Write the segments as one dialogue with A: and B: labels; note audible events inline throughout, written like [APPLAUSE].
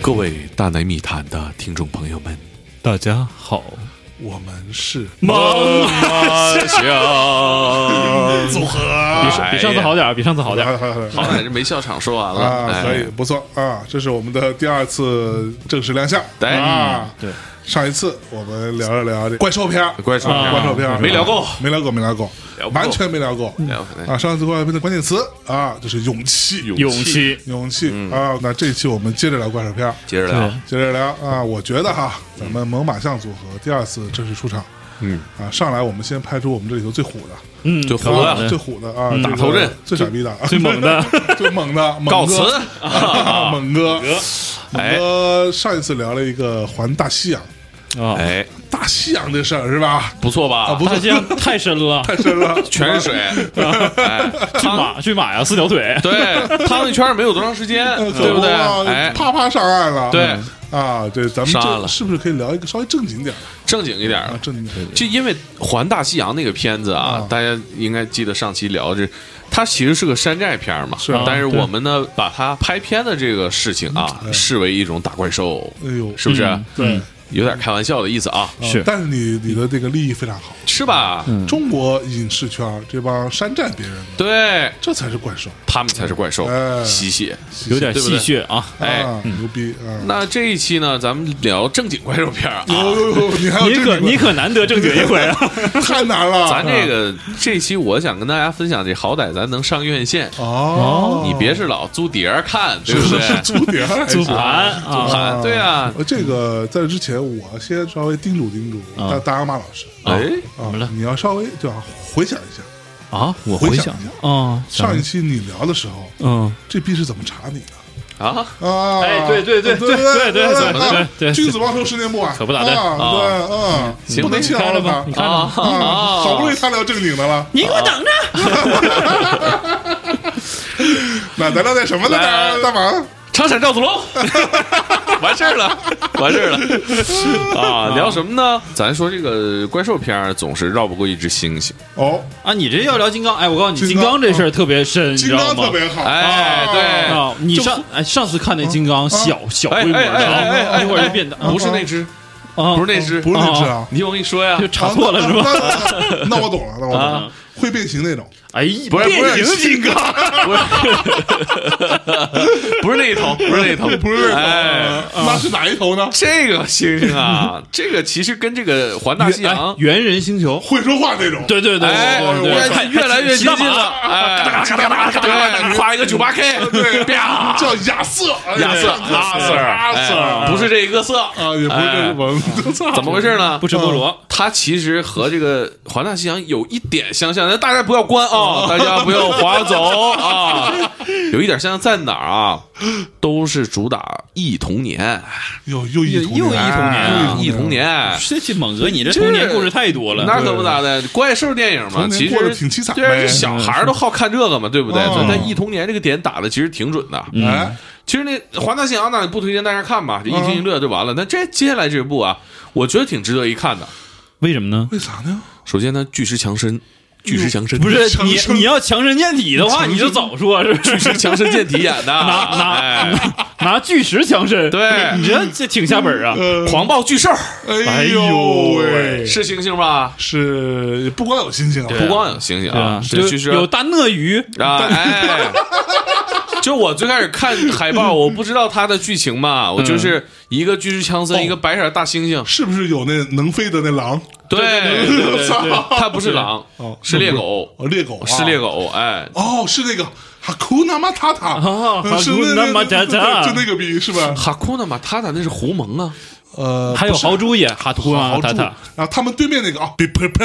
A: 各位大内密谈的听众朋友们，
B: 大家好，
C: 我们是
A: 猛笑
C: 组合，
B: 比上比上次好点儿，比上次好点儿。
C: 好好
A: 好歹这哎没笑场说完了，
C: 啊，
A: 哎
C: 可以，不错啊，这是我们的第二次正式亮相
A: 嗯对
C: 啊。
B: 对，
C: 上一次我们聊了聊这怪兽片儿，
A: 怪兽片
C: 啊怪兽片儿
A: 没聊够
C: 没聊够，没聊够
A: 聊，不够
C: 完全没聊够
A: 聊哎不够
C: 啊！上一次怪兽片的关键词啊，就是勇气，
B: [LAUGHS] 勇气，
C: 勇气
A: 嗯
C: 啊！那这一期我们接着聊怪兽片儿，
A: 接着聊，
C: 接着聊啊！我觉得哈，咱们猛犸象组合第二次正式出场，
A: 嗯
C: 啊，上来我们先派出我们这里头最虎的，
B: 嗯，
A: 就
B: 可
A: 好
C: 啊
A: 的
C: 最虎的啊，
A: 嗯打
C: 这个
A: 头阵
C: 最傻逼的，
B: 最猛的，
C: [LAUGHS] 最猛的，猛
A: 告
C: 哥
A: 辞
C: 啊 [LAUGHS] 猛哥，
A: [LAUGHS]
C: 猛
A: 哎
C: 哥上一次聊了一个环大西洋，
B: 啊，
A: 哎，
C: 大西洋这事儿是吧？
A: 不错吧？
C: 啊，不
B: 大
C: 是
B: 西
C: [LAUGHS]
B: 洋 [LAUGHS] 太深了，
C: 太深了，
A: 全是水，
C: [LAUGHS]
A: 哎，
B: 去 [LAUGHS] 马去马呀，四条腿，
A: 对，趟一圈儿没有多长时
C: [LAUGHS]
A: 间，
C: 呃
A: 对不对？
C: 哇
A: 哎，
C: 啪啪上岸了，
A: 对
C: 啊，对，咱们
A: 上岸了
C: 这是不是可以聊一个稍微正经点儿
A: 正经一点儿
C: 啊？，正经点儿
A: 就因为《环大西洋》那个片子啊
C: 啊，
A: 大家应该记得上期聊这，它其实是个山寨片儿嘛。
C: 是啊
A: 但是
B: 对
A: 我们呢，把它拍片的这个事情啊，视为一种打怪兽，
C: 嗯哎呦，
A: 是不是？
B: 嗯对，
A: 有点开玩笑的意思啊，
C: 啊
B: 是
C: 但是你你的这个利益非常好，
A: 是吧？
C: 中国影视圈儿这帮山寨别人的，
A: 对
C: 这才是怪兽，
A: 他们才是怪兽
C: 哎，
A: 吸血。
B: 有点
A: 对不对
B: 戏谑啊。
A: 哎
C: 啊，牛逼啊！
A: 那这一期呢，咱们聊正经怪兽片儿啊。
C: 有有有，你还有
B: 你
C: 这
B: 可
C: 个，
B: 你可难得正经一回 [LAUGHS] 啊！
C: 太难了，
A: 咱这个这期我想跟大家分享，这好歹咱能上院线，
C: 哦，
A: 你别是老租碟儿看，对
C: 是
A: 不
C: 是
A: 对？
C: 是租碟儿还
B: 祖
C: 行，
B: 盘啊，
A: 啊，对啊，
C: 呃，这个在这之前，我先稍微叮嘱叮嘱
B: 啊
C: 大大阿妈老师
A: 哎，
C: 啊
B: 么了，
C: 你要稍微就要回想一下
B: 啊，我
C: 回
B: 想
C: 想一下
B: 啊，
C: 上一期你聊的时候，
B: 嗯，
C: 这逼是怎么查你的
A: 啊，
C: 啊？
B: 哎对对对
C: 对
B: 对对对
C: 对啊
B: 对对对
C: 君子报仇十年不晚，
B: 可不咋的
C: 啊，对，嗯，
A: 行
C: 不能
B: 你
C: 气
B: 看
C: 到
B: 了
C: 了
B: 吧？哦你
C: 他。
B: 看了吗？
C: 啊，好不容易他聊正经的了，
B: 你给我等着！
C: 那咱聊点什么呢？
A: 来
C: 大大王，
A: 长闪赵子龙，完事儿了，完事儿了啊！聊什么呢？咱说这个怪兽片儿总是绕不过一只猩猩，
C: 哦，
B: 啊，你这要聊金刚，哎，我告诉你，
C: 金
B: 金
C: 刚
B: 刚这事儿特别深，你
C: 金
B: 知道
C: 刚
B: 吗
C: 特？别好，
A: 哎
C: 啊
A: 对
B: 啊，你上嗯哎上次看那金刚小小规模的啊，一会儿就变大，
A: 不是那只，
B: 啊
A: 不是那只，
C: 不是那只啊，
A: 你我跟你说呀
B: 就，哦查错了是吧？
C: 吧？那我懂了，那我懂了
A: 啊，
C: 会变形那种，
B: 哎，
A: 不是不是
B: 变形金刚，
A: 不是，不是那一头，不是那一头，
C: 不是那头
A: 哎，
B: 啊
C: 那是哪一头呢？
A: 这个猩猩啊，这个其实跟这个环大西
B: 哎
A: 洋，
B: 猿人星球，
C: 会说话那种。
B: 对对对
A: 哎，
B: 对对对，
A: 越来越接近了，哎，对，夸一个九八 K，对，啪，
C: 叫亚瑟，哎
A: 亚瑟，
C: 亚瑟，
A: 阿
C: 亚
A: Sir，
B: 哎
C: 瑟，
A: 哎不是这一个色，
C: 啊，也不是这个文，操
A: 怎么回事呢？
B: 不吃菠萝，
A: 它其实和这个环大西洋有一点相像，但大家不要关啊、
C: 哦
A: 大家不要划走啊，
C: [LAUGHS]
A: 有一点相像在哪儿啊？都是主打忆童年，
C: [LAUGHS] 又又一
B: 又一
C: 年，哎嗯
B: 童年啊
A: 忆童
B: [LAUGHS]
A: 年，
B: 这这猛哥，你这童年故事太多了。
A: 那可不咋的，怪兽电影嘛，
C: 童年
A: 其实
C: 过得挺凄惨
A: 对，啊
C: 呗
A: 这小孩儿都好看这个嘛，对不对？
C: 嗯
A: 所以他忆童年这个点打的其实挺准的。
C: 哎，
B: 嗯
A: 其实那华纳信阳那不推荐大家看吧，就一
C: 嗯
A: 听一乐就完了。那这接下来这部啊，我觉得挺值得一看的。
B: 为什么呢？
C: 为啥呢？
A: 首先呢，巨石强森，巨石强森
B: 不是
C: 强
B: 你
C: 身
B: 你要强身健体的话，
C: 强身
B: 你就早说，是不
A: 巨
B: 是？
A: 石 [LAUGHS] 强森健体演的，
B: 拿
A: 哎
B: 拿 [LAUGHS] 拿巨石强身，
A: 对
B: 你这这挺下本啊。
A: 狂暴巨兽
C: 哎
B: 呦
C: 呦
B: 喂
C: 喂，
A: 是猩猩吧？
C: 是不光有星星
A: 不
C: 啊，
A: 光有猩
B: 对
A: 猩啊
B: 啊，，
A: 是
B: 就
A: 巨石
B: 有大鳄鱼，
A: 啊，哎。就我最开始看海报，我不知道它的剧情嘛，我就是一个巨石强森，一个白色大猩猩，
C: 是不是有那能飞的那狼？
A: 对，
C: [LAUGHS]
B: 对对
A: 它不是狼，是猎狗，
C: 哦，猎狗啊
A: 是猎狗，哎，
C: 哦，是那个哈库纳马塔塔，
B: 哦
C: 是那
B: Hakuna
C: 那
B: Matata
C: 就那个逼是吧？
A: 哈库纳马塔塔那是狐獴啊，
C: 呃，
B: 还有
C: 不是
B: 豪猪也哈图啊，
C: 豪
B: 塔
C: 猪，
B: 塔，
C: 然后他们对面那个啊，对呸呸，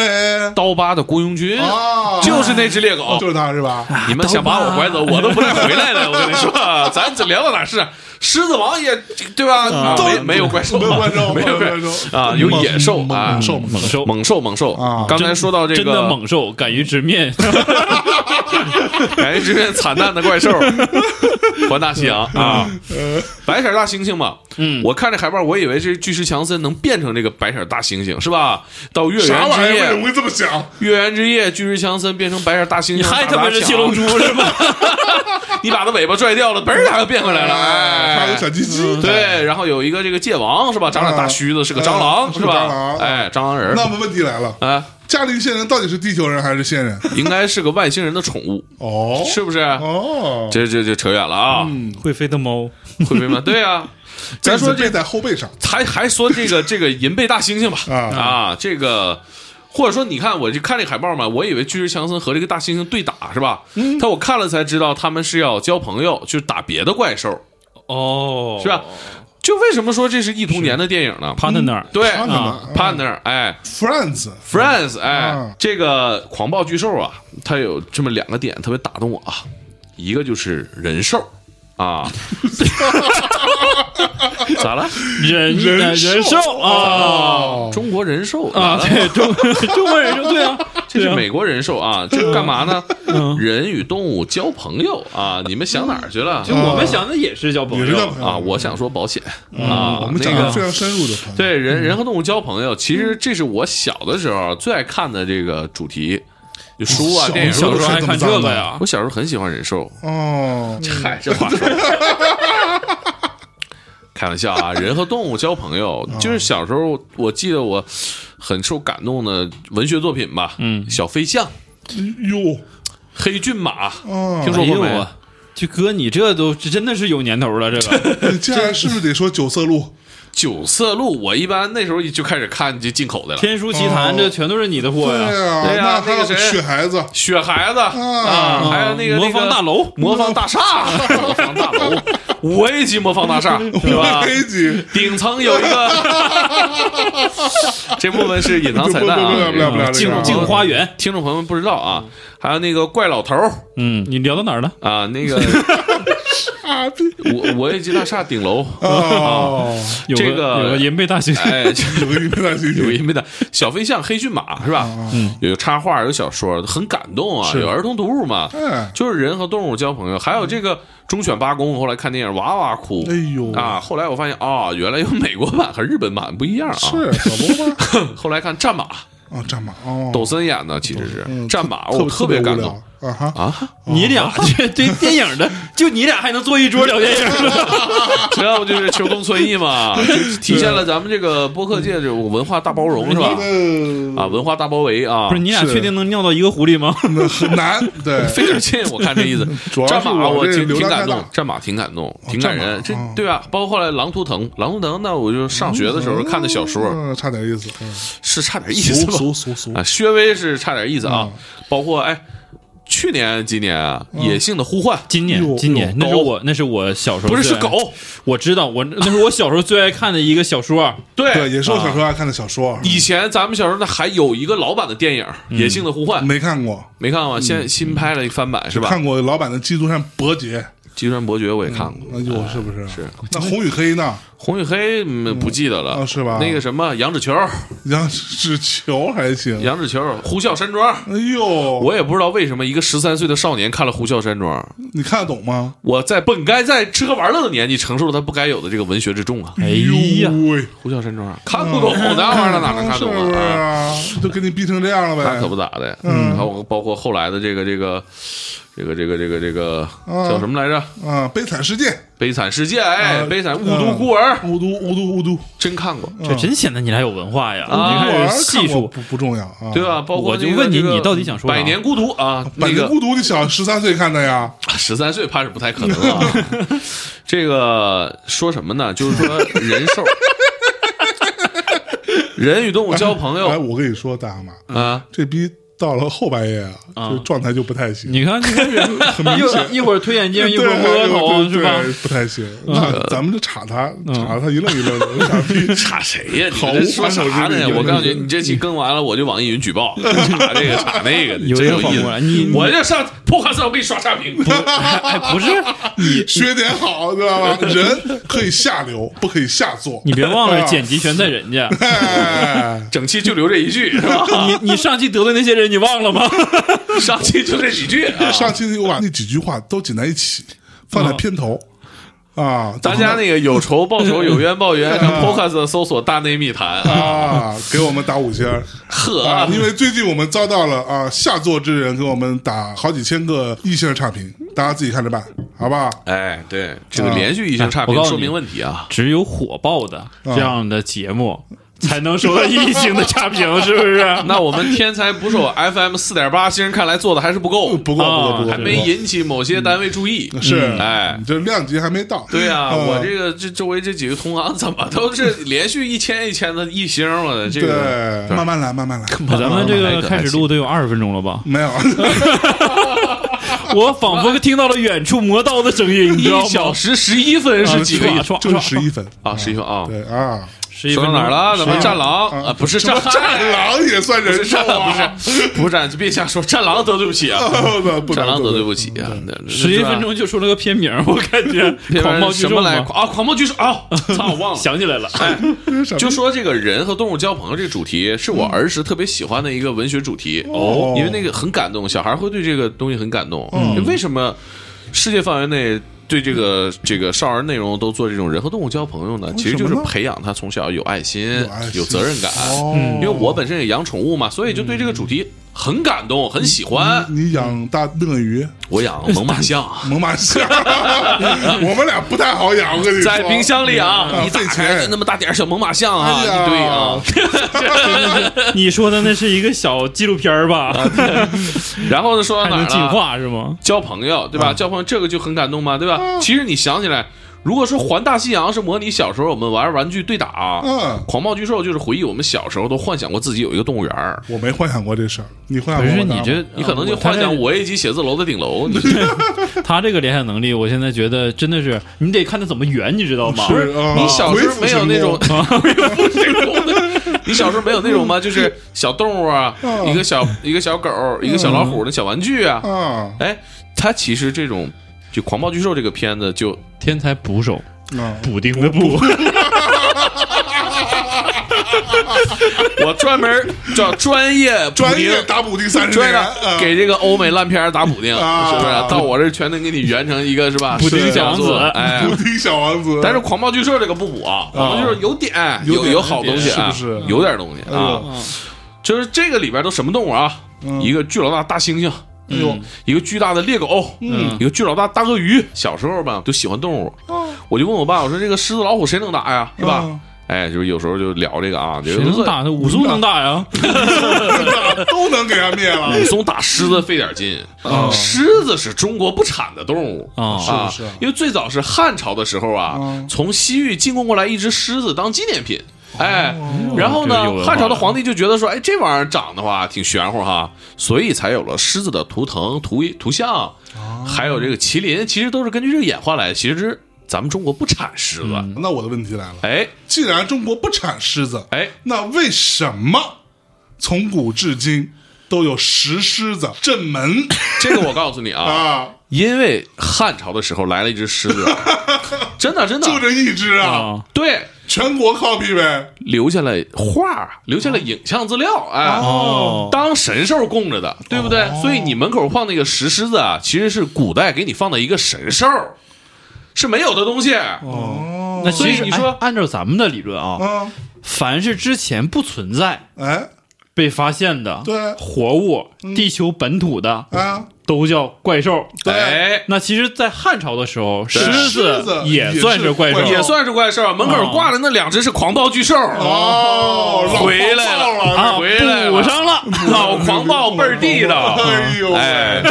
A: 刀疤的雇佣军
C: 啊
A: 就是哎那只猎狗，
C: 就是他是吧？
A: [LAUGHS] 你们想把我拐走，我都不带回来的。我跟你说，咱这聊到哪是啊狮子王也对吧？
C: 都
A: 没没有怪兽，啊
C: 没有怪兽，
A: 没有怪
C: 怪兽
A: 啊，有野兽
C: 猛
A: 啊
C: 猛，兽，
B: 嗯猛兽，
A: 猛兽，猛兽
C: 啊
A: 刚才说到这
B: 真的
A: 个
B: 猛兽，敢于直面，
A: [LAUGHS] 感觉直面惨淡的怪兽，环大西洋啊，白色大猩猩嘛。
B: 嗯
A: 我看这海报，我以为是巨石强森能变成这个白色大猩猩，是吧？到月
C: 啥
A: 圆
C: 玩
A: 之
C: 意儿？我
A: 夜，
C: 怎么会这么想？
A: 月圆之夜，巨石强森变成白色大猩猩，
B: 你还
A: 打
B: 他妈
A: 砸
B: 是
A: 抢
B: 七龙珠是吧？
A: [LAUGHS] 你把他尾巴拽掉了，嘣儿他又变回来了，哎，
C: 啊还有小鸡鸡。
A: 对，然后有一个这个界王是吧？长点大须子，是个蟑螂、
C: 嗯
A: 是
C: 是个蟑
A: 吧
C: 螂？
A: 哎，蟑螂人
C: 那么问题来了，
A: 啊，
C: 加利线人到底是地球人还是仙人？
A: 应该是个外星人的宠物，
C: 哦，嗯
A: 是不是？
C: 哦，
A: 这这这扯远了啊，
B: 嗯会飞的猫，
A: 会飞吗？对啊，咱
C: 咱
A: 说
C: 说
A: 这
C: 背在后背上
A: 还还说这
C: [LAUGHS]
A: 个这个银背大猩猩吧，
C: 啊
A: 啊，这个。或者说，你看，我就看这海报嘛，我以为巨石强森和这个大猩猩对打是吧？
C: 嗯
A: 但我看了才知道，他们是要交朋友，就是打别的怪兽，
B: 哦，
A: 是吧？就为什么说这是忆童年的电影呢？
B: ？partner，
A: 对
C: partner，
A: 啊
C: 嗯
A: ，partner，哎，
C: ，Friends，
A: Friends，哎，
C: 嗯
A: 这个狂暴巨兽啊，它有这么两个点特别打动我啊，一个就是人兽啊，咋了？
B: 人
C: 人
B: 呃
C: 兽
B: 人兽啊
C: 哦
A: 中国人兽
B: 啊，
A: 咋
B: 对
A: 了
B: 中中国人兽，对啊，
A: 这
B: 对
A: 是
B: 啊
A: 美国人兽啊，这干嘛呢？
B: 嗯
A: 人与动物交朋友啊，你们想哪儿去了
C: 嗯
B: 就我们想的也是交朋
C: 也是叫
B: 友
C: 朋，友
A: 啊？我想说保险啊，
C: 嗯我们
A: 那
C: 讲嗯
A: 个
C: 的非常深入的朋友，
A: 对人人和动物交朋友，其实这是我小的时候最爱看的这个主题，就书啊、
C: 小
A: 电影
B: 你小
A: 都
B: 时
A: 是
B: 候。还看这个呀？
A: 我小时候很喜欢人兽，
C: 哦，
A: 嗨，这话说，开玩笑啊！人和动物交朋友，就是小时候我记得我很受感动的文学作品吧，
B: 嗯
A: 小飞象、
C: 哟，
A: 黑骏马，
C: 哦
A: 听说过没
B: 哎呦我这哥，你这都这真的是有年头了，这 [LAUGHS] 个
C: 你接下来是不是得说九色鹿？
A: 九色鹿，我一般那时候就开始看这进口的了，
B: 天书奇谭，
C: 哦
B: 这全都是你的货
C: 对
B: 呀！
C: 呀，
A: 对呀啊
C: 那还
A: 那
C: 有
A: 个谁
C: 雪孩子，
A: 雪孩子啊，还有那个
B: 魔方大，楼
A: 那个魔方大厦，魔方大楼，五 A 级魔方大厦，对吧？
C: [LAUGHS] 黑吉，
A: 顶层有一个，这部分是隐藏彩蛋
C: 不不不不不不不
A: 啊！
B: 嗯
C: 不
A: 进入
C: 嗯
A: 进
C: 不
B: 镜
A: 入
B: 花园，
A: 听众朋友们不知道
C: 嗯
A: 啊，还有那个怪老头儿
B: 嗯，你聊到哪儿了？
A: 啊，那
C: [LAUGHS]
A: 个
C: 啊
A: [LAUGHS] 我我也记大厦顶楼，
C: 哦，
B: 有
A: 这个
B: 有个银背大猩猩，
A: 哎，
C: 有个音乐大猩
A: 有
C: 猩，
A: 一没的小飞象、黑骏马是吧？嗯，有插画，有小说，很感动啊，
C: 是
A: 有儿童读物嘛，
C: 哎
A: 就是人和动物交朋友，还有这个忠犬八公，我后来看电影哇哇哭，
C: 哎呦
A: 啊，后来我发现哦，原来有美国版和日本版不一样啊，
C: 是可不吧？
A: 后来看战马。
C: 哦，战马哦，
A: 抖森演的，其实是
C: 嗯
A: 战马，我特别感动
C: 无聊啊哈，
A: 啊！
B: [LAUGHS] 你俩这这电影的，就你俩还能坐一桌聊 [LAUGHS] 电影呢？
A: [LAUGHS] 这要不就是求同存异嘛，就体现了咱们这个播客界这种文化大包
C: 哎
A: 容是吧？
C: 呃
A: 啊，文化大包围啊
B: 不是，，你俩
C: 是
B: 确定能尿到一个狐狸吗？
C: 那很难，对，
A: 费点劲，我看这意思。
C: [LAUGHS] 主要是
A: 战马
C: 我这
A: 挺
C: 流
A: 挺
C: 量
A: 感
C: 太
A: 动
C: 大，
A: 战马挺感动，挺感人。这
C: 战马哦
A: 对啊，包括后来狼图腾，狼图腾那我就上学的时候看的小说，
C: 嗯，差点意思，嗯
A: 是差点意思吧？
C: 俗嗯俗
A: 啊，薛微是差点意思啊。包括哎，去年今年啊，
C: 嗯
A: 野性的呼唤
B: [LAUGHS] 今
C: 哟
B: 年，今年，那是
A: 狗
B: 我，那是我小时候
A: 不是
B: 最
A: 是
B: 爱，
A: 狗，
B: 我知道，我那是我小时候最爱看的一个小说，
C: 对，
A: 对。
C: 也是我小时候爱看的小说，
A: 以前咱们小时候那还有一个老版的电影《野性的呼唤》，
C: 没看过，
A: 没看
C: 嗯
A: 过，现在新拍了一翻版是吧？
C: 看过老版的《基督山伯爵》，
A: 《激战伯爵》我也看过，
C: 哎呦，是不是？
A: 啊是。
C: 那红与黑呢？
A: 红与黑嗯不记得了，
C: 啊是吧嗯
A: 那个什么羊脂球，
C: 杨是球还行。
A: 羊脂球，呼啸山庄。
C: 哎呦，
A: 我也不知道为什么一个十三岁的少年看了《呼啸山庄》，
C: 你看得懂吗？
A: 我在本该在吃喝玩乐的年纪承受了他不该有的这个文学之重啊！
B: 哎
C: 哎
B: 呀，
C: 喂，
A: 《呼啸山庄》啊看不懂，那玩意儿哪能看懂
C: 嗯 [LAUGHS] 是不是
A: 啊？
C: 啊？哎都给你逼成这样了
A: 那可
C: 呗？
A: 不咋的，嗯，还有包括后来的这个这个这个这个这个这个
C: 嗯
A: 叫什么来着，《
C: 啊，悲惨世界，
A: 悲惨世界》哎，
C: 啊
A: 《悲惨雾都孤儿》
C: 雾都雾都雾都，
A: 真看过，
C: 嗯
B: 这真显得你俩有文化呀！
A: 啊
B: 你
C: 我
B: 开
C: 儿
B: 始
C: 看
B: 细
C: 过
B: 数，
C: 不不重要啊？
A: 对，吧？包括
B: 我就
A: 那个
B: 问你
A: 这个
B: 你到底想说啥
A: 百年孤独》啊，那
C: 百年
A: 个
C: 孤独，你小十三岁看的呀？
A: 啊十三岁怕是不太可能了啊。这个说什么呢？就是说人兽，人与动物交朋
C: 哎，
A: 友
B: 哎
C: 我跟你说，大妈，
A: 啊，
C: 这逼到了后半夜啊，就状态就不太行，
B: 你看，你看人
C: 很明
B: [LAUGHS]
C: 显
B: 一。一会儿推眼
C: [LAUGHS]
B: 镜，一会儿摸
C: 对
B: 额头，
C: 对
B: 是吧？嗯
C: 对不太行，那咱们就插他，插他一愣一愣的，
B: [LAUGHS]
C: 傻逼，
A: 查谁呀？你
C: 毫无
A: 这说啥
C: 防守之
A: 呢？
C: 力
A: 我告诉你，你这期更完了，我就网易云举报，查这个查那个的，
B: 有
A: 真有
B: 点
A: 意
B: 缓过来你
A: 思。我就上破卡色，我给你刷差评。
B: 哎，不是，你
C: 学点好，知道吧？人可以下流，不可以下作。
B: 你别忘
C: [LAUGHS]
B: 了，剪辑权在人家。
C: 哎，
A: 整期就留这一句，是
B: [LAUGHS]
A: 吧？
B: 你你上期得罪那些人，你忘了
C: [LAUGHS]
B: 吗？
A: 上期就这几句啊。
C: 上期我把那几句话都剪在一起，放
B: 嗯
C: 在片头啊，
A: 大家那个有仇报仇，有冤报冤，上 Podcast 搜索“大内密谈”啊，
C: 啊，给我们打五星儿
A: [LAUGHS]
C: 啊
A: 呵，，
C: 因为最近我们遭到了啊下作之人给我们打好几千个一星差评，大家自己看着办，好不好？
A: 哎，对，这个连续一星差
B: 哎我
A: 评
B: 告诉
A: 说
B: 你
A: 明问题啊。
B: 只有火爆的
C: 嗯
B: 这样的节目，才能收到异性的差评， [LAUGHS] 是不是？
A: [LAUGHS] 那我们天才捕手 FM 四点八，新人看来做的还是不够，
C: 不过不过
B: 啊
C: 不过，
A: 还没引起某些单位注意。
C: 是
A: 哎
C: 你，这量级还没到。
A: 对呀、
C: 嗯
A: 我这个这周围这几个同行怎么都是连续一千一千的一星儿我的这
C: 对
A: 个，
C: 慢慢来，慢慢来，
B: 咱们这个开始录得有二十分钟了吧？
C: 没有
B: 我仿佛听到了远处磨刀的声音，你知道
A: 一
B: 吗？
A: 小时十一分 [LAUGHS] 是几个
B: 啊
A: 亿
B: 刷
C: 就是十一分
A: 啊？十一分啊？
C: 对啊，
B: 十一
A: 说
B: 分
A: 到
B: 钟
A: 哪儿了？咱们
B: 11
A: 战狼
C: 啊
A: 啊，不是
C: 什么
A: 战
C: 战狼也
A: [LAUGHS]
C: 算
A: 不
C: 人
A: 是
C: 兽
A: 战狼，
C: 啊？
A: 不是不是战，别瞎说，战狼得罪不起啊，
C: [LAUGHS] 不
A: 战
C: 能
A: 狼得
C: 得
A: 罪
C: 罪
A: 不起啊，
B: 十一分钟就出了个片名，我感觉狂
A: 狂
B: 暴
A: 暴
B: 巨
A: 什
B: 兽
A: 么来
B: 嘛，
A: 啊？狂暴巨兽啊！操，我忘了。
B: 想起来了，
A: 哎，
C: 什么
A: 就说这个人和动物交朋友这个主题，是我儿时特别喜欢的一个文学主题
C: 嗯
A: 哦因为那个很感动，小孩会对这个东西很感动。
C: 嗯
A: 就为什么世界范围内对这个这个少儿内容都做这种人和动物交朋友呢？其实就是
C: 为什么呢
A: 培养他从小有爱心
C: 有爱、心
A: 有责任感。
C: 哎
A: 嗯
C: 哦
A: 因为我本身也养宠物嘛，所以就对这个主题很感动，很喜欢。
C: 你养大鳄鱼、
A: 我养猛犸
C: [LAUGHS]
A: 象，
C: 猛犸象，我们俩不太好养，我跟你说。
A: 在冰箱里啊，
C: 嗯
A: 一打
C: 费
A: 开
C: 钱
A: 就那么大点儿小猛犸象啊，
C: 哎呀
A: 一堆啊。 [LAUGHS]
B: 你说的那是一个小纪录片儿吧？
A: 啊然后呢，说
B: 还
A: 到哪儿
B: 能进
A: 了？
B: 化是吗？
A: 交朋友，对吧？
C: 嗯
A: 交朋友这个就很感动嘛，对吧？其实你想起来，如果说环大西洋是模拟小时候我们玩玩具对打，
C: [LAUGHS] 嗯
A: 狂暴巨兽就是回忆我们小时候都幻想过自己有一个动物园儿。
C: 我没幻想过这事儿，你幻
B: 不
C: 想
B: 是
C: 过吗
B: 你这，
A: 你可能就
B: 他
A: 幻想
B: 这
A: 我一级写字楼的顶楼，
C: 嗯
A: 你
B: 他这个联想能力，我现在觉得真的是你得看他怎么圆，你知道吗？
C: 是啊
A: 你小时候没有那种 [LAUGHS]
C: 恢复
A: 没有不是功能你小时候没有那种吗？就是小动物啊，
C: 嗯
A: 一个小一个小狗，一个小老虎的小玩具啊。
C: 啊
A: 哎，它其实这种就《狂暴巨兽》这个片子就
B: 天才捕手，
C: 啊！
B: 补丁的 [LAUGHS] 补，
A: 我专门儿叫专业补丁
C: 专业打补丁 [LAUGHS] 三十
A: 专
C: 年，
A: 业
C: 啊
A: 给这个欧美烂片儿打补丁，
C: 啊
A: 是不是？到我这儿全能给你圆成一个是吧？
B: 补丁
A: 是
B: 小王子
A: 哎
C: [LAUGHS] 补。丁小王子，
A: 但是狂暴巨兽这个不补啊，狂暴巨兽有点
C: 有
A: 有
C: 点
A: 好东西啊，
C: 是不是
A: 有点东西
C: 哎
A: 啊
C: 呦，嗯
A: 就是这个里边都什么动物啊？一个巨老大大猩猩。嗯
C: 哎呦，
A: 一个巨大的猎狗，
B: 嗯
A: 一个巨老大大鳄鱼。小时候吧，就喜欢动物，我就问我爸，我说这个狮子老虎谁能打呀？是吧
C: 哦嗯？
A: 哎，就是有时候就聊这个啊，就是
B: 谁能打他？武松能打呀？
C: 都能给他灭了 [LAUGHS]
A: 武松打狮子费点劲，狮子是中国不产的动物
B: 啊
A: 啊，
C: 是是
A: 因为最早是汉朝的时候啊
C: 嗯，
A: 从西域进贡过来一只狮子当纪念品。哎，然后
B: 这个有文
A: 呢，
B: 化
A: 汉朝的皇帝就觉得说，哎，这玩意儿长的话挺玄乎哈，所以才有了狮子的图腾、图图像，还有这个麒麟，其实都是根据这个演化来的。其实咱们中国不产狮子，
B: 嗯
C: 那我的问题来了，
A: 哎
C: 既然中国不产狮子，
A: 哎，
C: 那为什么从古至今都有石狮子镇门
A: 这个我告诉你
C: [LAUGHS]
A: 啊，
C: 啊？
A: 因为汉朝的时候来了一只狮子，真的真的
C: 就这一只
A: 哦
C: 啊，
B: 啊，
A: 对。
C: 全国 copy 呗。
A: 留下了画，啊留下了影像资料，哎，
B: 哦
A: 当神兽供着的，对不对？所以你门口放那个石狮子啊，其实是古代给你放的一个神兽，是没有的东西。
C: 哦
B: 那
A: 所以
B: 其实
A: 你说
B: 哎按照咱们的理论啊，
C: 啊，
B: 凡是之前不存在
C: 哎，
B: 被发现的
C: 对
B: 活物，地球本土的
C: 啊，
B: 都叫怪兽。
C: 对
A: 哎，
B: 那其实，在汉朝的时候，狮
C: 狮子
B: 也
C: 也
B: 算
C: 是
B: 是怪
C: 怪
B: 兽，
C: 兽
A: 也算是怪兽。门口挂的那两只是狂暴巨兽，
C: 哦，老
A: 回来
C: 暴躁了，
B: 啊，
A: 回来了
B: 补上了。
A: 老狂暴倍儿地道。
C: 哎呦喂，
A: 哎，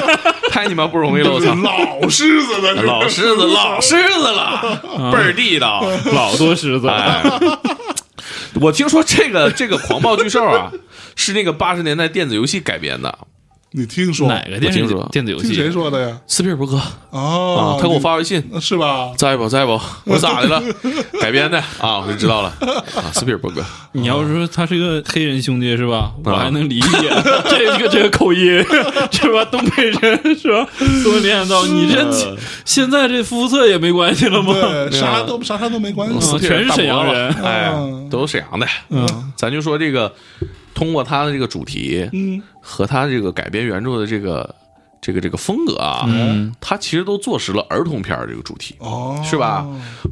A: 太你妈不容易了，我操！
C: [LAUGHS] 老狮子了，
A: 老狮子，老狮子了，倍儿地道。
B: 老多狮子，
A: [LAUGHS] 哎，我听说这个这个狂暴巨兽啊，是那个八十年代电子游戏改编的。
C: 你听说？
B: 哪个电视
A: 我听说
B: 电子游
C: 听谁
B: 戏？
C: 说的呀？
A: 斯皮尔伯格
C: 哦
A: 啊，，他给我发微信，
C: 你
A: [LAUGHS]
C: 是吧？
A: 在不在不？我说咋的了？改编的啊，我就知道了啊，斯皮尔伯格。
B: 你要是说他是个黑人兄弟是吧？我还能理解啊 [LAUGHS] 这个这个口 [LAUGHS] 音是吧？东北人是吧？啊多联想到你这现在这肤色也没关系了吗？
C: 对，啥都啥啥都没关系
B: 嗯。全是沈阳人
A: 哎
C: 嗯，
A: 都是沈阳的。嗯，咱就说这个，通过他的这个主题，
C: 嗯，
A: 和他这个改编原著的这个这个这个风格啊，
C: 嗯
A: 他其实都坐实了儿童片儿这个主题，
C: 哦，
A: 是吧？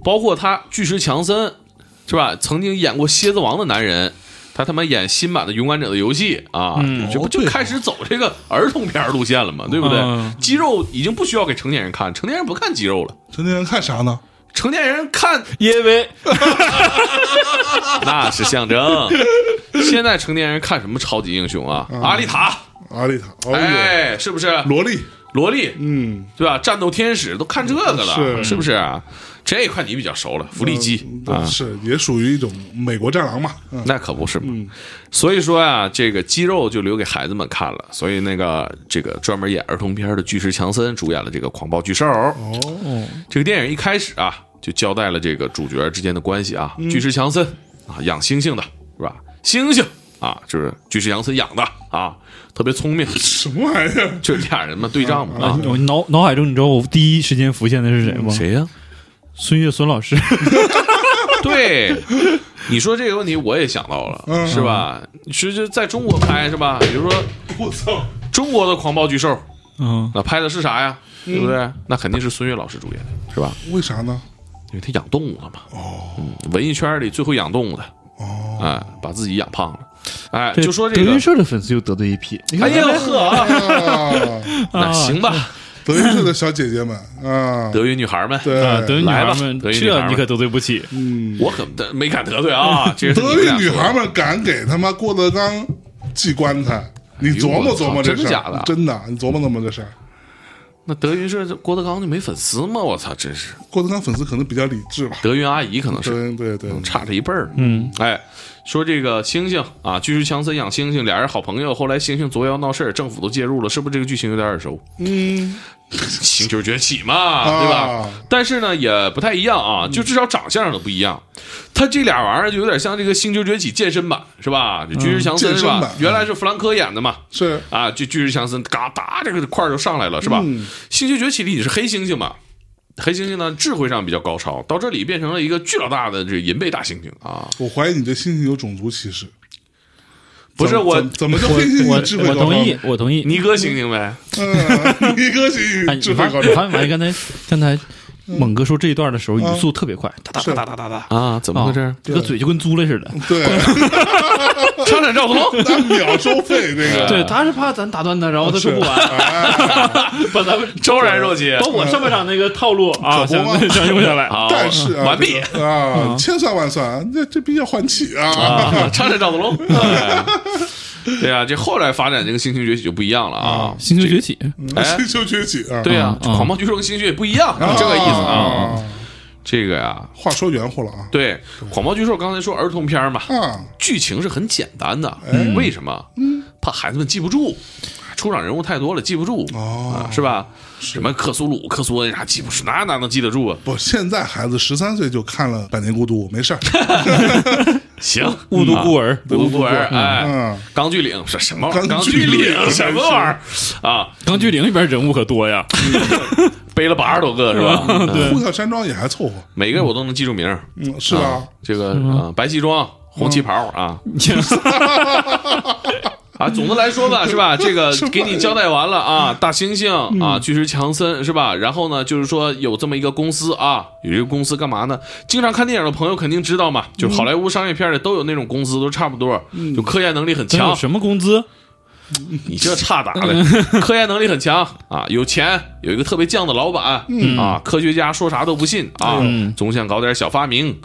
A: 包括他巨石强森，是吧？曾经演过《蝎子王》的男人。他他妈演新版的《勇敢者的游戏》啊，这不就
C: 哦对哦
A: 开始走这个儿童片儿路线了嘛，对不对
B: 嗯？
A: 肌肉已经不需要给成年人看，成年人不看肌肉了，
C: 成年人看啥呢？
A: 成年人看啊
B: 因为
C: [LAUGHS]
A: 那是象征。 [LAUGHS] 现在成年人看什么超级英雄啊？阿丽塔，
C: 阿丽塔，嗯哦呦，
A: 哎，是不是？
C: 萝莉，
A: 萝莉，
C: 嗯，
A: 对吧？战斗天使都看这个了，
C: 是
A: 是不是啊？这一块你比较熟了，福利机
C: 嗯对
A: 啊，
C: 是也属于一种美国战狼嘛。嗯
A: 那可不是嘛。所以说啊，这个肌肉就留给孩子们看了。所以那个这个专门演儿童片的巨石强森主演了这个《狂暴巨兽》。
C: 哦，
A: 这个电影一开始啊，就交代了这个主角之间的关系啊。
C: 嗯
A: 巨石强森啊，养猩猩的是吧？猩猩啊，就是巨石强森养的啊，特别聪明，
C: 什么玩意儿？
A: 就是俩人嘛对仗
C: 嗯
A: 嘛啊。
B: 我脑脑海中你知道我第一时间浮现的是谁吗？
A: 谁呀、
B: 孙悦孙老师。
A: 对，你说这个问题我也想到了，
C: 嗯
A: 是吧？其实在中国拍是吧？比如说
C: 我操！
A: 中国的《狂暴巨兽》，
B: 嗯，
A: 那拍的是啥呀？
C: 嗯
A: 对不对？那肯定是孙越老师主演的，是吧？
C: 为啥呢？
A: 因为他养动物了嘛。哦，文艺圈里最会养动物的，
C: 哦，
A: 哎，把自己养胖了。哎，就说这
D: 德
A: 个
D: 云，社的粉丝又得罪一批。你
A: 哎
D: 看，
A: 呦呵啊，
C: [LAUGHS] 啊，
A: 那行吧，
C: 德云社的小姐姐们啊，
A: 德云女孩们，
C: 对
B: 啊，德云女
A: 来吧
B: 孩们，
A: 德云女孩
B: 这
A: 们
B: 你可得罪不起。
A: 我可得没敢得罪啊，这个是你
C: 德
A: 们俩
C: 云
A: 说的
C: 女孩们敢给他妈郭德纲祭棺材，你琢磨琢磨这事
A: 哎哎呦我操真的假的
C: 儿，真的，你琢磨琢磨这事儿。
A: 那德云社郭德纲就没粉丝吗？我操，真是
C: 郭德纲粉丝可能比较理智吧，
A: 德云阿姨可能 [LAUGHS] 是。
C: 对对对，
A: 差了一辈儿。嗯，哎，说这个猩猩啊，巨石强森养猩猩，俩人好朋友，后来猩猩作妖闹事儿，政府都介入了，是不是这个剧情有点耳熟？
C: 嗯，
A: [LAUGHS] 星球崛起嘛，对吧？
C: 啊
A: 但是呢，也不太一样啊，就至少长相上都不一样。他这俩玩意儿就有点像这个《星球崛起》健身版是吧？这巨石强森
C: 嗯健
A: 是
C: 身版
A: 吧？原来是弗兰科演的嘛。
C: 是
A: 啊，就巨石强森嘎哒，这个块儿就上来了，是吧？
C: 嗯
A: 星球崛起》里你是黑猩猩嘛？黑猩猩呢，智慧上比较高超，到这里变成了一个巨老大的这银背大猩猩啊，
C: 我怀疑你对猩猩有种族歧视。
A: 不是
C: 怎么
A: 我
C: 怎么怎么就黑猩猩智慧
B: 我
C: 高
B: 同
C: 超
B: 意？，我同意。
A: 尼哥猩猩呗，
C: 嗯， [LAUGHS] 尼哥
B: [LAUGHS]
C: 猩
B: 哎，
C: 猩智
B: 你
C: 慧
B: 发
C: 高
B: 你
C: 超，
B: 发没发现刚才刚才猛哥说这一段的时候语速特别快，哒哒
C: 是
B: 哒哒哒哒哒，
A: 啊，怎么回事？
B: 这个嘴就跟猪了似的。
A: [LAUGHS]
C: 对，
A: 商场赵子
C: [LAUGHS]
A: 龙，
C: 他秒收费那个，
B: 对，他是怕咱打断他，然后他说不完，
C: 哎
B: 把咱们 [LAUGHS]
A: 昭然若揭
C: 哦
B: 把我上半场那个套路 [LAUGHS] 啊，
C: 可
B: 想
C: 不嘛
B: 想用 [LAUGHS] 下来啊。
A: 好
C: 但是啊
A: 完毕。
C: 这个
B: 嗯
C: 啊，千算万算，这这逼要换气啊！
A: 啊，商场赵子龙，哎对啊，这后来发展这个星球崛起就不一样了啊，
B: 星球崛起，
C: [LAUGHS]
A: 哎
C: 星球崛起啊，
A: 对啊，
B: 嗯
A: 狂暴巨兽跟星球也不一样，啊这个意思啊，。这个呀，
C: 话说圆乎了啊，
A: 对，狂暴巨兽刚才说儿童片儿嘛，
C: 啊，
A: 剧情是很简单的，为什么？怕孩子们记不住，出场人物太多了，记不住，啊
C: 哦
A: 是吧？什么克苏鲁、克苏恩啥记不住，那哪能记得住啊？
C: 不，现在孩子十三岁就看了《百年孤独》，没事儿。
A: 行，
B: 雾
A: 嗯
B: 都孤儿，
A: 无独孤儿，哎
C: 嗯，
A: 钢锯岭是什么玩意儿？
C: 钢
A: 钢
C: 锯
A: 锯
C: 岭
A: 岭什么玩意儿啊？
B: 钢锯岭里边人物可多呀。
A: 背了八十多个是吧？嗯
C: 呼啸山庄也还凑合，
A: 每个我都能记住名儿，
C: 嗯，是吧？
A: 这个啊，白西装、红旗袍啊。 [LAUGHS] 啊，总的来说
C: [LAUGHS]
A: 吧，是吧？这个给你交代完了
C: 嗯
A: 啊，大猩猩啊，巨石强森是吧？然后呢，就是说有这么一个公司啊，有一个公司干嘛呢？经常看电影的朋友肯定知道嘛，
C: 嗯
A: 就是好莱坞商业片里都有那种公司，都差不多，就科研能力很
B: 咱有
A: 强。
B: 什么工资？
C: 嗯
A: [LAUGHS] 你这差打的，科研能力很强啊，有钱有一个特别犟的老板、
C: 嗯
A: 啊，科学家说啥都不信啊，总想搞点小发明、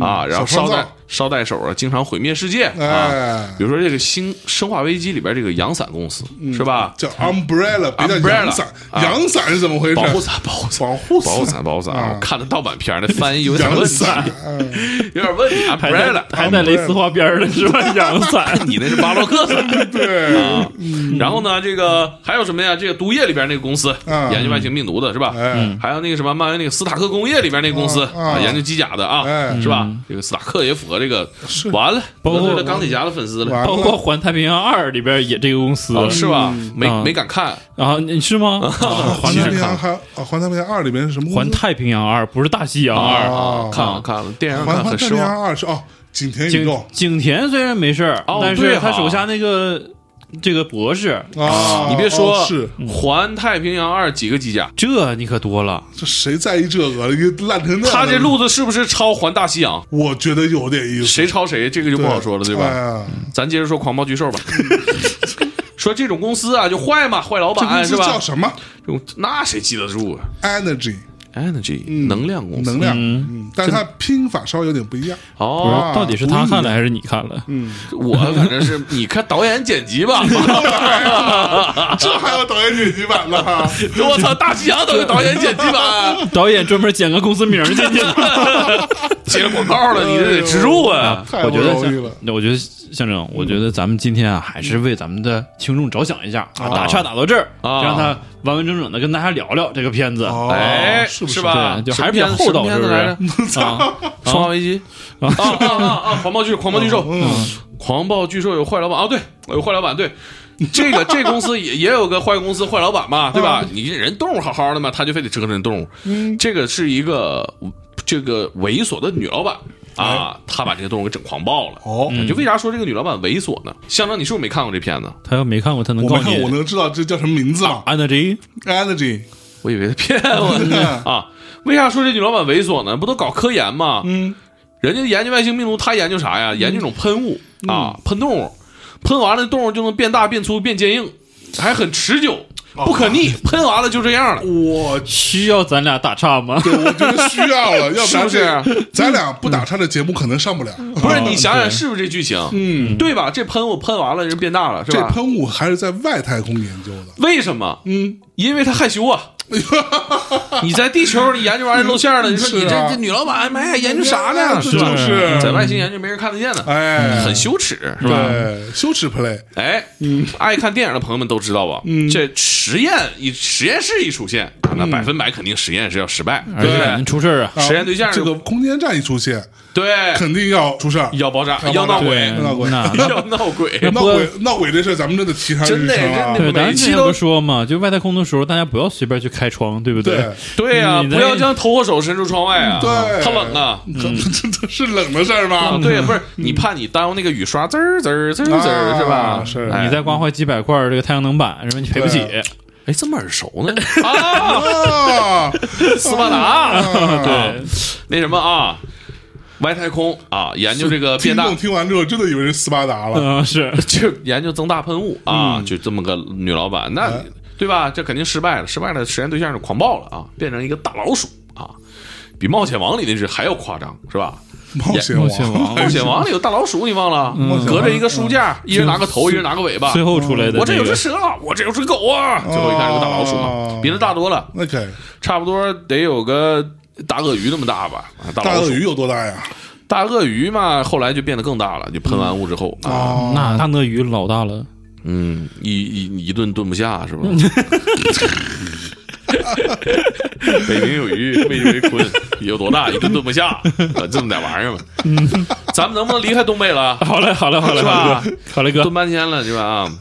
A: 啊，然后
C: 哎嗯小创
A: 捎
C: 造
A: 带捎带手啊，经常毁灭世界啊。
C: 哎
A: 比，如说这个《星生化危机》里边这个阳伞公司
C: 嗯
A: 是吧？
C: 叫 umbrella，别叫
A: umbrella，
C: 阳伞，
A: 啊
C: 阳伞是怎么回事？
A: 保护伞，保护伞，
C: 保护
A: 保护
C: 伞
A: 伞，保护伞。
C: 啊
A: 我看的盗版片儿那翻译有点
C: 阳
A: 问题，
C: 伞，哎
A: 有点问题。u m b
B: 还
A: r e
B: 在
A: l
B: 还在蕾丝花边儿的是吧？阳伞，
A: 你那是巴洛克伞。
C: 嗯对，
A: 啊，然后呢，这个还有什么呀？这个毒液里边那个公司
C: 嗯
A: 研究慢性病毒的是吧？
B: 嗯
C: 哎，
A: 还有那个什么漫威那个斯塔克工业里边那个公司
C: 啊啊
A: 啊，研究机甲的啊
C: 哎，
A: 是吧？这个斯塔克也符合这个
C: 是，
A: 完了，
B: 嗯包括
A: 得罪了钢铁侠的粉丝了，
C: 完
B: 包括《环太平洋二》里边也这个公司
A: 哦，是吧？没
B: 啊
A: 没敢看，
B: 啊，你是吗？啊环太
C: 环太
B: 平
C: 平
B: 洋
C: 洋还啊，环太平洋二里面是什么公司？
B: 环太平洋二不是大西洋二，
A: 啊
C: 哦，
A: 看了看了，电影
C: 环
A: 看
C: 环
A: 很
C: 太
A: 失
C: 平
A: 望。
C: 洋二是哦，景田宇
B: 景
C: 宙
B: 景田虽然没事儿
A: 哦，
B: 但
A: 对
B: 是
A: 哈
B: 他手下那个这个博士，
C: 啊，
A: 你别说
C: 哦是，
A: 《环太平洋二》几个机甲，
B: 这你可多了。
C: 这谁在意这个了？你烂成那样，
A: 他这路子是不是超《环大西洋》？
C: 我觉得有点意思，
A: 谁超谁，这个就不好说了，对吧？嗯
C: 吧？
A: 咱接着说狂暴巨
C: [LAUGHS]
A: 兽吧。说这种公司啊，就坏嘛，坏老
C: 这公
A: 板
C: 司
A: 哎是
C: 叫
A: 吧？
C: 什么
A: 这种那谁记得住啊
C: ？Energy
A: ？Energy、能量公司
C: 嗯能量，嗯，但是它拼法稍微有点不一样。
B: 不知
A: 哦，
B: 道到底是他看的还是你看了？
A: 嗯我反正是你看导演剪辑
C: [LAUGHS]
A: 吧。啊
C: 这还有导演剪辑版了 [LAUGHS] 哈？
A: 我操，大西洋都有导演剪辑
C: [LAUGHS]
A: 版，
B: 导演专门剪个公司名儿进去。
A: [LAUGHS] 接了广告了，你这得植入
B: [LAUGHS]
A: 啊！
C: 太
B: 我
C: 不
B: 觉得
C: 容易
B: 像
C: 了。
B: 那我觉得象征，
A: 嗯
B: 我觉得咱们今天啊，还是为咱们的听众着想一下啊，打岔打到这儿，
A: 啊
B: 让他完完整整的跟大家聊聊这个片子。
C: 哦
A: 哎，
C: 是不是
A: 是吧？
B: 对就还是比
A: 什
B: 较
A: 么片
B: 厚道
A: 什
B: 是
A: 么片子
B: 不是
A: 来着？
B: 啊，
A: 生化危机啊啊啊啊！狂暴巨狂暴巨兽，嗯狂暴巨兽有坏老板啊，对，有坏老板，对。这个这公司也也有个坏公司坏老板嘛，对吧？你人动物好好的嘛，他就非得折腾人动物。这个是一个这个猥琐的女老板啊，她把这个动物给整狂暴了。
C: 哦，
A: 就为啥说这个女老板猥琐呢？象征，你是不是没看过这片子？
B: 他要没看过，他能
C: 我
B: 告
C: 没
B: 诉
C: 看，我
B: 你。
C: 能知道这叫什么名
A: [LAUGHS]
C: 字吗
B: 安德吉，
C: ？Energy，嗯
A: 我以为他骗我 [LAUGHS] 呢啊！为啥说这女老板猥琐呢？不都搞科研吗？
C: 嗯，
A: 人家研究外星病毒，他研究啥呀？研究一种喷雾、
C: 嗯
A: 啊，喷动物，喷完了动物就能变大、变粗、变坚硬，还很持久，不可逆。喷完了就这
C: 哦
A: 样了，
C: 我
B: 需要咱俩打岔吗？ [LAUGHS]
C: 我觉得需要了，要不然
A: 是嗯
C: 这
A: 不 [LAUGHS]
C: 咱俩不打岔的节目可能上不了。
A: 不是
B: 哦
A: 你想想
B: 对
A: 是不是这剧情？嗯，对吧？这喷雾喷完了人变大了，是
C: 这
A: 吧？
C: 喷雾还是在外太空研究的，
A: 为什么？
C: 嗯，
A: 因为他害羞
C: [LAUGHS]
A: 啊。你在地球你研究完露馅了，你说你
C: 是
A: 这
C: 啊
A: 这女老板，哎呀，研究啥呢？
C: 这就是
A: 在
C: 是
A: 外星研究没人看得见的，
C: 哎，
A: 很羞耻，是吧？
C: 对，羞耻 play，
A: 哎，爱看电影的朋友们都知道吧？这实验一实验室一出现，那百分百肯定实验是要失败，
B: 嗯而
A: 对不
B: 且
A: 对
B: 人？出事儿啊，
C: 啊
A: 实验对象
C: 这个空间站一出现，
A: 对，
C: 肯定要出事儿。
A: 要爆炸，
C: 要
A: 要闹
C: 爆炸
B: 对
A: 鬼，嗯
C: 闹鬼
B: 那
A: 要闹鬼，
C: 闹鬼闹鬼这事儿，咱们真的提倡
A: 真的
C: 啊
A: 真
B: 对，
A: 的
B: 咱
A: 每
B: 们
A: 期
B: 之前
A: 都
B: 不说嘛，就外太空的时候，大家不要随便去开窗，对不
C: 对
A: 对呀，
B: 你在
A: 不要将头和手伸出窗外啊，
C: 对嗯
A: 它冷啊。
C: [LAUGHS] 这这是冷的事儿吗？
A: 嗯对呀，不是你怕你耽误那个雨刷滋儿滋儿滋儿滋儿
C: 啊
A: 是吧？
C: 是
A: 哎
B: 你再刮坏几百块儿这个太阳能板，是吧？你赔不起。
C: 对
A: 哎这么耳熟呢？啊，
C: 啊，
A: 斯巴达
C: 对，
A: 那什么啊，外太空啊，研究这个变
C: 听
A: 大
C: 众听完之后真的以为是斯巴达了，
B: 嗯， [LAUGHS] 是
A: 就研究增大喷雾啊，
B: 嗯
A: 就这么个女老板，那、
B: 哎
A: 对吧？这肯定失败了，失败了，实验对象就狂暴了啊，变成一个大老鼠啊，比《冒险王》里那只还要夸张，是吧？
C: 冒险
B: 冒险
C: 王，
B: 王
A: 《冒险王》里有大老鼠，你忘了？
C: 嗯
A: 隔着一个书架，一人拿个头，一人拿个尾
B: [LAUGHS]
A: 巴。
B: 最后出来的那个。哦
A: 我这有只蛇，我这有只狗啊！最后一看是个大老鼠
C: 哦
A: 嘛，比那大多了，
C: 那可以。
A: 差不多得有个大鳄鱼那么大吧？啊大
C: 大
A: 老
C: 鳄
A: 鼠，
C: 鱼有多大呀？
A: 大鳄鱼嘛，后来就变得更大了，就喷完雾之后
B: 哦
A: 啊，
C: 啊，
B: 那大鳄鱼老大了，
A: 嗯，一一一顿炖不下是吧？ [LAUGHS] 北冥有鱼，为鱼为鲲，有多大一顿炖不 [LAUGHS] 下，啊这么点玩意儿嘛。咱们能不能离开东北 [LAUGHS] 了？
B: [LAUGHS] 好嘞，好嘞，好嘞，
A: 是吧
B: 好嘞哥好嘞，哥
A: 炖半天了是吧？啊，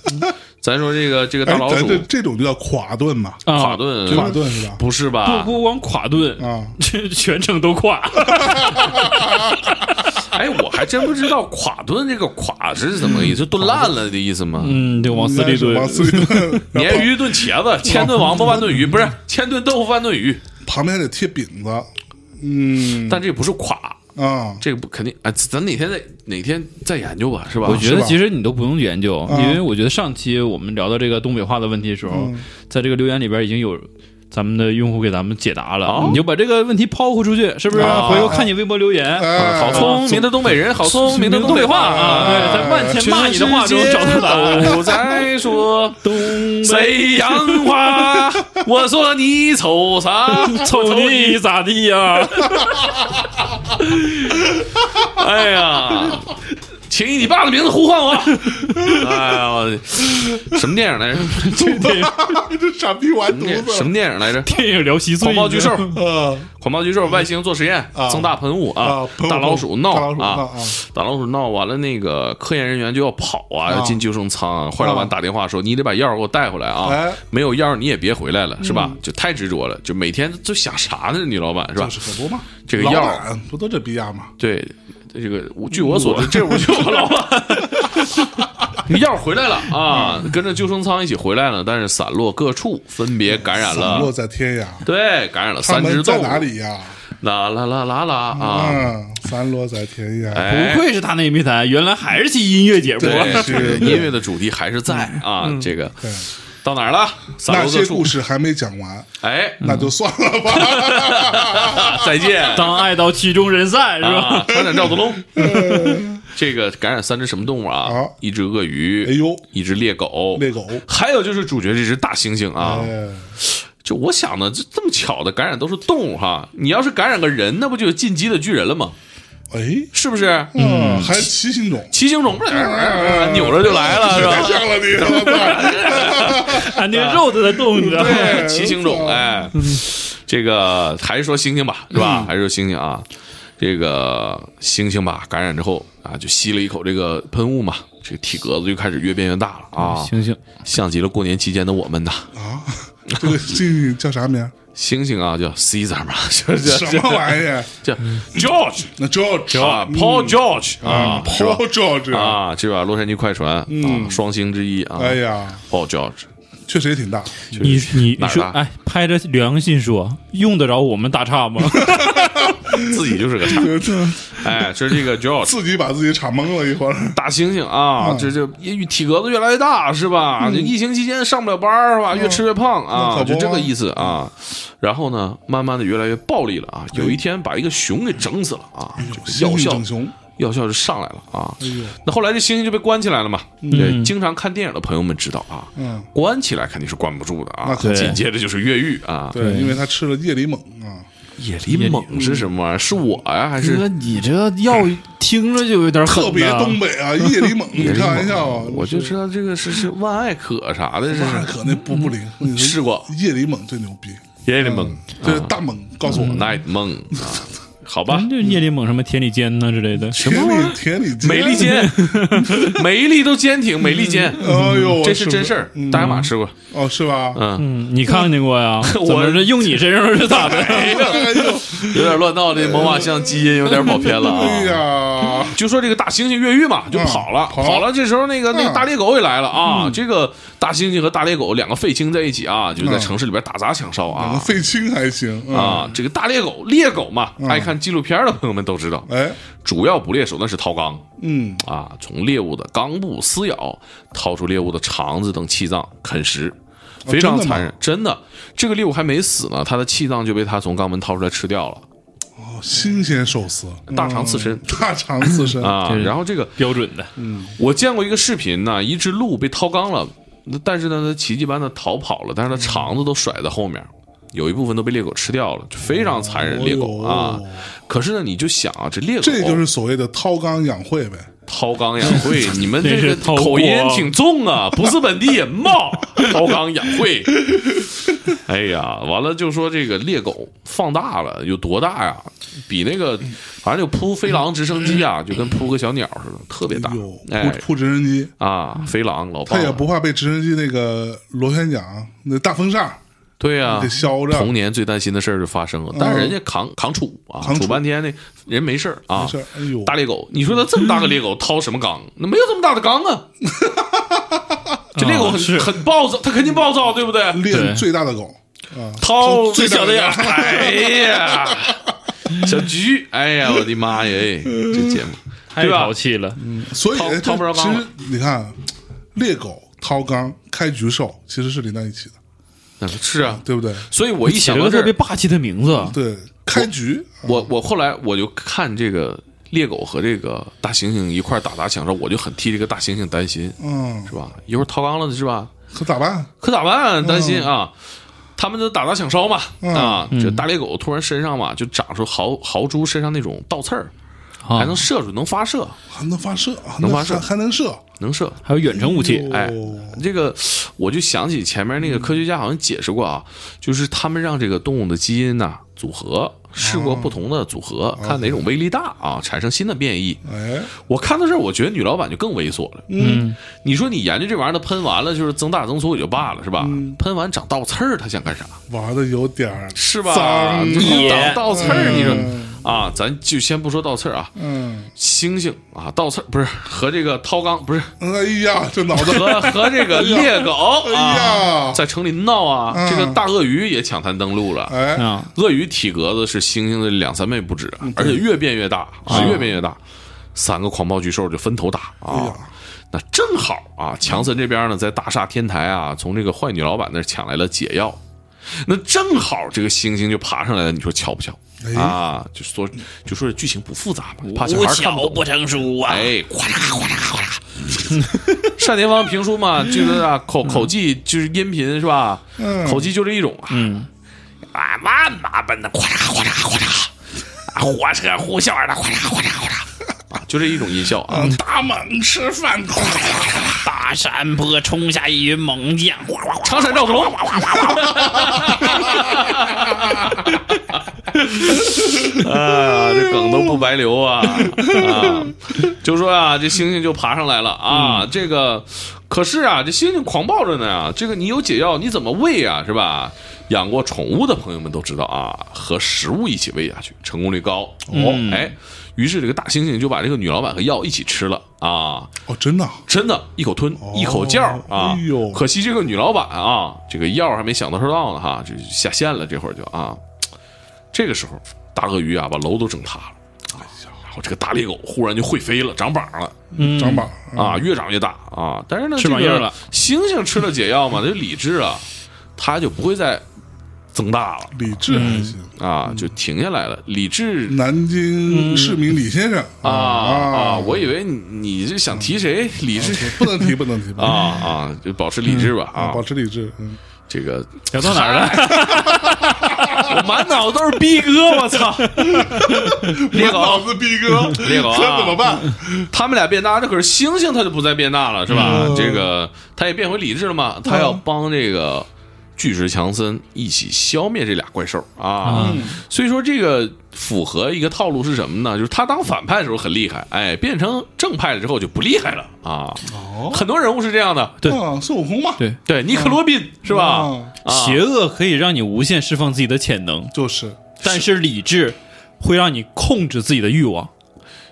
A: 咱说这个这个大
C: 哎，
A: 老
C: 咱
A: 鼠
C: 这这种就叫垮盾嘛，
B: 啊
A: 垮炖，
C: 垮盾是吧？
A: 不是吧
B: 不？不光垮顿，
C: 啊，
B: 这
A: 嗯
B: [LAUGHS] 全程都垮。
A: 哎，我还真不知道垮炖这个垮是怎么个意思，炖烂了的意思吗？
B: 嗯，就往死里
C: 往
B: 蹲。
C: 死里蹲，然
A: 鲶
C: 后
A: 鱼炖茄子，千炖王八万炖鱼，不是千炖豆腐万炖鱼，
C: [LAUGHS] 旁边还得贴饼子，嗯
A: 但这不是垮，
C: 啊，
A: 这个不肯定啊，咱哪天再哪天再研究吧，啊是吧？
B: 我觉
C: 是
B: 得
C: 吧
B: 其实你都不用研究，
C: 啊
A: 嗯
B: 因为我觉得上期我们聊到这个东北话的问题的时候，在这个留言里边已经有。咱们的用户给咱们解答了，
A: 哦
B: 你就把这个问题抛回出去，是不是？
A: 啊
B: 回头看你微博留言，
C: 哎
A: 好聪明的东北人，好啊聪明的东北话
B: 啊，
A: 啊！
B: 对，在万千骂你的话中找到答案。
A: 都在说
B: 东北
A: 沈 [LAUGHS] 阳话，我说你瞅啊啥？
B: 瞅你咋地呀、
A: [LAUGHS] 哎呀，请以你爸的名字呼唤 [LAUGHS] 我！哎呀，我什么电影来着？
C: 这傻逼完
A: 什么电
C: 犊子，
A: 什么电影来着？
B: 电影聊稀碎，
A: 狂暴巨兽，
C: 呃
A: 狂暴巨兽，外星做实验，
C: 啊
A: 增大喷雾啊
C: 啊，朋友
A: 大老鼠闹
C: 大老鼠闹
A: 啊
C: 啊，
A: 大老鼠闹完了，那个科研人员就要跑啊，要进救生舱啊。坏老板打电话说：“你得把药给我带回来啊
C: 哎，嗯
A: 没有药你也别回来了，是吧？”就太执着了，就每天就想啥呢？这女老板是吧
C: 就？是可不嘛，
A: 这个
C: 老
A: 药
C: 板不都这逼样吗？
A: 对，这个我据我所知，这我就我老板。你药回来了啊，跟着救生舱一起回来了，但是散落各处，分别感染
C: 散落
A: 了，
C: 在天涯，
A: 对，感染了
C: 他
A: 三只
C: 们
A: 动
C: 在
A: 物。
C: 哪里呀？
A: 啦啦啦啦啦啊！
C: 嗯，散落在天涯，
A: 哎
B: 不愧是他那密谈，原来还是期音乐节目啊。
A: 对，这个
C: 是
A: 音乐的主题还是在啊。这个
C: 对
A: 到哪儿了？散
C: 那
A: 落
C: 些
A: 各
C: 故
A: 处。
C: 事还没讲完，
A: 哎， [LAUGHS]
C: 那就算了吧。
A: 再见
B: 当爱 [LAUGHS] 到曲终人散，是吧？
A: 啊！船长赵子
C: [LAUGHS]
A: 龙，这个感染三只什么动物啊
C: 呃好？
A: 一只鳄鱼，
C: 哎呦，
A: 一只猎狗，
C: 猎狗
A: 还有就是主角这只大猩猩啊。
C: 哎
A: 就我想呢，这这么巧的感染都是动物哈，你要是感染个人，那不就有进击的巨人了吗？
C: 哎，
A: 是不是？
C: 嗯，还骑行种，
A: 骑行种 [LAUGHS] 扭着就来了，啊是
C: 太
A: 吧？
C: 像了你，我
A: [LAUGHS]
C: 操！
B: 啊，那个肉都在动，你知道吗？
A: 对，骑行种，哎，
B: 嗯
A: 这个还是说猩猩吧，是吧？还是说猩猩啊？这个猩猩吧，感染之后啊，就吸了一口这个喷雾嘛，这个体格子就开始越变越大了啊，
B: 嗯星星，
A: 像极了过年期间的我们呐。
C: 啊，这个猩猩叫啥名？
A: 猩猩啊，叫 Caesar 嘛， [LAUGHS] 就是
C: 什么玩意儿？
A: 叫
B: 嗯
A: George
C: 那 George
A: 啊，Paul George 啊
C: 啊
A: 是吧
C: ，Paul George
A: 啊，这把洛杉矶快船啊，双星之一啊，
C: 哎呀，
A: ，Paul George，
C: 确实也挺大。
B: 你你
A: 哪
B: 你
A: 儿
B: 说，
A: 的
B: 哎，拍着良心说，用得着我们打岔
A: [LAUGHS]
B: 吗？
A: 自己就是个叉，哎，就是这个 George
C: 自己把自己插懵了一会儿，
A: 大猩猩啊，
C: 嗯
A: 这这也体格子越来越大是吧？就疫情期间上不了班儿是吧？越吃越胖啊，
C: 嗯那可不
A: 就
C: 啊
A: 这个意思啊。然后呢，慢慢的越来越暴力了啊，
C: 哎
A: 有一天把一个熊给整死了啊，这个
C: 猩
A: 药
C: 猩
A: 效
C: 整熊，
A: 药效就上来了啊。
C: 哎呦
A: 那后来这猩猩就被关起来了嘛。对，经常看电影的朋友们知道啊，
C: 嗯，
A: 关起来肯定是关不住的啊
C: 那。可
B: 不
A: 紧接着就是越狱啊。
C: 对，因为他吃了夜里猛啊，
A: 野里猛是什么玩意儿？是我呀，还是
B: 哥，你这药听着就有点狠
C: 特别
B: 呐
C: 东北啊，夜里猛，
A: [LAUGHS]
C: 你
A: 野里
C: 开
A: 猛
C: 玩笑啊，
A: 我就知道这个是是万艾可啥的，这
C: 那
A: 是
C: 可那不不灵，我跟你说
A: 试过
C: 夜里猛最牛逼，
A: 野里猛
C: 这大猛告诉我，
A: ，night 梦
C: [LAUGHS]
A: 啊，好吧
B: 嗯，就夜里猛什么田里间呐之类的，
C: 田里田里
A: 美丽
C: 街，
A: 坚，
C: [LAUGHS]
A: 美丽都坚挺，美丽坚，嗯
C: 哎呦，
A: 这是真事儿，大
C: 家
A: 海马吃过，
C: 哦是吧？
A: 嗯，
B: 嗯，你看见过呀？
A: [LAUGHS] 我
B: 怎么是用你身上是
A: [LAUGHS]
B: 咋的？
A: 嗯
C: 哎呦，
A: 有点乱闹，这猛犸象基因有点跑偏了
C: 哎
A: 啊。
C: 呀，
A: 就说这个大猩猩越狱嘛，就跑了，
C: 嗯跑了
A: 跑了。这时候那个那个
C: 嗯
A: 大猎狗也来了啊，这个大猩猩和大猎狗两个废青在一起
C: 嗯
A: 啊，就在城市里边打砸抢烧
C: 我们
A: 啊。
C: 费青嗯还行嗯
A: 啊，这个大猎狗，猎狗嘛，爱看纪录片的朋友们都知道，
C: 哎，
A: 主要捕猎手那是掏肛
C: 嗯，
A: 啊，从猎物的肛部撕咬，掏出猎物的肠子等器脏啃食，非常
C: 哦真的吗
A: 残忍。真的，这个猎物还没死呢，它的器脏就被它从肛门掏出来吃掉了，
C: 哦，新鲜寿司，
A: 大肠刺身
C: 嗯，大肠刺身，
A: 啊。
B: 对
A: 然后这个
B: 标准的，
A: 我见过一个视频呢，一只鹿被掏肛了，那但是呢，它奇迹般的逃跑了，但
C: 嗯
A: 是它肠子都甩在后面，有一部分都被猎狗吃掉了，就非常残忍。
C: 哦
A: 猎狗啊
C: 哟，
A: 可是呢，你就想啊，这猎狗
C: 这就是所谓的掏肛养晦呗。
A: 掏肛养
C: [LAUGHS]
A: 晦，你们这
B: 那
A: 个
B: 是掏
A: 口
B: 锅
A: 音挺重啊，不是本地人嘛？掏肛养晦， [LAUGHS] 哎呀，完了就说这个猎狗放大了有多大呀？比那个反正就扑飞狼直升机啊，就跟扑个小鸟似的，特别大
C: 嗯哎
A: 哎
C: 呦，扑扑直升机，
A: 啊，飞狼老
C: 他
A: 棒
C: 也
A: 了，
C: 不怕被直升机那个螺旋桨那大风扇
A: 对呀
C: 给，削着，嗯
A: 童年最担心的事儿就发生了，但是人家扛扛杵啊，
C: 扛杵
A: 杵半天那人没事儿啊
C: 没事儿。哎呦，
A: 大猎狗，你说它这么大个猎狗掏什么缸？那没有这么大的缸
B: [LAUGHS]
A: 啊！这猎狗
B: 啊
A: 很
B: 是嗯
A: 很暴躁，它肯定暴躁，对不对？
C: 练最大的狗，
A: 掏
C: 最
A: 小
C: 小
A: 的
C: 的
A: 眼
C: 眼
A: 儿，
C: 儿
B: [LAUGHS]
A: 哎呀，小菊，哎呀，我的妈呀，哎，这节目
B: 太
A: 对吧
B: 淘气了，
C: 所以
A: 掏
C: 哎
A: 掏不着
C: 其
A: 缸
C: 实
A: 了
C: 你看，猎狗掏肛开局兽其实是连在一起的，
A: 嗯是啊，
C: 对不对？
A: 所以我一
B: 起
A: 想
B: 了个
A: 到这
B: 特别
A: 儿，
B: 霸气的名字，
C: 对，开局
A: 我我后来我就看这个猎狗和这个大猩猩一块儿打砸抢烧，我就很替这个大猩猩担心，
C: 嗯，
A: 是吧？一会儿掏缸了是吧？
C: 可咋办？
A: 可咋办？担心啊！他们都打砸抢烧嘛，
C: 嗯
A: 啊，这大猎狗突然身上嘛就长出豪豪猪身上那种倒刺儿，
B: 还
A: 还能射出，能发射，
C: 还能发射，还
A: 能发射
C: 还还能射，
A: 能射。
B: 还有远程武器，
A: 哎
C: 哦，
A: 这个我就想起前面那个科学家好像解释过啊，就是他们让这个动物的基因呐、组合，试过不同的组合，
C: 哦
A: 看哪种威力大啊，产生新的变异。
C: 哎，
A: 我看到这儿，我觉得女老板就更猥琐了。
B: 嗯，
A: 你说你研究这玩意儿，它喷完了就是增大增粗也就罢了，是吧？
C: 嗯
A: 喷完长倒刺儿，它想干啥？
C: 玩的有点儿，
A: 是吧？
C: 脏
A: 这
B: 野
A: 倒倒刺儿，
C: 嗯
A: 你说啊？咱就先不说倒刺儿啊，
C: 嗯，
A: 猩猩啊，倒刺儿不是和这个掏肛不是
C: 哎呀，这脑
A: [LAUGHS]
C: 子，
A: 和和这个猎狗
C: 哎
A: 啊，
C: 呀，
A: 在城里闹啊，
C: 嗯
A: 这个大鳄鱼也抢滩登陆了。
C: 哎，
B: 啊，
A: 鳄鱼体格子是猩猩的两三倍不止，啊而且越变越大嗯啊，越变越大。三个狂暴巨兽就分头打
C: 哎
A: 啊！
C: 呀，
A: 那正好啊，强森这边呢，在大厦天台啊，从这个坏女老板那儿抢来了解药。那正好这个猩猩就爬上来了，你说巧不巧
C: 哎
A: 啊？就说就说这剧情不复杂嘛，怕小孩看不懂。
B: 成书啊
A: 哎，哗啦哗啦哗啦！单田芳评书嘛，就是啊，口口技就是音频是吧？
C: 嗯
A: 口技就这一种啊。
B: 嗯，
A: 啊，万马奔的，哗啦哗啦哗啦，啊，火车呼啸而来，哗啦哗啦哗啦，啊，就这一种音效啊。
C: 大猛吃饭，
B: 啊大山坡冲下一云猛将，
A: 长闪赵子龙，啊，这梗都不白留啊！啊，就说啊，这猩猩就爬上来了啊，这个可是啊，这猩猩狂暴着呢啊，这个你有解药，你怎么喂啊？是吧？养过宠物的朋友们都知道啊，和食物一起喂下去，成功率高哦。哎，于是这个大猩猩就把这个女老板和药一起吃了啊。
C: 哦，真的啊，
A: 真的，一口吞，一口叫啊！
C: 哦哎呦
A: 可惜这个女老板啊，这个药还没想到收到呢哈，这就下线了，这会儿就啊，这个时候大鳄鱼啊把楼都整塌了，啊，然后这个大猎狗忽然就会飞了，长膀了
B: 嗯，
C: 长膀，
A: 啊，越长越大啊，但是呢，
B: 翅膀
A: 这个
B: 硬了
A: 猩猩吃了解药嘛，它就理智啊，它就不会再增大了
C: 李志嗯还行，
A: 啊，就停下来了，理智。
C: 南京市民李先生
A: 嗯啊啊！
C: 嗯啊，
A: 我以为你你是想提谁？理智
C: 不能提，不能提，不
A: 啊
C: 能
A: 啊，就保持理智吧
C: 提
A: 啊！
C: 保持理智，嗯，
A: 这个
B: 聊到哪儿了？
A: [LAUGHS] 我满脑子都是逼哥，
B: [LAUGHS]
A: 我操！猎
C: 脑
A: 狗，
C: 子逼哥，
A: 猎狗啊
C: [LAUGHS] 这怎么办？
A: 他们俩变大，那可是猩猩，它就不再变大了，是吧？
B: 嗯
A: 这个它也变回理智了嘛，它要帮这个巨石强森一起消灭这俩怪兽啊。
B: 嗯
A: 所以说这个符合一个套路是什么呢？就是他当反派的时候很厉害，哎，变成正派了之后就不厉害了啊。
C: 哦，
A: 很多人物是这样的，
B: 对
C: 啊，孙悟空嘛，
B: 对，
A: 对，尼克罗宾是吧？
B: 嗯
C: 啊
A: 啊
B: 邪恶可以让你无限释放自己的潜能，
C: 就是
B: 但是理智会让你控制自己的欲望，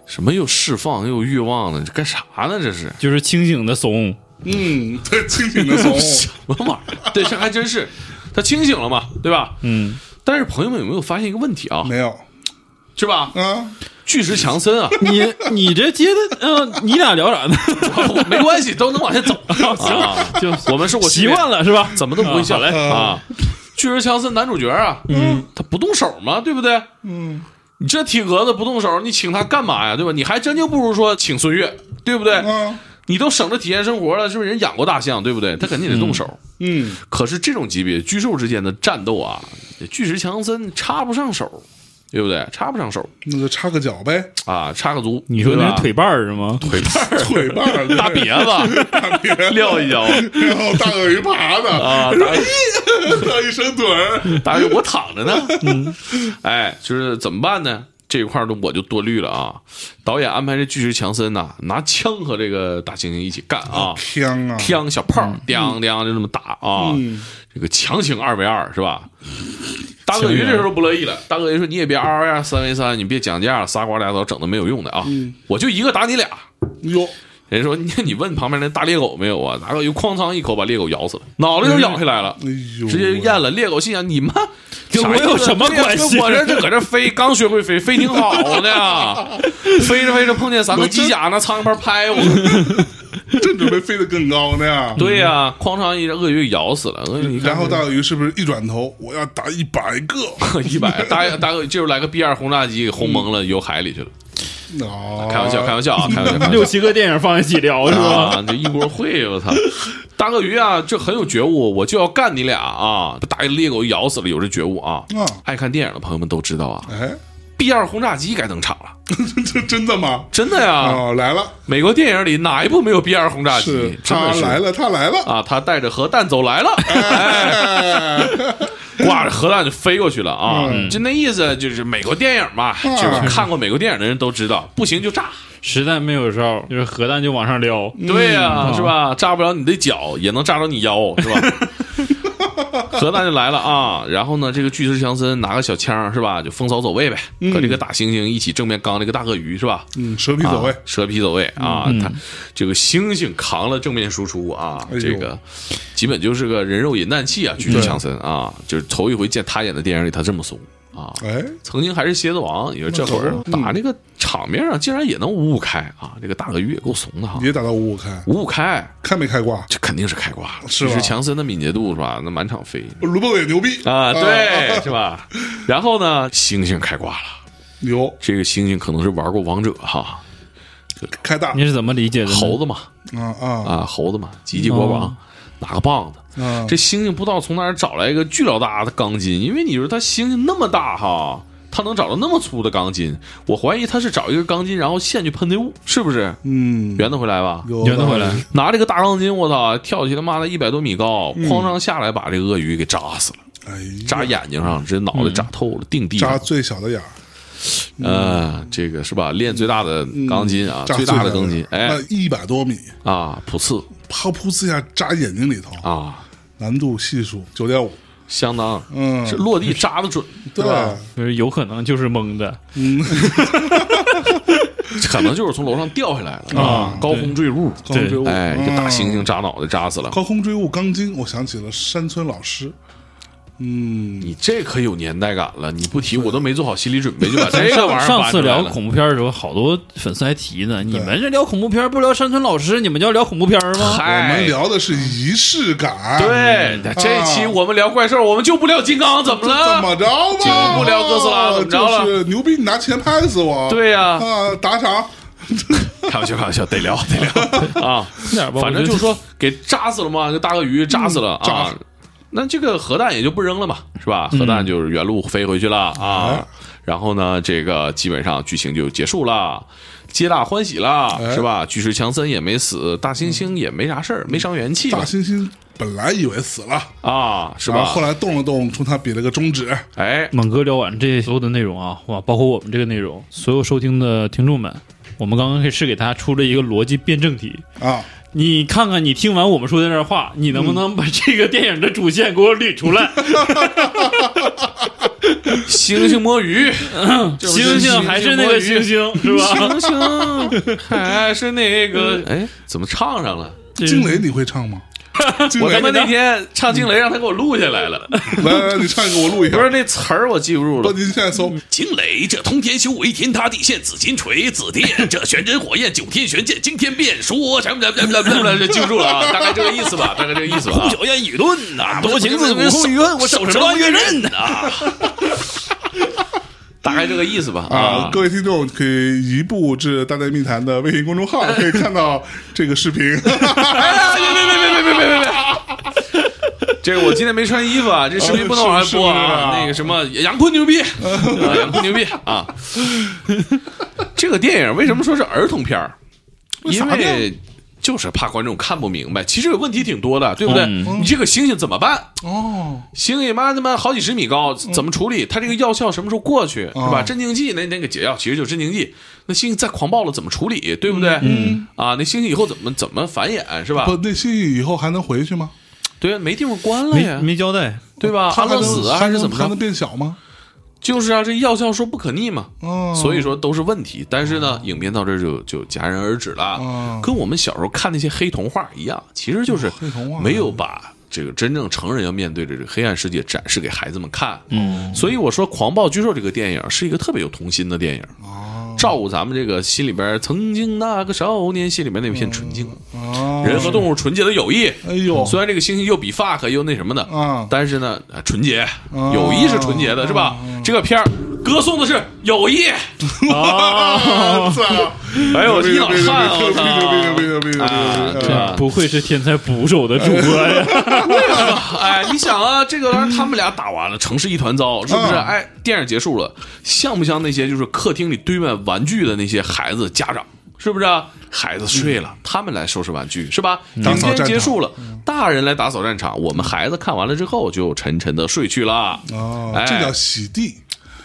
A: 什么又释放又欲望呢？这干啥呢？这是。
B: 就是清醒的怂。
C: 嗯，对，清醒
A: [LAUGHS]
C: 的怂，
A: 什么玩意儿？对，这还真是，他清醒了嘛，对吧？
B: 嗯，
A: 但是朋友们有没有发现一个问题啊？
C: 没有
A: 是吧？
C: 啊，
A: 巨石强森啊， [LAUGHS]
B: 你你这接的，嗯、你俩聊啥呢？
A: 没关系，都能往前走。啊、
B: 就
A: 我们是我
B: 习惯了是吧？
A: 怎么都不会笑
B: 啊好嘞
A: 啊。巨石强森男主角啊，嗯，他不动手嘛，对不对？
C: 嗯，
A: 你这体格子不动手，你请他干嘛呀？对吧？你还真就不如说请孙越，对不对？
C: 啊，
A: 你都省着体验生活了，是不是？人养过大象，对不对？他肯定得动手。
C: 嗯，
A: 可是这种级别巨兽之间的战斗啊，巨石强森插不上手，对不对？插不上手
C: 那就插个
A: [LAUGHS]
C: 脚呗，
A: 啊，插个足，
B: 你说
A: 对
B: 那
A: 吧 [LAUGHS]
B: 是腿绊儿是吗？
A: 腿绊儿
C: 腿绊儿，
A: 大
C: 对
A: 瘪
B: [LAUGHS]
A: 子
C: 大瘪，
A: 撂一脚
C: 然后大鳄鱼爬
A: [LAUGHS]
C: 的
A: 啊，
C: 大 [LAUGHS] 一伸腿儿，
A: 大约我躺着
B: 嗯
A: 呢，哎，就是怎么办呢？这一块儿呢，我就多虑了啊。导演安排这巨石强森呐、拿枪和这个大猩猩一起干啊，
C: 天啊，
A: 枪小炮，
B: 嗯
A: 叮叮就这么打啊，这个强行二 v 二是吧？大鳄鱼这时候不乐意了，大鳄鱼说：“你也别嗷嗷呀，三 v 三，你别讲价了，仨瓜俩枣整的没有用的啊，
B: 嗯
A: 我就一个打你俩。
C: 啊哟，”
A: 人家说：“你 [LAUGHS] 你问旁边那大猎狗没有啊？”大鳄鱼哐当一口把猎狗咬死了，脑
B: 嗯
A: 袋就咬下来了。
C: 哎呦，
A: 直接就咽了。猎狗心想：你妈
B: 跟我有什么关系
A: 跟我这就搁这飞，刚学会飞，飞
B: [LAUGHS]
A: 挺好的呀。飞着飞着碰见三个机甲呢，苍蝇拍拍我。
C: 正准备飞得更高呢。
A: 对呀，哐当一只鳄鱼咬死了，鳄鱼
C: 嗯然后大鳄鱼是不是一转头，我要打一百个？
A: 一
C: [LAUGHS]
A: 百大大鳄就是来个 B 二轰炸机给轰蒙了，游海里去了。
C: 嗯哦，
A: [LAUGHS] 开玩笑，开玩笑
C: [LAUGHS]
A: 啊，开玩笑，开玩笑
B: 六七个电影放一起聊是吧？
A: 啊，这一锅烩，我操！大鳄鱼啊，这很有觉悟，我就要干你俩啊！把大猎狗咬死了，有这觉悟啊！
C: 啊，
A: 爱看电影的朋友们都知道啊
C: 哎，
A: ，B 二轰炸机该登场了，
C: 这真的吗？
A: 真的呀！
C: 哦，来了，
A: 美国电影里哪一部没有 B 二轰炸机
C: 是？
A: 真
C: 他
A: 的是
C: 来了，他来了。
A: 啊！他带着核弹走来
C: [LAUGHS]
A: 了，哎挂着核弹就飞过去了啊！
C: 嗯
A: 就那意思，就是美国电影嘛，就是看过美国电影的人都知道，不行就炸。
B: 实在没有招，就是核弹就往上撩。
C: 嗯
A: 对呀、是吧？炸不了你的脚，也能炸着你腰，是
C: [LAUGHS]
A: 吧？核弹就来了啊！然后呢，这个巨石强森拿个小枪，是吧？就风骚走位呗，和这个大猩猩一起正面刚这个大鳄鱼，是吧？
C: 嗯，蛇皮走位嗯
A: 啊，蛇皮走位啊！他这个猩猩扛了正面输出啊，
C: 哎呦
A: 这个基本就是个人肉引弹器啊！巨石强森啊，就是头一回见他演的电影里他这么怂啊！
C: 哎，
A: 曾经还是蝎子王，你说这会儿打那个场面上竟然也能五五开啊！这个大鳄鱼也够怂的哈，
C: 也打到五五开，
A: 五五开。
C: 开没开挂？
A: 这肯定是开挂了，
C: 是吧
A: 就是强森的敏捷度是吧？那满场飞
C: 卢布也牛逼
A: 啊，对，是吧？然后呢，猩猩开挂了，
C: 牛
A: 这个猩猩可能是玩过王者哈，
C: 开大
B: 你是怎么理解的呢？
A: 猴子嘛
C: 啊啊
A: 啊，猴子嘛，吉吉国王
B: 哦
A: 拿个棒子，
C: 啊！
A: 这猩猩不知道从哪儿找来一个巨老大的钢筋，因为你说它猩猩那么大哈。它能找到那么粗的钢筋，我怀疑它是找一根钢筋，然后线去喷那雾，是不是？
C: 嗯，
A: 圆得回来吧？
C: 有
B: 圆得回来
C: 道理
A: 拿这个大钢筋，我操，跳起他妈的一百多米高，
C: 嗯
A: 哐当下来把这个鳄鱼给扎死了。
C: 哎呀，
A: 扎眼睛上，这脑
C: 嗯
A: 袋扎透了，定地
C: 扎
A: 上。
C: 最小的眼儿，
A: 呃，
C: 嗯
A: 这个是吧？练最大的钢筋啊，
C: 扎
A: 最大的钢筋
C: 眼，儿
A: 哎
C: 那一百多米，
A: 啊，普刺
C: 啪噗呲一下扎眼睛里头，
A: 啊，
C: 难度系数九点五，
A: 相当
C: 嗯
A: 是落地扎的准，
C: 对
A: 吧？
B: 就是有可能就是蒙的，
A: 可能就是从楼上掉下来了啊，高空坠入，
C: 高空追物，
A: 哎，一个大猩
C: 嗯
A: 猩扎脑袋扎死了。
C: 高空追物钢筋，我想起了山村老师，
A: 你这可有年代感了，你不提我都没做好心理准备就
C: [LAUGHS]
A: 把这个玩意儿
B: 上次
A: 搬出来
B: 聊
A: 了。
B: 恐怖片的时候，好多粉丝还提呢，你们这聊恐怖片不聊山村老师，你们叫聊恐怖片吗？
C: 我们
A: 嗨，
C: 聊的是仪式感，
A: 哎嗯对，这期我们聊怪兽，我们就不聊金刚，怎么
C: 啊这怎
A: 了？
C: 么着吧？
A: 进不了哥斯拉怎么着了
C: 就是牛逼，你拿钱拍死我！
A: 对呀，
C: 啊，打赏，
A: 开玩笑，开玩笑，得聊，得聊 [LAUGHS] 啊。
B: 那点吧，
A: 反正就是说给扎死了嘛，这大鳄鱼扎死了
C: 嗯扎嗯
A: 啊。那这个核弹也就不扔了嘛，是吧？核弹就是原路飞回去了啊
C: 哎。
A: 然后呢，这个基本上剧情就结束了，皆大欢喜了，
C: 哎嗯
A: 是吧？巨石强森也没死，大猩猩也没啥事儿，没伤元气
C: 大
A: 嘛
C: 猩猩本来以为死了，
A: 啊，是
C: 然
A: 吧
C: 后？后来动了动，冲他比了个中指，
A: 哎，
B: 猛哥聊完这所有的内容啊，哇，包括我们这个内容，所有收听的听众们，我们刚刚是给大家出了一个逻辑辩证题。
C: 啊，
B: 你看看，你听完我们说的这话，你能不能把这个电影的主线给我捋出来？
A: 猩猩摸鱼，
C: 嗯
B: 星星还是那个星星是吧？ [LAUGHS]
A: 猩猩还是那个， [LAUGHS] 哎，怎么唱上了？
C: 惊雷你会唱吗？惊
A: 我
C: 雷
A: 他，妈那天唱惊雷，让他给我录下来了。
C: 来来来，你唱一个，我录一
A: 嗯
C: 下
A: 不。是那词儿我记不住
C: 不，
A: 了。
C: 您现在搜，
A: 惊雷，这通天修为，天塌地陷，紫金锤，紫电，这玄真火焰，九天玄剑，惊天变，说什么什么什么什么，这 [LAUGHS] 记不住了啊，大概这个意思 [LAUGHS] 吧，大概这个意思吧。
B: 小燕语论呐
A: 多情自古空余恨，我手持乱月刃啊， [LAUGHS] 大概这个意思吧
C: 啊
A: 啊，。
C: 各位听众可以移步至大内密谈的微信公众号，可以看到这个
A: [LAUGHS]
C: 视频。
A: 哎别别别别别别别别！这个我今天没穿衣服啊，这视频不能往外播啊。那个什么，杨坤牛逼，啊杨坤牛逼啊！这个电影为什么说是儿童片儿？因
C: 啥呢
A: 为就是怕观众看不明白。其实有问题挺多的，对不对？你这个猩猩怎么办？
C: 哦，
A: 猩猩妈他妈好几十米高，怎么处理？它这个药效什么时候过去，是吧？
C: 哦
A: 镇静剂那那个解药其实就是镇静剂。那猩猩再狂暴了怎么处理，对不对？嗯啊，那猩猩以后怎么怎么繁衍是吧？
C: 不，那星星以后还能回去吗？
A: 对啊，没地方关了
B: 没
A: 呀，
B: 没交 [LAUGHS] 代，
A: 对吧？
C: 它
A: 安
C: 还
A: 乐
C: 能
A: 死啊，
C: 还
A: 还
C: 能
A: 是怎么
C: 还能
A: 着？
C: 变小吗？
A: 就是啊，这药效说不可逆嘛，
C: 哦，
A: 所以说都是问题。但是
C: 嗯
A: 呢，影片到这儿就就戛然而止了
C: 哦，
A: 跟我们小时候看那些黑童话一样，其实就是
C: 黑童话
A: 没有把。这个真正成人要面对的这个黑暗世界展示给孩子们看，嗯，所以我说《狂暴巨兽》这个电影是一个特别有童心的电影，
C: 哦
A: 照顾咱们这个心里边曾经那个少年心里边那片纯净，
C: 哦，
A: 人和动物纯洁的友谊。
C: 哎呦，
A: 虽然这个星星又比 fuck 又那什么的，
C: 啊
A: 但是呢，啊纯洁，
C: 哦
A: 友谊是纯洁的，是吧？
C: 嗯
A: 这个片儿歌颂的是友谊。
C: 啊！操！
A: [LAUGHS] 哎呦，我这一脑汗啊！
C: 牛
A: 我
C: 逼牛逼牛逼牛逼牛逼牛逼牛逼！
A: 操啊！
C: 牛逼
A: 对啊
B: 不愧是天才捕手的主播 [LAUGHS] 呀！
A: [LAUGHS] 哎，你想啊，这个玩意儿他们俩打完了，城市一团糟，是不是？
C: 嗯
A: 哎，电影结束了，像不像那些就是客厅里堆满玩具的那些孩子家长？是不是、啊？孩子睡了，他们来收拾玩具，是吧？
C: 嗯打
A: 影
C: 扫
A: 片
C: 战
A: 结
C: 场嗯
A: 束了，大人来打扫战场，我们孩子看完了之后就沉沉的睡去了。
C: 哦，
A: 哎
C: 这叫洗地。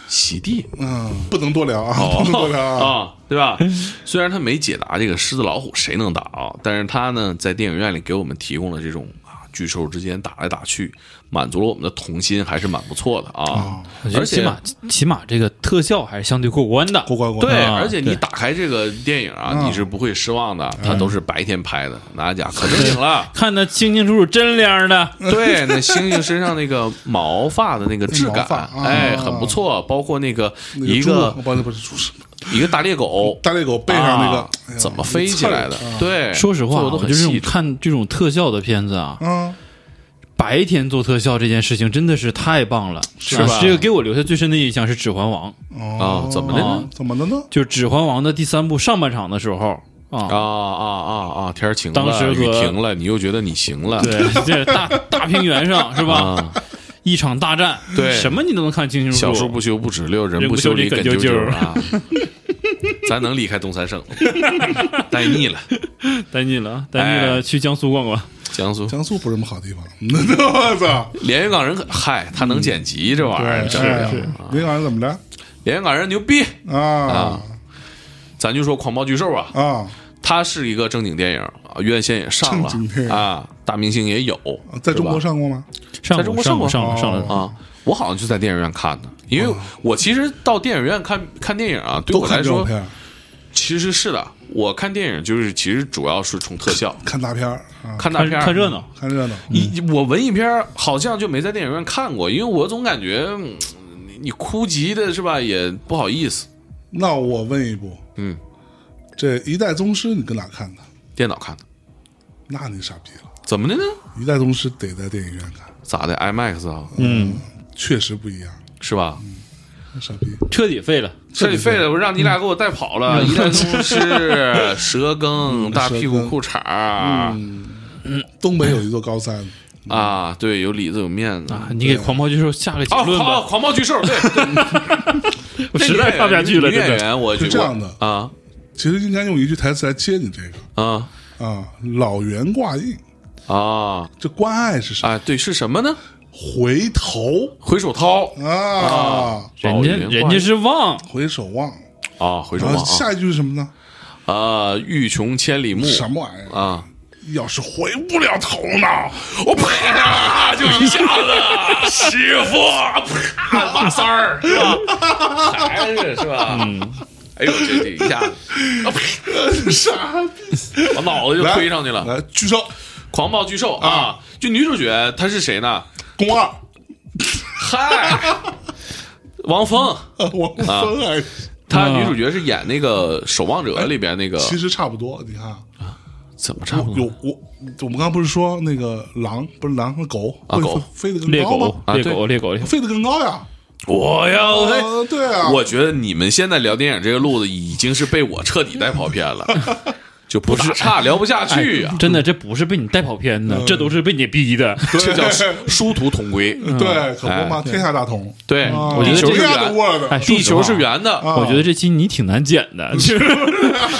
A: 洗地
C: 嗯，不能多聊啊，
A: 哦
C: 不能多聊
A: 啊、
C: 啊。
A: 对吧？虽然他没解答这个狮子老虎谁能打啊，但是他呢在电影院里给我们提供了这种啊巨兽之间打来打去，满足了我们的童心，还是蛮不错的
C: 哦
A: 啊。而且
B: 起码起码这个特效还是相对过关的，
C: 过关过
A: 对，
C: 关。
B: 啊
A: 而且你
B: 对。
A: 打开这个电影啊，
C: 嗯
A: 你是不会失望的，它都是白天拍的，拿家可正经了
B: 看得清清楚楚，真亮的。
A: 对，那猩猩身上那个毛发的那个质
C: 毛
A: 感
C: 发啊，
A: 哎，很不错。包括那个
C: 那
A: 一
C: 猪
A: 个
C: 不是不是猪是
A: 一个大猎狗，
C: 大猎狗背上那
A: 啊
C: 个哎呀
A: 怎么飞起来的
C: 刺儿？
A: 对，
B: 说实话，啊
A: 做得都
B: 我
A: 很
B: 就是
A: 细致。
B: 看这种特效的片子啊，
C: 啊，
B: 白天做特效这件事情真的是太棒了，是
A: 吧
B: 这个给我留下最深的印象是《指环王》，
A: 啊，
C: 哦
A: 怎么的
B: 呢
C: 怎么的呢？
B: 就是《指环王》的第三部上半场的时候啊
A: 啊啊啊啊！天儿晴了，
B: 当时
A: 雨
B: 和
A: 停了，你又觉得你行了， [LAUGHS]
B: 对，这大大平原上是吧？
A: 啊
B: 一场大战，
A: 对
B: 什么你都能看清清
A: 小
B: 楚
A: 树
B: 楚。
A: 不修不直溜，人
B: 人
A: 不
B: 不
A: 修
B: 修理
A: 理
B: 梗
A: 啾
B: 啾
A: 啾
B: 啾
A: 啊！ [LAUGHS] 咱能离开东三省
B: [LAUGHS]
A: 吗，待腻了。
B: 带你了，带你
A: 哎
B: 了，去江苏逛逛。
A: 江苏
C: 江苏不是什么好地 [LAUGHS] 方，我操！
A: 连云港人可，嗨，他能剪辑这玩意
B: 嗯
A: 儿，
C: 是
A: 这样
C: 是，林港人怎么着
A: 连云港人牛逼。
C: 啊
A: 咱就说《狂暴巨兽》啊，
C: 啊？
A: 它是一个正经电影，啊院线也上了
C: 正经电影哦
A: 啊，大明星也有，
C: 啊在中国
A: 是吧
C: 上过吗？
B: 上
A: 在中国
B: 上过
A: 上
B: 上
C: 过
B: 过上
C: 哦
B: 了，
A: 啊。我好像就在电影院看的，因为我其实到电影院看看电影啊，对
C: 都
A: 我来
C: 看这种
A: 说
C: 片儿，
A: 其实是的。我看电影就是其实主要是冲特效，
C: 看大片儿啊，
A: 看大
B: 看
A: 片儿
B: 看热闹。嗯
C: 看热闹。
A: 一我文艺片儿好像就没在电影院看过，因为我总感觉嗯你你哭急的是吧，也不好意思。
C: 那我问一步，
A: 嗯，
C: 这《一代宗师》你搁哪看的？
A: 电脑看的，
C: 那你傻逼了，
A: 怎么的呢？
C: 《一代宗师》得在电影院看，
A: 咋的？IMAX 啊，
B: 嗯，
C: 确实不一样，
A: 是吧？
C: 傻逼。
B: 彻底废了。
A: 彻底废了，我让你俩给我带跑
B: 嗯
A: 了。一代宗师、蛇羹、大屁股裤衩
B: [LAUGHS]
A: 儿
B: 嗯
C: 东北有一座高山，
A: 啊，对，有里子有面子。
B: 啊！你给狂暴巨兽下个结
A: 好
B: 论
A: 嗯哦好，
B: 吧，
A: 狂暴巨兽，对，
B: 我 [LAUGHS] 实在看不下去了，
A: 女演
B: 真的。
A: 员，我
C: 是这样的
A: 我啊
C: 其实应该用一句台词来接你这个
A: 啊
C: 啊，老猿挂印。
A: 啊
C: 这关爱是啥？
A: 啊！对，是什么呢？
C: 回头
A: 回手掏
C: 啊，
B: 人家人家是望，
C: 回首望。
A: 啊，回手
C: 然
A: 望
C: 后
A: 啊。
C: 下一句是什么呢？
A: 啊，欲穷千里目
C: 什么玩意儿？
A: 啊， [LAUGHS]
C: 要是回不了头呢？我
A: 啪就一下子，师傅啪马三儿是吧？还是是吧？ [LAUGHS] 哎呦，这这一下子， [LAUGHS] 啊啪
C: 傻
B: 啊
C: 逼！
A: 我脑子就推上去了。
C: 来，巨兽
A: 狂暴巨兽啊，就女主角她是谁呢？
C: 宫二， [LAUGHS]
A: 嗨，王峰，
C: 呃王峰哎，
B: 啊
A: 她女主角是演那个《守望者》里边那个，
C: 其实差不多。你看啊，
A: 怎么差不
B: 嗯
C: 我
A: 多
C: 有我，我们刚刚不是说那个狼不是狼和狗
A: 啊
C: 会
A: 狗
C: 飞得更
B: 猎
C: 高
B: 狗哦
C: 吗？
A: 啊
B: 猎
A: 对
B: 狗猎狗，猎狗
C: 飞得更高呀！
A: 我呀，我在
C: 啊，对啊，
A: 我觉得你们现在聊电影这个路子已经是被我彻底带跑偏了，就不是差聊不下去啊，
B: 哎真的这不是被你带跑偏
C: 嗯
B: 的，这都是被你逼的。
A: 这
C: [LAUGHS]
A: 叫殊殊途同归。
C: 对，可不嘛，天下大同。
A: 对，
C: 啊
B: 嗯哎我觉
A: 地
B: 得
A: 球
B: 这
A: 是
C: 天下都
A: 圆，
C: 握着的
B: 哎，
A: 地球是
B: 圆。
A: 圆的。
C: 啊
B: 我觉得这期你挺难剪
C: [LAUGHS]
B: 的，就是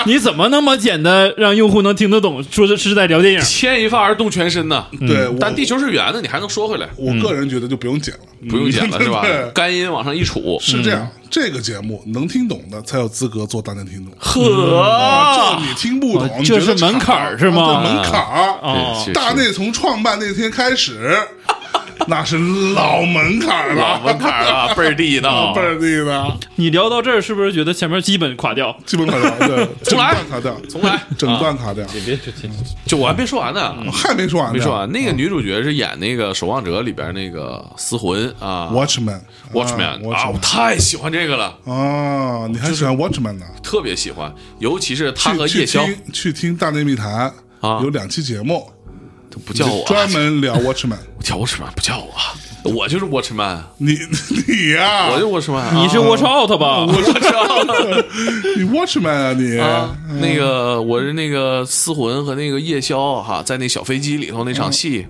B: 你怎么那么剪的让用户能听得懂？说这是在聊电影，
A: 牵一发而动全身呢，
C: 对，嗯我
A: 嗯但地球是圆的，你还能说回来，
C: 我个人觉得就不用剪了，
A: 不用剪了是吧
C: [LAUGHS]
A: 嗯
C: 对？
A: 干音往上一杵，
C: 是这样，这个节目能听懂的才有资格做大家听众。
A: 嗯呵
C: 啊，就你听不
B: 啊
A: 哦
C: 懂，你觉得
B: 这是门槛儿是吗
C: 啊对门槛儿，
B: 哦
A: 对是
C: 大内从创办那天开始， [LAUGHS] 那是老门槛儿
A: 老门槛儿了，倍儿地道
C: 嗯倍。儿低的，
B: 你聊到这儿是不是觉得前面基本垮掉？
C: 基本卡掉，对，整
A: 重 [LAUGHS] 来
C: 段卡掉，
A: 重来，
C: [LAUGHS] 整
A: 啊
C: 段卡掉，
B: 别别别，
A: 就我还没说完呢，
C: 还没说完呢，
A: 没说完。那个女主角是演那个《守望者》里边那个司魂啊
C: Watchman。
A: Watchman 啊，我
C: 啊
A: 太喜欢这个了，
C: ，Watchman 啊，你还喜欢 Watchman 呢？
A: 特别喜欢，尤其是他
C: 去
A: 和夜
C: 去
A: 宵
C: 听去听大内密谈
A: 啊
C: 有两期节目
A: 这不叫我啊，
C: 专门聊 Watchman。
A: 叫 Watchman 不叫我，啊我就是 Watchman，
C: [LAUGHS] 你你呀、
A: [LAUGHS] 我就 Watchman，啊
B: 你是 watch out 吧？
A: 我知道
C: 你 Watchman 啊你
A: 啊，那个我是那个思魂和那个夜宵哈，在那小飞机里头那场戏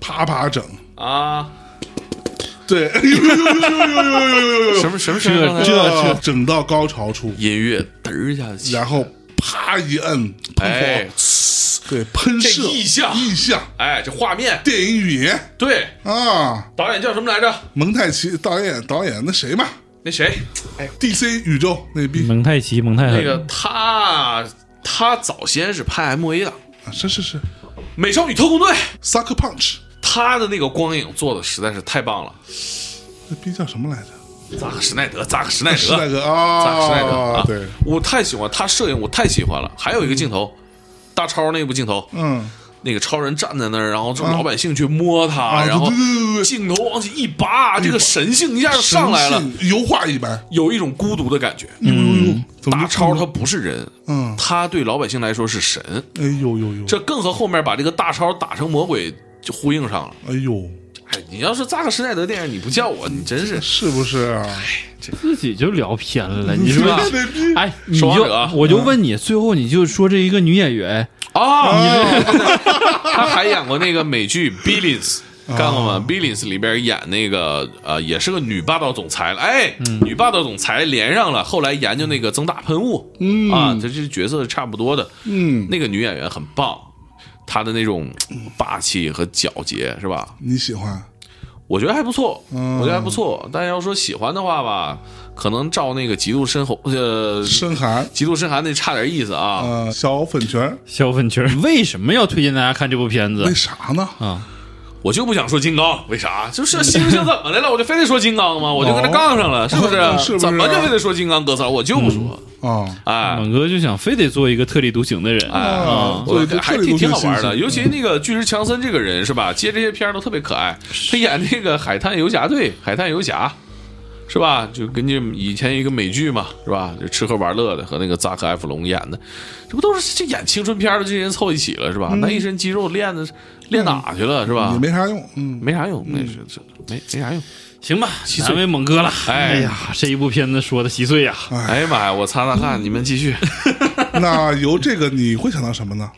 C: 啪啪整，
A: 啊， [LAUGHS]
C: 对，哎呦呦呦呦呦呦呦呦呦呦，
A: 什么什么什么
B: 这
C: 这整到高潮处，
A: 音乐嘚儿一下起，
C: 然后啪一摁，喷
A: 哎
C: 火，对，喷射
A: 这意象
C: 意象，
A: 哎，这画面
C: 电影语言
A: 对，
C: 啊，
A: 导演叫什么来着？
C: 蒙太奇导演导演那谁嘛
A: 那谁，
C: ，DC 宇宙那
A: 嗯
C: 逼，
B: [LAUGHS] 蒙太奇，蒙太
A: 那个他他早先是拍 MV 的《
C: 啊是是是
A: 美少女特工队》，
C: ，Sucker Punch
A: 他的那个光影做的实在是太棒了。
C: 那逼叫什么来着？
A: 扎克施耐德，扎克施耐
C: 是那
A: 德，
C: 个
A: 扎克施耐德
C: 啊，
A: 啊！
C: 对，，
A: 我太喜欢他摄影，我太喜欢了。还有一个镜头，大超那部镜头，
C: 嗯，
A: 那个超人站在那儿，然后这老百姓去摸他，啊然后
C: 啊对对对对哎
A: 镜头往起一拔，这个神性一下就上来了
C: 神，性，油画一般，
A: 有一种孤独的感觉。
C: 呦呦呦，总之
A: 大超他不是人，
C: 嗯
A: 他对老百姓来说是神，
C: 哎呦呦呦，
A: 这更和后面把这个大超打成魔鬼就呼应上了。
C: 哎呦，
A: 哎，你要是扎克施耐德电影，你不叫我，你真是
C: 是不是啊？？
A: 哎
B: 自己就聊偏了，你说
C: 那逼
B: [LAUGHS] 哎，你
A: 守
B: 就
A: 望者啊
B: 我就问你，最后你就说这一个女演员，
A: 啊，他还演过那个美剧《Billions》。看过吗？《Billions》里边演那个呃，也是个女霸道总裁了。哎，女霸道总裁连上了，后来研究那个增大喷雾，嗯啊，这这角色是差不多的。
C: 嗯，
A: 那个女演员很棒，她的那种霸气和皎洁是吧？
C: 你喜欢？
A: 我觉得还不错，我觉得还不错。但要说喜欢的话吧，可能照那个《极度深喉》呃，《
C: 深寒，
A: 极度深寒》那差点意思啊。
C: 呃，小粉裙儿，
B: 小粉裙儿为什么要推荐大家看这部片子
C: 为？啥呢？
A: 我就不想说金刚，为啥？
C: 嗯
A: 就是猩猩怎么的了？我就非得说金刚吗？我就跟他杠上了，是不是？
C: 哦 [LAUGHS] 是不是
A: 怎么就非得说金刚哥仨？我就不说，
C: 啊，
A: 哎
B: 猛哥就想非得做一个特立独行的人，
A: 哎
C: 啊，
A: 我
C: 所以就
A: 还
C: 特
A: 挺
C: 别
A: 挺好玩的。
C: 有
A: 尤其那个巨石强森这个人是吧？接这些片儿都特别可爱。他演那个《海滩游侠队》，《海滩游侠》是吧？就根据以前一个美剧嘛，是吧？就吃喝玩乐的和那个扎克·埃弗隆演的，这不都是这演青春片儿的这些人凑一起了是吧？那一身肌肉练的练哪去了是吧
C: 嗯也？没啥用，
A: [LAUGHS]
C: 嗯，
A: 没啥用，那是这没没啥用。
B: 行吧，
A: 碎
B: 难为猛哥了。
A: 哎
B: 哎呀，这一部片子说的稀碎呀，
A: 哎呀妈呀！我擦擦汗，你们继续。
C: 那由这个你会想到什么呢？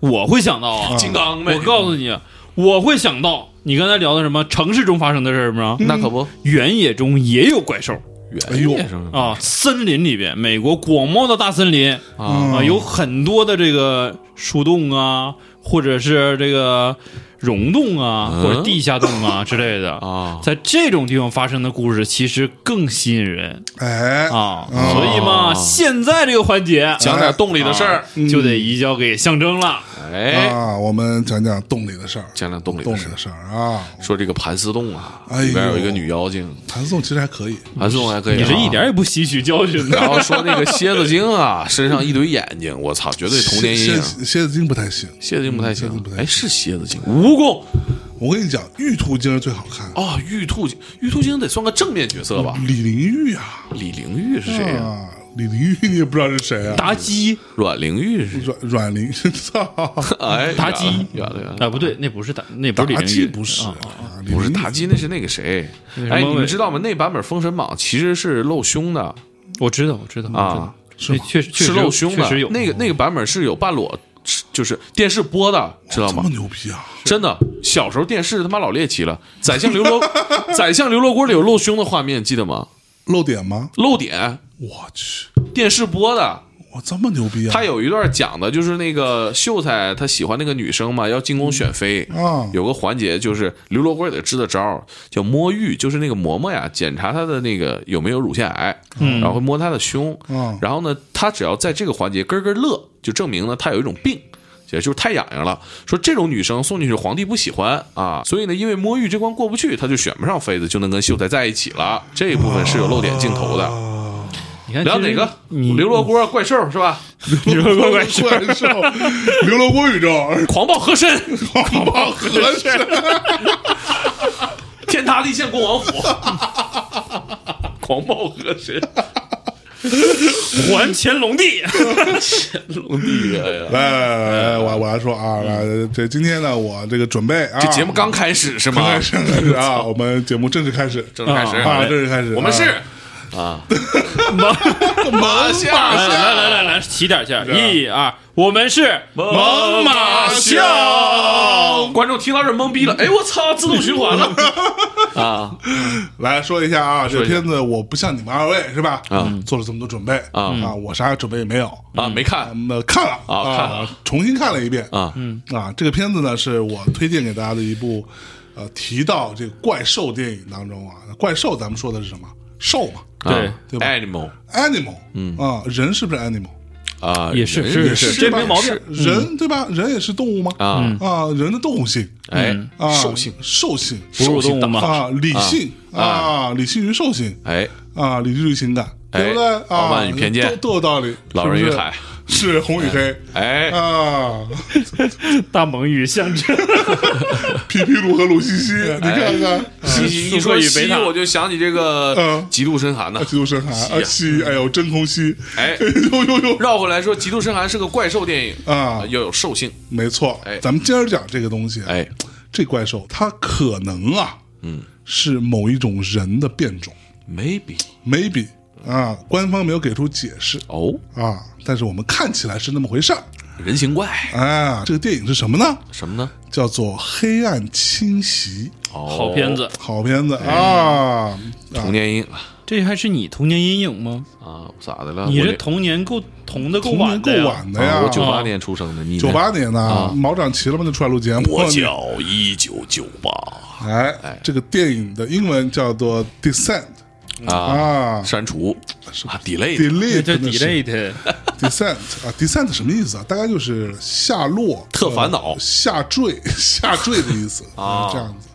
B: 我会想到啊，
A: 金刚呗，
B: 我告诉你，啊我会想到你刚才聊的什么城市中发生的事儿吗？
A: 那可不，
B: 啊原野中也有怪兽
C: 嗯哎
A: 原
C: 呦
A: 野生
B: 啊，森林里边，美国广袤的大森林
A: 啊，
B: 啊，有很多的这个树洞啊，或者是这个溶洞啊，
A: 嗯
B: 或者地下洞
A: [LAUGHS]
B: 啊之类的
A: 啊
B: 在这种地方发生的故事，其实更吸引人
C: 哎，
B: 啊。
C: 哦
B: 所以嘛，现在这个环节
A: 讲嗯点洞里的事儿
B: 啊，就得移交给象征了。
A: 哎，
C: 啊，我们讲讲洞里的事儿，
A: 讲讲洞里
C: 洞
A: 的
C: 里
A: 事儿
C: 的。事儿啊，
A: 说这个盘丝洞啊，
C: 哎呦
A: 里边有一个女妖精，
C: 谭颂其实还可以，
A: 盘丝洞还可以、啊。
B: 你这一点。也不吸取教训
A: 然
B: 呢。
A: [LAUGHS] 后说那个蝎子精
C: [LAUGHS]
A: 啊，身上一堆眼睛，我操，绝对童年啊阴影
C: 蝎。蝎蝎子精不太行，
A: 蝎子精不太
C: 蝎子
A: 行
C: 不，太行
A: 哎，是蝎子精，蜈蚣
C: 我跟你讲，玉兔精是最好看，
A: 啊，玉兔精，玉兔精得算个正面角色吧？
C: 李玲玉啊，
A: 李玲玉是谁呀、
C: 啊，李玲玉你也不知道是谁啊，
B: 妲
A: [LAUGHS]
B: 己
A: 阮玲玉是谁？
C: 阮阮玲，操，
A: 哎，
B: 妲己
A: 远了远了。
B: 啊，不对，那不是妲，那不是李
C: 妲
B: 玲
C: 己
B: 玉，
C: 不是
B: 啊
C: 啊，
A: 不是
C: 妲
A: 妲己，那是那个谁？哎，你们知道吗？那版本《封神榜》其实是露胸的
B: 我知道，我知道
A: 啊，
B: 我知道那确实确
A: 是
B: 实
A: 露胸
B: 确
A: 的
B: 实有。
A: 那个那个版本是有半裸，是就是电视播的，知道
C: 这
A: 吗
C: 么？牛逼啊！
A: 真的，小时候电视他妈老猎奇了，《宰相刘罗》 [LAUGHS] 《宰相刘罗锅》里有露胸的画面，记得吗？
C: 漏点吗？
A: 露点，
C: 我去，
A: 电视播的。
C: 我这么牛逼啊！
A: 他有一段讲的就是那个秀才，他喜欢那个女生嘛，要进宫选妃。
B: 嗯
C: 啊，
A: 有个环节就是刘罗锅里得支的招儿叫摸玉，就是那个嬷嬷呀，检查她的那个有没有乳腺癌，
B: 嗯
A: 然后会摸她的胸，
C: 嗯
A: 然后呢，她只要在这个环节咯咯乐，就证明呢她有一种病。也就是太痒痒了，说这种女生送进去皇帝不喜欢
C: 嗯
A: 啊，所以呢，因为摸玉这关过不去，她就选不上妃子，就能跟秀才在一起了。这一部分是有露点镜头
C: 哦
A: 的，
B: 你看其
A: 聊哪
B: 实
C: 哎
A: 个？
B: 你
A: 刘罗锅怪兽是吧？
B: 刘罗锅
C: 怪
B: 怪
C: 兽
B: 兽，
C: 刘罗锅宇宙，
A: 狂暴和珅，
C: 狂暴和珅，
A: [LAUGHS] 天塌地陷恭王府，狂暴和珅。
B: 还乾隆
A: [LAUGHS]
B: 帝。
A: 龙帝啊呀！
C: 来来来来来，我我来说啊，来这今天呢，我这个准备啊，
A: 这节目刚开始是吗？
C: 开始开始啊，我们节目正式开始，
A: 正式开始，
C: 啊，正式开始，
A: 我们是
C: 啊
A: 啊，
B: 蒙
A: [LAUGHS] 马下
B: 来来来来来，起点线，一二，我们是
A: 啊猛犸象。观众听到这儿懵逼了，哎，我操，自动循环了
C: [LAUGHS]
A: 啊
C: 来说一下啊，这
A: 说一下
C: 片子我不像你们二位是吧？
A: 啊，
C: 做了这么多准备
A: 啊
C: 啊，我啥准备也没有。
A: 啊！没看
C: 那看了
A: 啊看了
C: 重新看了一遍
A: 啊，
B: 嗯
C: 啊！这个片子呢，是我推荐给大家的一部，呃，提到这个怪兽电影当中啊，怪兽咱们说的是什么？兽嘛
B: 对
C: 对吧
A: 啊，Animal
C: ，animal，嗯啊，人是不是 animal？
A: 啊，
B: 也是
A: 人
B: 是
C: 也
B: 是
C: 是
B: 这
C: 吧
B: 没毛病嗯
C: 也是人对吧？人也是动物吗？
A: 啊，
C: 啊，人的动物性
A: 哎，
B: 嗯
C: 啊，
A: 兽性，
C: 兽性
B: 哺乳动物嘛，
C: 啊，理性啊，理性与兽性
A: 哎，
C: 啊，理智与情感，
A: 哎
C: 对不对？
A: 傲
C: 啊，
A: 慢与偏见
C: 都都有道理。
A: 老人与海
C: 是不是是红与黑
A: 哎，
C: 啊，
B: 大蒙语象征。
C: 皮皮鲁和鲁西西，
A: 哎
C: 你看啊看，
A: 西
B: 嗯
A: 西，一
B: 苏克
A: 说
B: 与
A: 西，
B: 贝塔
A: 我就想起这个
C: 嗯
A: 极度深寒呢
C: [LAUGHS] 啊，。极度深寒
A: 西
C: 啊，西，哎呦，真空吸， [LAUGHS]
A: 哎
C: 呦呦呦
A: 绕回来说，《极度深寒》是个怪兽电影
C: 啊
A: 啊，要有兽性。
C: 没错
A: 哎，
C: 咱们今儿讲这个东西，啊
A: 哎，
C: 这怪兽它可能啊，嗯，是某一种人的变种
A: maybe
C: ，maybe
A: 嗯
C: 啊，官方没有给出解释
A: 哦，
C: 啊，但是我们看起来是那么回事儿
A: 人形怪
C: 啊。这个电影是什么呢？
A: 什么呢？
C: 叫做《黑暗侵袭
A: 哦，
B: 好片，子，
C: 好片
A: 哎
C: 子啊
A: 童年阴影
B: 这还是你童年阴影吗？
A: 啊，咋的了？
B: 你
A: 我
B: 这
A: 这
B: 童年够童的够
C: 童年
B: 晚
C: 够
B: 的呀
C: 晚的
A: 啊
C: 呀，
A: 我九八年出生的，你
C: 九八年呢
A: 啊，
C: 毛长齐了吗？就出来录节目，
A: 我叫一九九八
C: 哎，这个电影的英文叫做《Descent
A: 啊，
C: 啊
A: 删除啊，delay
C: ，delete
B: 那叫
C: 真的是
B: delete，
C: descent 啊，descent 什么意思啊？大概就是下落、
A: 特烦恼
C: 呃下坠、 [LAUGHS] 下坠的意思
A: 啊
C: 这样子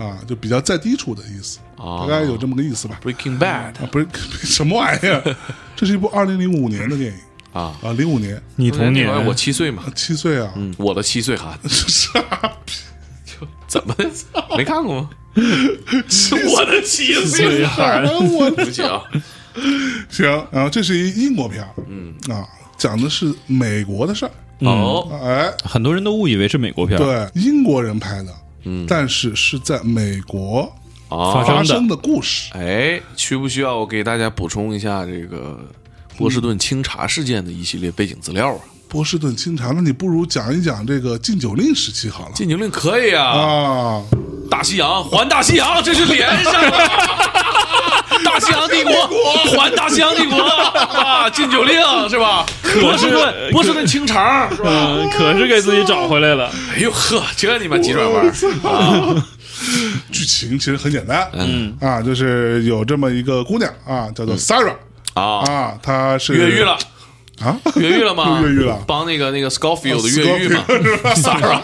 C: 啊，就比较在低处的意思，
A: 啊
C: 大概有这么个意思吧。
A: Breaking Bad
C: 啊，不是 [LAUGHS] 什么玩意儿，这是一部二零零五年的电影
A: 啊，
C: 啊，零五年
B: 你
A: 那会儿我七岁嘛，
C: 七岁啊， [LAUGHS]
A: 嗯，我的七岁哈，
C: 傻
A: 怎 [LAUGHS] 么没看过吗？我的七
B: [LAUGHS]
A: 岁
C: 逼
A: 哈，
C: 孩儿，我
A: 对不起啊，
C: [LAUGHS] 行。然后这是一英国片儿，嗯啊，讲的是美国的事儿，
A: 哦，
C: 哎，
B: 很多人都误以为是美国片，，
C: 对，英国人拍的，嗯，但是是在美国
A: 啊
B: 发生的
C: 发生的故事。
A: 哎，需不需要我给大家补充一下这个波士顿清查事件的一系列背景资料啊？
C: 波士顿清查，那你不如讲一讲这个禁酒令时期好了
A: 禁酒令可以啊，
C: 啊！
A: 大西洋还大西洋，这是连上 [LAUGHS] 了。大西洋帝国还大西洋帝国啊！禁酒令是吧？波士顿波士顿清肠是吧？
B: 嗯，可是给自己找回来了，
A: 哎呦呵，这你妈急转弯
C: 剧情其实很简单，嗯啊，就是有这么一个姑娘啊，叫做 Sarah
A: 嗯啊！
C: 啊，她是
A: 越狱了 [LAUGHS]
C: 啊，
A: 越狱了吗？
C: 又越狱了
A: 帮那个那个 Scofield 越狱
C: [LAUGHS]
A: 嘛 [LAUGHS]
C: Scofield 是
A: ，Sarah，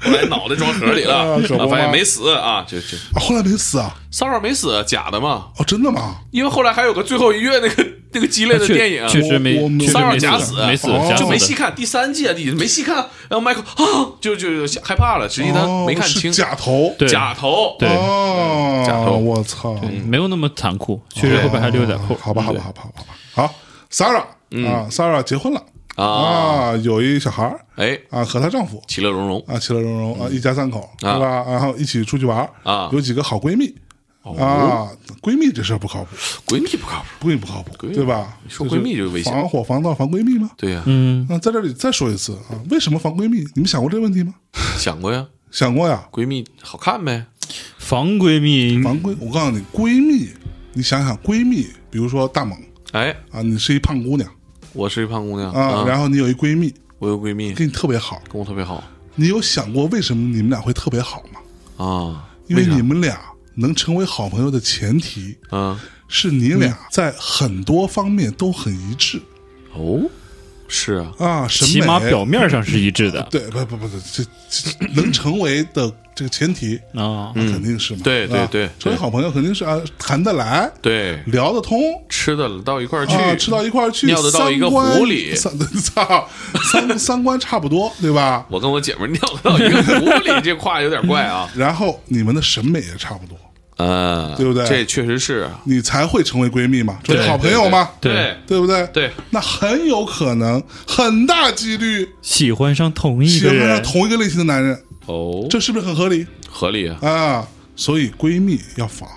A: 后来脑袋装盒里了，
C: 啊可不
A: 啊
C: 嘛
A: 发现没死啊，这这
C: 啊后来没死啊？
A: Sarah 没死，假的嘛？
C: 哦，真的吗？
A: 因为后来还有个最后一月那个那个鸡肋的电影，
B: 啊确确实没
C: 我我
B: 确实
A: 三尔
B: 没
A: 假
B: 死，
A: 死啊
B: 没死
C: 哦，
B: 假死
A: 就
B: 的
A: 没细看第三季啊，第没细看，然后 Michael 啊，就就就害怕了，实际他
C: 哦
A: 没看清
C: 是，假头，
B: 对
A: 假头，
B: 对
C: 哦，
A: 假头
C: 我操，
B: 没有那么残酷，确实后边还留有点
C: 啊
B: 扣。
C: 哦好吧，好吧，好吧，好吧，好吧好，Sarah 啊，Sarah 结婚了
A: 嗯啊，
C: 啊，有一小孩儿
A: 哎，
C: 啊，和她丈夫
A: 其乐融融
C: 啊，其乐融融啊，一家三口对吧？然后一起出去玩儿
A: 啊哦
C: 有几个好闺蜜啊，闺蜜这事儿不靠谱，
A: 闺蜜不靠谱，
C: 闺蜜不靠谱，
A: 蜜
C: 对吧？
A: 说闺蜜就危险
C: 防火防盗防闺蜜吗？
A: 对呀，
B: 嗯，
C: 那在这里再说一次啊，为什么防闺蜜？你们想过这个问题吗？
A: 想过呀，
C: 想过呀，
A: 闺蜜好看呗，
B: 防闺蜜
C: 防闺，我告诉你，闺蜜，你想想闺蜜，比如说大猛
A: 哎，
C: 啊，你是一胖姑娘
A: 我是一胖姑娘
C: 啊，然后你有一闺蜜
A: 我有闺蜜
C: 跟你特别好，
A: 跟我特别好
C: 你有想过为什么你们俩会特别好吗？
A: 啊，
C: 因为
A: 啥
C: 你们俩能成为好朋友的前提
A: 啊，
C: 是你俩在很多方面都很一致
A: 哦，是啊，
C: 啊，审美
B: 起码表面上是一致的
C: 对不不不不，这
A: [COUGHS]
C: 这能成为的这个前提，
B: 啊。
C: 那肯定是嘛，
A: 嗯对对
C: 啊
A: 对
C: 成为好朋友肯定是啊，谈得来，
A: 对，
C: 聊得通。
A: 吃的到一块儿去
C: 嗯啊，，吃到一块儿去，
A: 尿得到一个
C: 三观
A: 壶里
C: 三 [LAUGHS] 操，三三观差不多，对吧？
A: 我 [LAUGHS] 跟我姐们儿尿到一个壶里，这话有点怪啊
C: 然后你们的审美也差不多，
A: 嗯，
C: 对不对
A: 这确实是，啊
C: 你才会成为闺蜜嘛，成为好朋友嘛，
B: 对
C: 对不对？
A: 对，
C: 那很有可能，很大几率
B: 喜欢上同一
C: 喜
B: 个
C: 欢上
B: 人，
C: 同一个类型的男人，
A: 哦，
C: 这是不是很合理
A: 合理啊，
C: 啊？所以闺蜜要防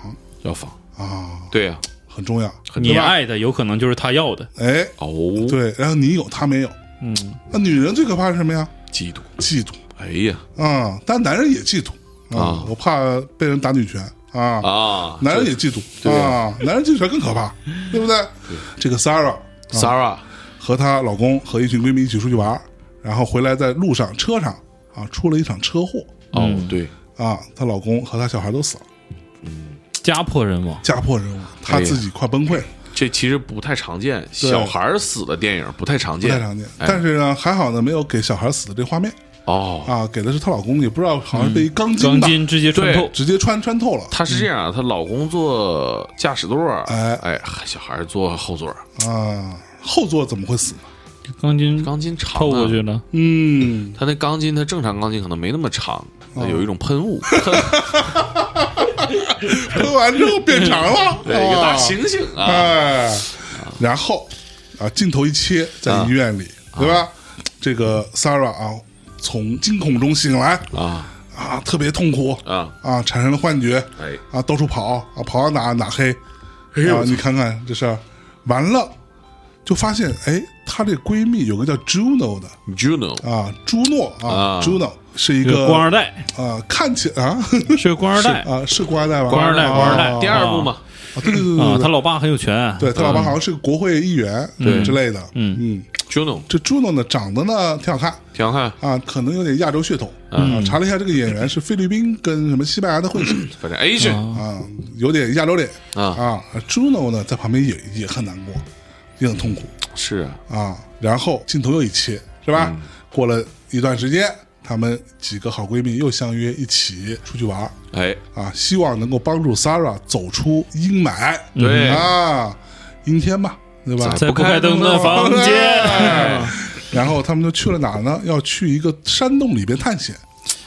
A: 要防，
C: 啊，
A: 对呀，
C: 很重要。
A: 很重
B: 你
A: 要
B: 爱的有可能就是他要的，
C: 哎，
A: 哦，
C: 对，然后你有他没有，
B: 嗯，
C: 那女人最可怕是什么呀？
A: 嫉妒，
C: 嫉妒
A: 哎呀
C: 啊，但男人也嫉妒
A: 啊
C: 我怕被人打女拳啊
A: 啊
C: 男人也嫉妒啊，男人嫉妒起来更可怕，对不对？这个 Sarah
A: s a r a
C: 啊和她老公和一群闺蜜一起出去玩，然后回来在路上车上啊出了一场车祸
A: 哦，对，
C: 啊，她老公和她小孩都死了，
B: 家破人亡，
C: 家破人亡，她自己快崩溃了，
A: 这其实不太常见，小孩儿死的电影不太常
C: 不
A: 见，
C: 太常见。
A: 哎
C: 但是呢，还好呢，没有给小孩死的这画面
A: 哦，
C: 啊，给的是她老公，也不知道好像被一钢筋
B: 钢
C: 吧，
B: 筋直接穿透
A: 对，
C: 直接穿穿透了
A: 她是这样，她老公坐驾驶座儿，
C: 嗯哎
A: 哎，小孩儿坐后座儿，
C: 啊，后座怎么会死呢？
B: 钢筋
A: 钢筋长啊
B: 透过去了，
A: [LAUGHS]
C: 嗯，
A: 他那钢筋，他正常钢筋可能没那么长，
C: 哦
A: 它有一种喷
C: [LAUGHS]
A: 雾，
C: 喷完之后变长了，
A: 对，一个大
C: 啊
A: 猩猩啊，
C: 哎，然后啊，镜头一切在医院里，对吧？
B: 啊
C: 这个 Sarah 啊，从惊恐中醒来
A: 啊
C: 啊，特别痛苦
A: 啊，
C: 啊，产生了幻觉
A: 哎，
C: 啊，到处跑啊，跑到哪哪黑
B: 哎
C: 啊，你看看这事儿，完了就发现哎，她这闺蜜有个叫 Juno 的
A: Juno
C: 啊，朱诺啊
A: 啊
C: ，Juno 是一
B: 是个
C: 个
B: 官二代，
C: 啊，看起啊 [LAUGHS]
B: 是个官二代，
C: 啊是官二代吧？
B: 官二代，
C: 啊
B: 官二代，
A: 第二部嘛，
C: 啊对对对对
B: 啊，
C: 对
B: 他老爸很有权，
C: 对，他老爸好像是个国会议员
A: 对
C: 之类的。
B: 嗯
C: 嗯，
A: ，Juno
C: 这朱诺呢，长得呢挺好看
A: 挺好看，
C: 啊，可能有点亚洲血统。啊，查了一下，这个演员是菲律宾跟什么西班牙的混血
A: 反正 Asian
C: 啊，有点亚洲脸
A: 嗯啊，
C: 啊。朱诺呢，在旁边也也很难过，也很痛苦
A: 是啊，
C: 啊。然后镜头又一切，是吧？过了一段时间，她们几个好闺蜜又相约一起出去玩儿
A: 哎，
C: 啊，希望能够帮助 Sarah 走出阴霾。
A: 对
C: 啊，阴天吧，对吧？
B: 在不开灯的房间，
C: 哎然后他们就去了哪儿呢？要去一个山洞里边探险。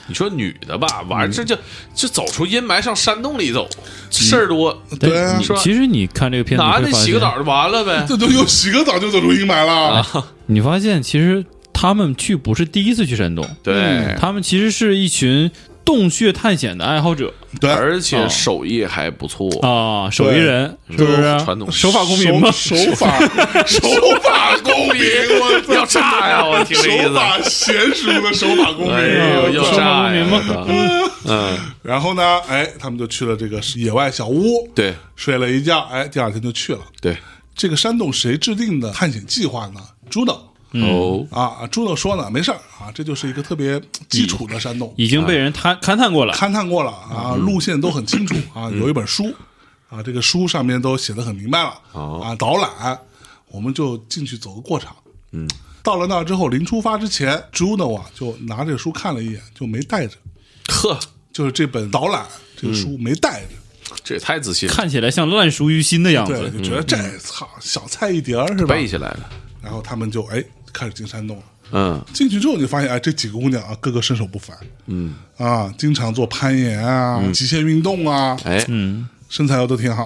A: 你说女的吧，完这就就走出阴霾上山洞里走，事儿多，
C: 对啊
B: 哎你
A: 说
B: 其实你看这个片子，
A: 男
B: 会
A: 的
B: 发
A: 洗个
B: 现，
A: 澡就完了呗，
C: 这都有洗个澡就走出阴霾了，
B: 你发现其实他们去不是第一次去山东，
C: 嗯
A: 对，
B: 他们其实是一群洞穴探险的爱好者
C: 对，
A: 而且手艺还不错，
B: 啊，手艺人是不
A: 对
B: 是？
A: 传统
B: 守法公民嘛，
C: 手手法手法公民，我操
A: 要炸呀！我听这意
C: 手
A: 思，
C: 法娴熟的手法公
A: 哎
C: 民
A: 呦，
C: 啊。
B: 手
A: 要
B: 法
A: 炸
B: 公
A: 呀！
B: 民
A: 我
B: 吗
A: 操嗯，
C: 然后呢，哎，他们就去了这个野外小屋，
A: 对
C: 睡了一觉，哎，第二天就去了。
A: 对，
C: 这个山洞谁制定的探险计划呢？朱导
A: 哦，
C: 啊，朱导说呢，没事儿啊，这就是一个特别基础的山洞，
B: 已经被人
C: 啊
B: 探勘探过了，
C: 勘探过了啊，路线都很清楚啊，有一本书啊，这个书上面都写的很明白了
A: 哦
C: 啊，导览，我们就进去走个过场。嗯，到了那儿之后，临出发之前，Juno 啊就拿这个书看了一眼，就没带着，
A: 呵，
C: 就是这本导览这个书没带着，
A: 这也太自信了，
B: 看起来像烂熟于心的样
C: 对，
B: 子。
C: 就觉得这操小菜一碟儿是吧？
A: 背起来了。
C: 然后他们就哎开始进山洞了。
A: 嗯，
C: 进去之后，你就发现，哎，这几个姑娘啊，个个身手不凡，嗯，啊，经常做攀岩啊、极限运动啊，
A: 哎，
B: 嗯
C: 身材又都挺好，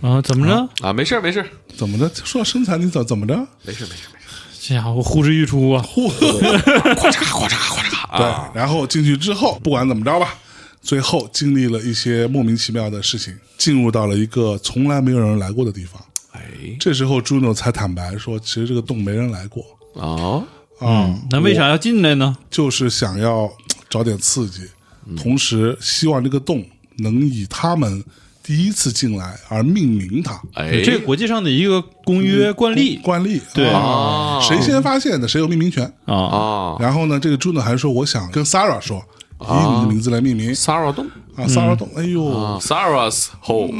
B: 啊，怎么着？
A: 啊，没事儿没事儿
C: 怎么着？说到身材，你怎怎么着？
A: 没事儿没事儿没事儿，
B: 这家伙呼之欲出啊！
A: 咵嚓咵嚓咵嚓
C: 对
A: 啊，，
C: 然后进去之后，不管怎么着吧，最后经历了一些莫名其妙的事情，进入到了一个从来没有人来过的地方。
A: 哎，
C: 这时候，Juno 才坦白说，其实这个洞没人来过
A: 哦，
C: 啊，
B: 那为啥要进来呢？
C: 就是想要嘖找点刺激，同时希望这个洞能以他们第一次进来而命名它。
A: 哎，
B: 这国际上的一个公
C: 嗯
B: 约惯例
C: 惯例
B: 对
C: 啊
A: 哦，
C: 谁先发现的谁有命名权。
B: 啊，
A: 啊
C: 然后呢，这个朱呢还说，我想跟 Sarah 说，以你的名字来命名
A: ，Sarah 洞
C: 啊，Sarah 懂，哎呦，
A: 啊，Sarah's hole，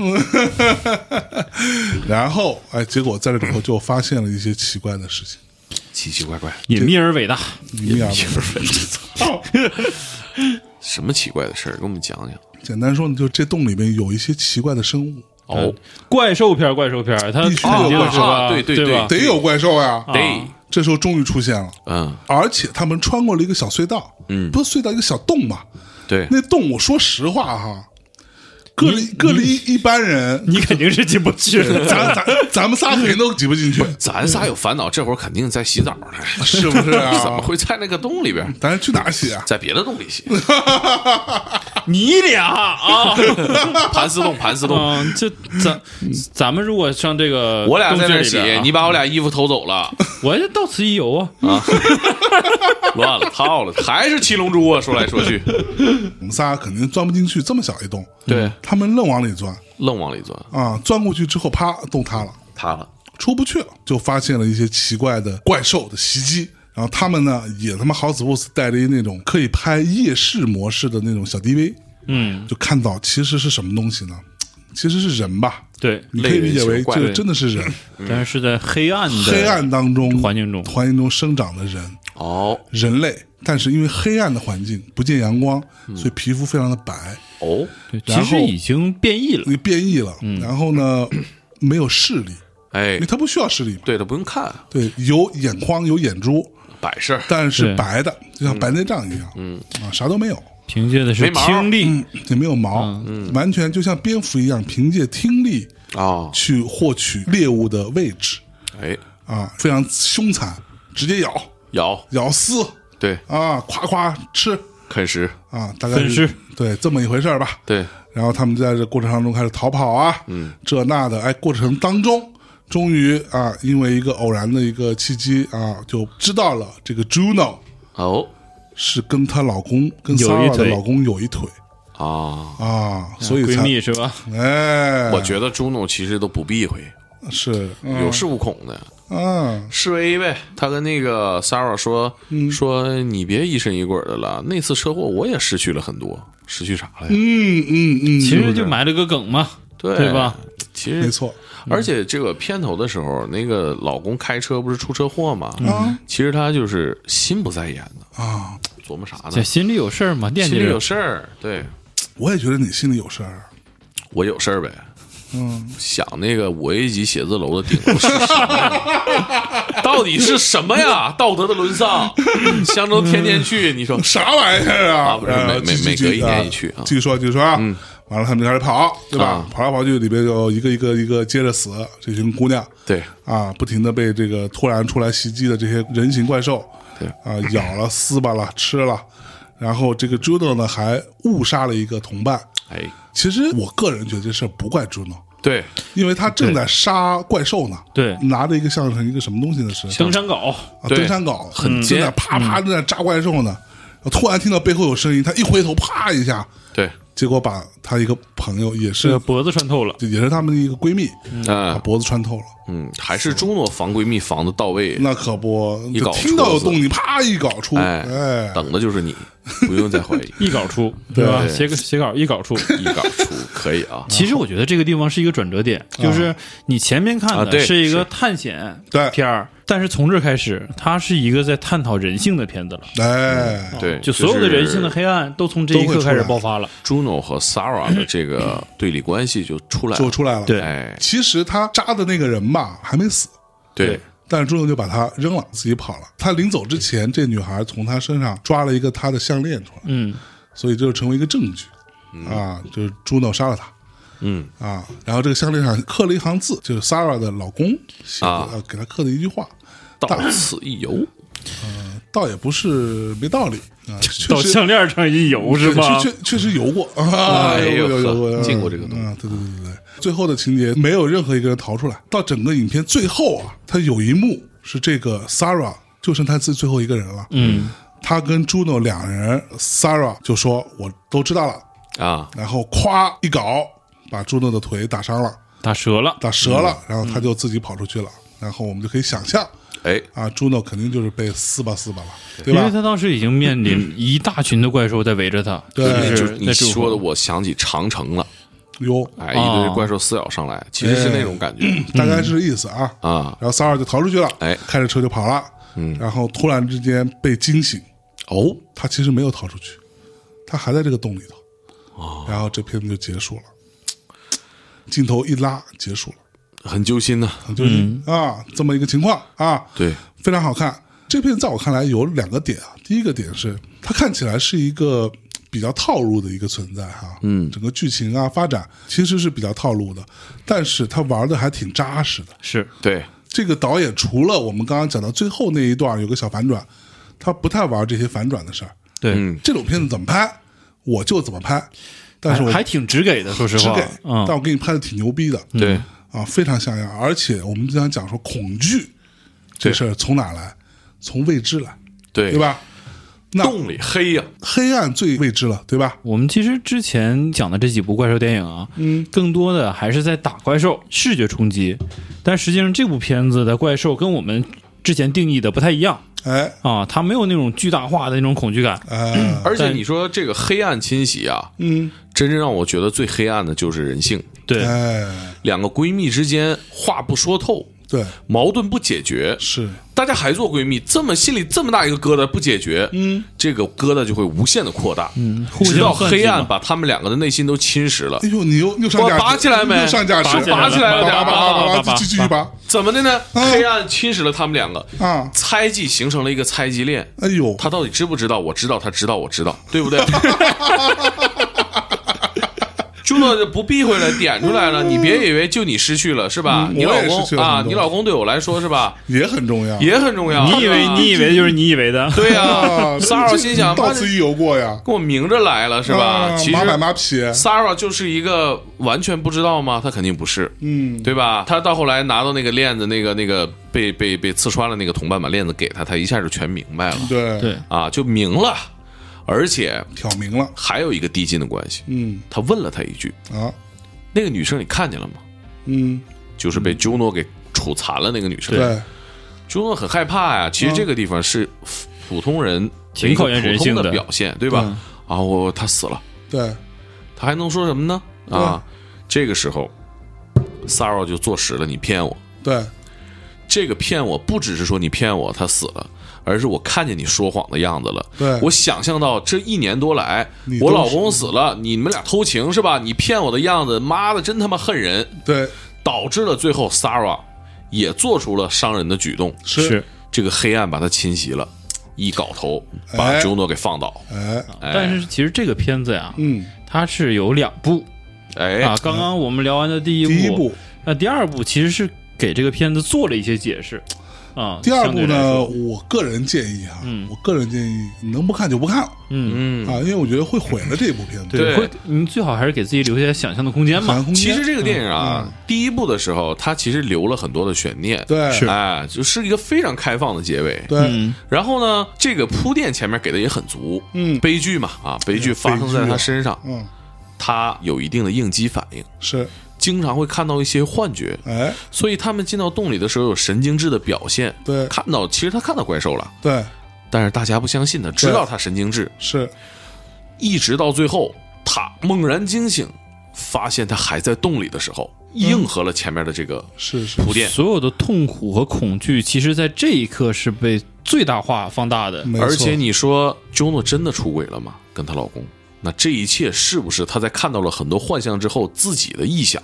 C: 然后哎，结果在这里头就发现了一些奇怪的事情，
A: 奇奇怪怪，
B: 隐秘而伟大。
C: 一面操！
A: [LAUGHS] 什么奇怪的事儿，给我们讲讲。
C: 简单说呢，就这洞里面有一些奇怪的生物，
A: 哦，
B: 怪兽片儿，怪兽片儿，它
C: 必须
B: 肯定
C: 有
B: 是吧？
A: 啊对对
B: 吧？
C: 得有怪兽呀。啊
A: 对，
C: 这时候终于出现了，
A: 嗯，
C: 而且他们穿过了一个小隧道，嗯，不是隧道一个小洞嘛？
A: 对，
C: 那洞我说实话哈，各离各离一般人，
B: 你肯定是进不去的。
C: 咱咱咱们仨肯定都挤不进去，
A: 咱仨有烦恼，这会儿肯定在洗澡呢，
C: [LAUGHS]
B: 嗯
A: [LAUGHS]
C: 是不是
A: 怎么
C: 啊？
A: 会在那个洞
B: [LAUGHS]
A: 里边？
C: 咱去哪儿洗啊？
A: 在别的洞里洗，
B: 你俩
A: [LAUGHS]
B: 啊，
A: 盘丝洞，盘丝洞。
B: 嗯，这咱咱们如果上这个
A: 我俩在那儿
B: 洞
A: 洗
B: 穴里边啊，，
A: 你嗯把我俩衣服偷走了，
B: 我这到此一游啊，
A: 乱了套了，还是七龙珠啊！说来说去，
C: 我们仨肯定钻不进去这么小一洞，
A: 对，
C: 他们愣往里钻
A: 愣往里钻，
C: 啊，钻过去之后，啪，洞塌了。
A: 塌了。
C: 出不去了，就发现了一些奇怪的怪兽的袭击。然后他们呢，也他妈好死不死带着一那种可以拍夜视模式的那种小 DV，
B: 嗯，
C: 就看到其实是什么东西呢？其实是人吧，
B: 对，
C: 你可以理解
A: 类人
C: 为
A: 形怪
C: 这
A: 人
C: 真的是人，
A: 嗯
B: 但是在黑暗的
C: 黑暗当中
B: 环境中
C: 环境中生长的人，
A: 哦
C: 人类。但是因为黑暗的环境不见阳光，
B: 嗯
C: 所以皮肤非常的白，
A: 哦，
B: 对，其
C: 然后
B: 实已经变异了，
C: 你变异了。
B: 嗯
C: 然后呢，没有视力，
A: 哎
C: 因为，他不需要视力嘛。
A: 对的，不用看，
C: 对，有眼眶，有眼珠，
A: 摆设
C: 但是
B: 对
C: 白的，就像白内障一样，嗯啊，啥都没有，
B: 凭借的
A: 没
B: 是
A: 毛
B: 听力，啊
C: 嗯，也没有毛，
B: 嗯
C: 完全就像蝙蝠一样，凭借听力
A: 哦，
C: 去获取猎物的位置
A: 哎，
C: 啊，非常凶残，直接咬
A: 咬，
C: 咬撕
A: 对，
C: 啊，夸夸吃
A: 啃食，
C: 啊，大概
B: 分
C: 是
B: 尸
C: 对这么一回事儿吧。
A: 对，
C: 然后他们在这过程当中开始逃跑啊，嗯，这那的，哎，过程当中。终于啊，因为一个偶然的一个契机啊，就知道了这个 Juno
A: 哦
C: 是跟她老公跟
B: 有一
C: Sarah 的
B: 腿
C: 老公有一腿
A: 啊，
C: 啊，所以
B: 闺
A: [LAUGHS]
C: 才
B: 蜜是吧？
C: 哎，
A: 我觉得朱诺其实都不避讳，
C: 是
A: 有恃无恐的。
C: 嗯，
A: 示威呗，嗯他跟那个 Sarah 说、说你别疑神疑鬼的了，那次车祸我也失去了很多，失去啥了呀？
C: 嗯嗯嗯，
B: 其实就埋了个梗嘛，
A: 对
B: 对吧？
A: 其实
C: 没，错，
A: 而且这个片头的时候，那个老公开车不是出车祸吗？
C: 啊
A: 其实他就是心不在焉的，
C: 啊，
A: 琢磨啥
B: 这
A: 呢？
B: 心里有事儿嘛，惦
A: 心
B: 记
A: 里有
B: 着。
A: 事儿，对
C: 我也觉得你心里有事儿，
A: 我有事儿呗。
C: 嗯，
A: [LAUGHS] 想那个五 A 级写字楼的顶楼是什么呀？到底是什么呀？道德的沦丧，襄州天天去，你说
C: 啥玩意儿啊
A: 啊不是
C: 呃
A: 每每
C: 继续
A: 每
C: 继
A: 隔
C: 续
A: 一年一去啊
C: 继续说继续说啊，完了他们就开始跑，对吧
A: 啊？
C: 跑来跑去，里边就一个一个一个接着死，这群姑娘
A: 对
C: 啊，不停的被这个突然出来袭击的这些人形怪兽，
A: 对
C: 啊，咬了、撕巴了、吃了，然后这个 Juno 呢还误杀了一个同伴。
A: 哎，
C: 其实我个人觉得这事儿不怪 Juno，
A: 对，
C: 因为他正在杀怪兽呢，
B: 对
C: 拿着一个像是一个什么东西呢？是
B: 登山镐，
C: 啊，
A: 对
C: 登山镐，
A: 很
C: 正
A: 尖嗯
C: 在啪啪正在扎怪兽呢。突然听到背后有声音，他一回头，啪一下，
A: 对，
C: 结果把他一个朋友，也
B: 这
C: 是
B: 个脖子穿透了，，
C: 也是他们的一个闺蜜，把
A: 嗯
C: 脖子穿透了。
A: 嗯，还是朱诺防闺蜜防的到位，
C: 那可不，
A: 一
C: 就
A: 搞
C: 听到有
A: 出子
C: 动静，啪一搞出，
A: 哎
C: 哎，
A: 等的就是你，不用再怀疑
B: 一稿出，对吧？写个写稿一稿出。
A: [LAUGHS] 一稿出可以
C: [LAUGHS]
A: 啊，
B: 其实我觉得这个地方是一个转折点，
C: 啊
B: 就是你前面看
A: 啊
B: 的
A: 对
B: 是一个
A: 是
B: 探险
C: 对
B: 片儿，但是从这开始，它是一个在探讨人性的片子了。
C: 哎，
A: 对，
B: 就所有的人性的黑暗都从这一
C: 都会
B: 刻
C: 出
B: 开始
C: 来
B: 爆发了。
A: ，Juno 和 Sarah 的这个对立关系就出来
C: 就
A: 了，
C: 出来了。
B: 对
A: 哎，
C: 其实他扎的那个人吧，还没死，
A: 对，
C: 但是朱诺就把他扔了，自己跑了。他临走之前，这女孩从他身上抓了一个他的项链出来，
B: 嗯，
C: 所以这就成为一个证据、啊，就是朱诺杀了他。
A: 嗯
C: 啊，然后这个项链上刻了一行字，就是 Sarah 的老公写的，
A: 啊
C: 呃给他刻的一句话，
A: 到此一游，
C: 倒也不是没道理
A: [LAUGHS]
C: 啊，确
B: 到
C: 实
B: 项链上一游是吧？
C: 确确确实游过啊，
A: 哎呦
C: 游过游过
A: 呵
C: 游过，
A: 见过这个东西
C: 啊，对对对对对。最后的情节没有任何一个人逃出来，到整个影片最后啊，他有一幕是这个 Sarah 就剩他自己最后一个人了，
B: 嗯，
C: 他跟 Juno 两人，Sarah 就说我都知道了，
A: 啊，
C: 然后咵一搞把 Juno 的腿打伤了，
B: 打折了，
C: 打折了，
A: 嗯
C: 然后他就自己跑出去了，然后我们就可以想象。
A: 哎，
C: 啊，Juno 肯定就是被撕吧撕吧了，对
B: 因为
C: 吧？嗯
B: 他当时已经面临一大群的怪兽在围着他，
C: 对
B: 就
A: 就是是你
B: 在祝
A: 说的，
B: 贺
A: 我想起长城了，
C: 哟，
A: 哎，
B: 哦
A: 一堆怪兽撕咬上来，其实是那种感觉
C: 大概是这意思啊。
A: 啊，
C: 然后 Sarah 就逃出去了，
A: 哎
C: 开着车就跑了，嗯，然后突然之间被惊醒，
A: 哦，
C: 他其实没有逃出去，他还在这个洞里头，哦，然后这片子就结束了，镜头一拉结束了，
A: 很揪心呐，
C: 很就是、啊这么一个情况啊，
A: 对，
C: 非常好看。这片在我看来有两个点啊，第一个点是它看起来是一个比较套路的一个存在哈、
A: 嗯
C: 整个剧情啊发展其实是比较套路的，但是他玩的还挺扎实的。
B: 是
A: 对，
C: 这个导演除了我们刚刚讲到最后那一段有个小反转，他不太玩这些反转的事儿。
B: 对，
A: 嗯
C: 这种片子怎么拍，我就怎么拍，但是我
B: 还还挺直给的，说实
C: 只
B: 话
C: 给，，
B: 嗯
C: 但，我给你拍的挺牛逼的。
A: 对，
C: 啊，非常像样。而且我们经常讲说，恐惧这事儿从哪来？从未知来，
A: 对，
C: 对？吧？那
A: 洞里黑呀、
C: 黑暗最未知了，对吧？
B: 我们其实之前讲的这几部怪兽电影啊，嗯，更多的还是在打怪兽，视觉冲击。但实际上，这部片子的怪兽跟我们之前定义的不太一样
C: 哎，
B: 啊，它没有那种巨大化的那种恐惧感。
C: 呃，
A: 而且你说这个黑暗侵袭啊，
C: 嗯，
A: 真正让我觉得最黑暗的就是人性。
B: 对，
C: 哎，
A: 两个闺蜜之间话不说透，
C: 对，
A: 矛盾不解决，
C: 是，
A: 大家还做闺蜜，这么心里这么大一个疙瘩不解决，嗯，这个疙瘩就会无限的扩大，嗯，
B: 互相
A: 直到
B: 算
A: 黑
B: 计嘛
A: 暗把他们两个的内心都侵蚀了
C: 哎。呦，你又又上
A: 我
C: 价值，
A: 拔起来没
C: 又上价值，
A: 拔
B: 起来了拔拔
C: 拔
B: 拔
C: 拔
B: 拔拔
C: 继续继续拔
A: 怎么的呢？
C: 嗯
A: 黑暗侵蚀了他们两个，
C: 啊！
A: 猜忌形成了一个猜忌链。
C: 哎呦，
A: 他到底知不知道？我知道，他知道，我知道，对不对？ [LAUGHS] 朱诺不避讳了，点出来了。你别以为就你失去了是吧？
C: 嗯
A: 你
C: 我
A: 老
C: 也失去
A: 公
C: 了很
A: 啊，
C: 多
A: 你老公对我来说是吧，
C: 也很重要，
A: 也很重要。
B: 你以为你以为就是你以为的，
A: 对呀 [LAUGHS]
C: 啊，
A: ，Sara 心想，
C: 到
A: 妈
C: 此
A: 跟
C: 一游过呀，
A: 我明着来了是吧？
C: 啊
A: 其实
C: 马买马匹，
A: Sara 就是一个完全不知道吗？他肯定不是，
C: 嗯，
A: 对吧？他到后来拿到那个链子，那个那个被被被刺穿了那个同伴把链子给他，他一下就全明白了
C: 对，
B: 对
A: 啊，就明了。而且
C: 挑明了，
A: 还有一个递进的关系，
C: 嗯
A: 他问了他一句
C: 啊，：“
A: 那个女生你看见了吗
C: 嗯，？”
A: 就是被 Juno 给处残了那个女生。
C: 对，嗯
A: Juno 很害怕呀。其实这个地方是普通人
B: 挺
A: 一个
B: 考验人
A: 普通
B: 性的
A: 表现，对
C: 嗯
A: 吧？啊，我他死了，
C: 对，
A: 他还能说什么呢？啊，这个时候 s a r a 就坐实了，你骗我。
C: 对，
A: 这个骗我不只是说你骗我他死了，而是我看见你说谎的样子了。
C: 对
A: 我想象到这一年多来
C: 你，都
A: 我
C: 是
A: 老公死了，你们俩偷情是吧？你骗我的样子，妈的，真他妈恨人，
C: 对，
A: 导致了最后 Sara 也做出了伤人的举动，
C: [LAUGHS] 是，
A: 这个黑暗把他侵袭了，一镐头把
C: 哎
A: Juno 给放倒。
C: 哎，
A: 哎
B: 但是其实这个片子呀，
C: 嗯，
B: 它是有两部
A: 哎
B: 啊。，刚刚我们聊完的第一部，
C: 第一部，
B: 那第二部其实是给这个片子做了一些解释啊。
C: 第二
B: 相
C: 部
B: 对来
C: 呢，
B: 说，
C: 我个人建议啊，
B: 嗯
C: 我个人建议能不看就不看了
B: 嗯，
A: 嗯，
C: 啊，因为我觉得会毁了这部片子，
A: 对
B: 会你最好还是给自己留下想象的空间
C: 反
B: 嘛。
C: 空
A: 其
C: 间
A: 实这个电影啊，第一部的时候，它其实留了很多的悬念，
C: 对
B: 是
A: 哎，就是一个非常开放的结尾。
C: 对，
A: 然后呢，这个铺垫前面给的也很足，
C: 嗯
A: 悲剧嘛，啊，悲剧发生在他身上，
C: 嗯，
A: 他有一定的应激反应，
C: 是，
A: 经常会看到一些幻觉，
C: 哎，
A: 所以他们进到洞里的时候有神经质的表现，
C: 对
A: 看到其实他看到怪兽了，
C: 对，
A: 但是大家不相信他，知道他神经质，
C: 是，
A: 一直到最后他猛然惊醒，发现他还在洞里的时候，应和了前面的这个
C: 是是，
A: 铺垫，
B: 所有的痛苦和恐惧，其实在这一刻是被最大化放大的。
C: 没错
A: 而且你说 Juno 真的出轨了吗？跟她老公？那这一切是不是她在看到了很多幻象之后自己的臆想？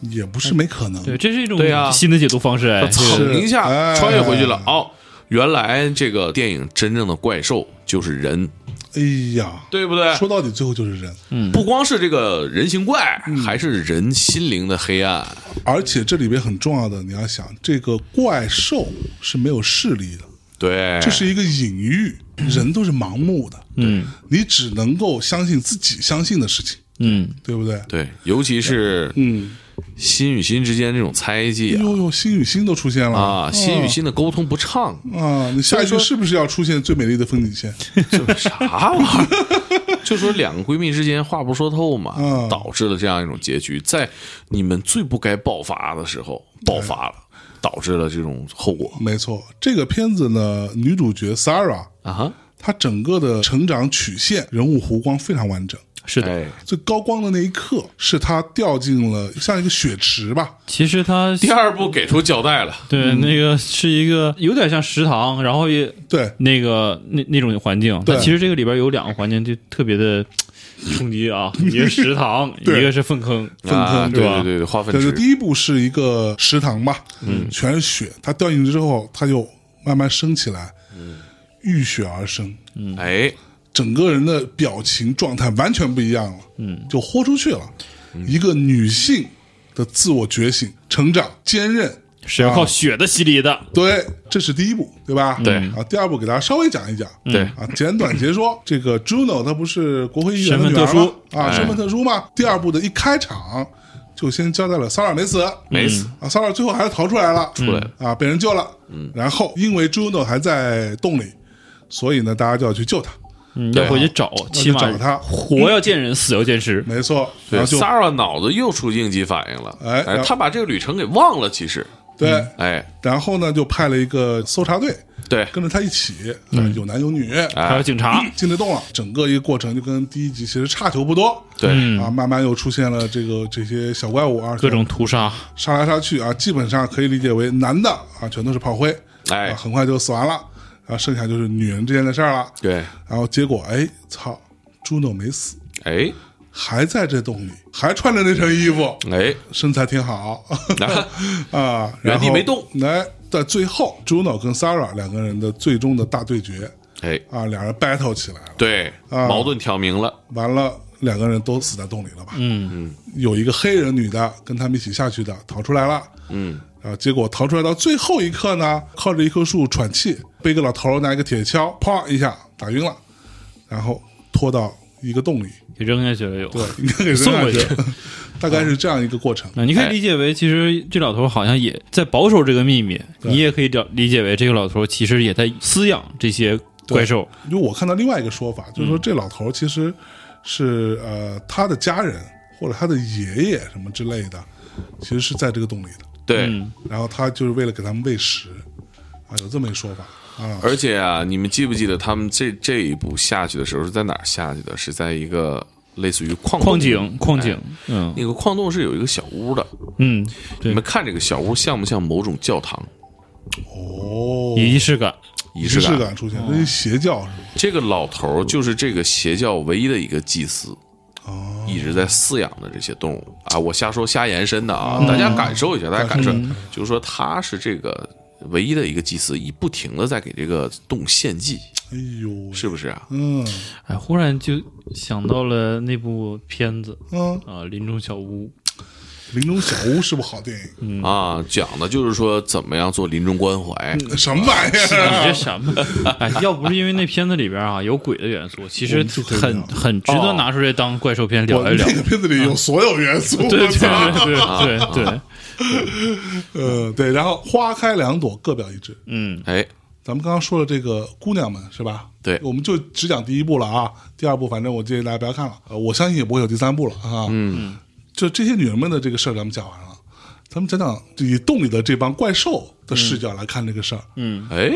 C: 也不是没可能，
B: 对，这是一种
A: 对啊
B: 新的解读方式。哎，这个
A: 蹭一下
C: 哎
A: 穿越回去了。哦，原来这个电影真正的怪兽就是人，
C: 哎呀，
A: 对不对？
C: 说到底最后就是人，
A: 不光是这个人形怪，
C: 嗯
A: 还是人心灵的黑暗。
C: 而且这里边很重要的，你要想，这个怪兽是没有视力的，
A: 对，
C: 这是一个隐喻，人都是盲目的，哎嗯，你只能够相信自己相信的事情，
B: 嗯，
C: 对不对？啊
A: 对，尤其是
C: 嗯，
A: 心与心之间这种猜忌啊
C: 哎呦呦，心与心都出现了
A: 啊，
C: 哦
A: 心与心的沟通不畅，
C: 啊！你下一句是不是要出现最美丽的风景线？
A: 这啥玩意儿？ [LAUGHS] 就说两个闺蜜之间话不说透嘛，
C: 嗯
A: 导致了这样一种结局，在你们最不该爆发的时候爆发了，导致了这种后果
C: 没错，这个片子呢，女主角 Sarah
A: 啊哈。
C: 她整个的成长曲线、人物弧光非常完整。
B: 是的。
A: 哎，
C: 最高光的那一刻，是她掉进了像一个血池吧？
B: 其实它
A: 第二部给出交代了，
B: 对那个是一个有点像食堂，然后也
C: 对，
B: 那个那那种环境。
C: 对
B: 但其实这个里边有两个环境就特别的冲击啊，一个食堂，一
C: 对
B: 个是粪坑。
C: 粪坑
A: 啊
C: 是
A: 对
B: 吧
A: 对对对，化粪
C: 对，就第
A: 池，
C: 一部是一个食堂吧，嗯，全是血，她掉进去之后，她就慢慢升起来，嗯，浴血而生。
A: 哎，
C: 整个人的表情状态完全不一样了，嗯，就豁出去了。一个女性的自我觉醒、成长、坚韧，
B: 是要靠血的洗礼的。
C: 对，这是第一步，对吧？
A: 对
C: 啊，第二步给大家稍微讲一讲，
A: 对
C: 啊，简短
A: [LAUGHS]
C: 截说，这个 Juno 她不是国会议员
B: 身
C: 的
B: 份
C: 女儿
B: 特
C: 吗
B: 殊？
C: 啊，
A: 哎
C: 身份特殊吗？第二部的一开场就先交代了骚扰没死，
A: 没死，
C: 啊，骚扰最后还是逃出来了，出
A: 来了
C: 啊，被人救了。嗯，然后因为 Juno 还在洞里，所以呢，大家就要去救他。
B: 嗯，
A: 对
B: 要
A: 啊
B: 回去找，起码
C: 找他嗯
B: 活要见人，死要见尸。
C: 没错，
A: 对
C: 然后就
A: ，Sara 脑子又出应激反应了，
C: 哎然后
A: 他把这个旅程给忘了，其实，
C: 对、
A: 哎，
C: 然后呢，就派了一个搜查队
A: 对，
C: 跟着他一起，
A: 嗯
C: 啊有男有女，
B: 还有警察，
C: 进得动了。整个一个过程就跟第一集其实差球不多。
A: 对，
B: 嗯，
C: 啊，慢慢又出现了这个这些小怪物啊，
B: 各种屠杀，
C: 杀来杀去啊，基本上可以理解为男的啊全都是炮灰，
A: 哎
C: 啊，很快就死完了，啊，剩下就是女人之间的事儿了。
A: 对，
C: 然后结果哎，操，朱诺没死，
A: 哎，
C: 还在这洞里，还穿着那身衣服，
A: 哎，
C: 身材
A: [LAUGHS]
C: 挺好
A: 那
C: 啊，
A: 原
C: 然后
A: 地没动。
C: 来，在最后，朱诺跟 Sara 两个人的最终的大对决
A: 哎，
C: 啊，俩人 battle 起来了，
A: 对，
C: 啊
A: 矛盾挑明了，
C: 完了。两个人都死在洞里了吧？嗯嗯，有一个黑人女的跟他们一起下去的，逃出来了。
A: 嗯，
C: 啊，结果逃出来到最后一刻呢，靠着一棵树喘气，被一个老头儿拿一个铁锹，啪一下打晕了，然后拖到一个洞里， [LAUGHS]
B: 给扔下去了又。对，
C: 应该给扔
B: 送
C: 下
B: 回去
C: 去，大概是这样一个过程。
B: 啊那你可以理解为，其实这老头好像也在保守这个秘密。你也可以了理解为，这个老头其实也在饲养这些怪兽。
C: 因为我看到另外一个说法，就
B: 嗯
C: 是说这老头儿其实是呃他的家人或者他的爷爷什么之类的，其实是在这个洞里的，
A: 对，
B: 嗯，
C: 然后他就是为了给他们喂食，啊，有这么一说法啊，
A: 而且啊，你们记不记得他们这这一步下去的时候是在哪儿下去的？是在一个类似于矿洞
B: 矿井，矿井
A: 哎，
B: 嗯
A: 那个矿洞是有一个小屋的，
B: 嗯，
A: 你
B: 对
A: 们，看这个小屋像不像某种教堂
C: 哦，
B: 有仪式感。
A: 仪
C: 仪
A: 式
C: 式
A: 感？
C: 感出现，这是邪教是吗？
A: 这个老头儿就是这个邪教唯一的一个祭司，
C: 哦，
A: 一直在饲养的这些动物啊。我瞎说瞎延伸的啊，大家感受一下，大家感受，就是说他是这个唯一的一个祭司，以不停的在给这个动物献祭，
C: 哎呦，
A: 是不是啊？
C: 嗯
B: 哎，忽然就想到了那部片子
C: 嗯，
B: 啊，《林中小 [LAUGHS] 屋
C: 林中小屋是部好电影，
A: 啊，讲的就是说怎么样做临终关怀。
C: 什么玩意》。
B: 你这
C: 儿？啊
B: 什么？哎，要不是因为那片子里边啊有鬼的元素，其
C: 我
B: 实
C: 们就可以
B: 很
C: 聊
B: 很值得拿出来当怪兽片
C: 我
B: 聊一聊
C: 那。个片子里有所有元素，
B: [LAUGHS] 对
C: 我
B: 对
C: 操！
B: 对对对对，
C: 呃，对，然后花开两朵，各表一枝。
B: 嗯，
A: 哎，
C: 咱们刚刚说了这个姑娘们是吧？
A: 对
C: 我们就只讲第一部了啊，第二部反正我建议大家不要看了，呃我相信也不会有第三部了啊。嗯，就这些女人们的这个事儿，咱们讲完了，咱们讲讲以洞里的这帮怪兽的视角来看这个事儿，
A: 哎，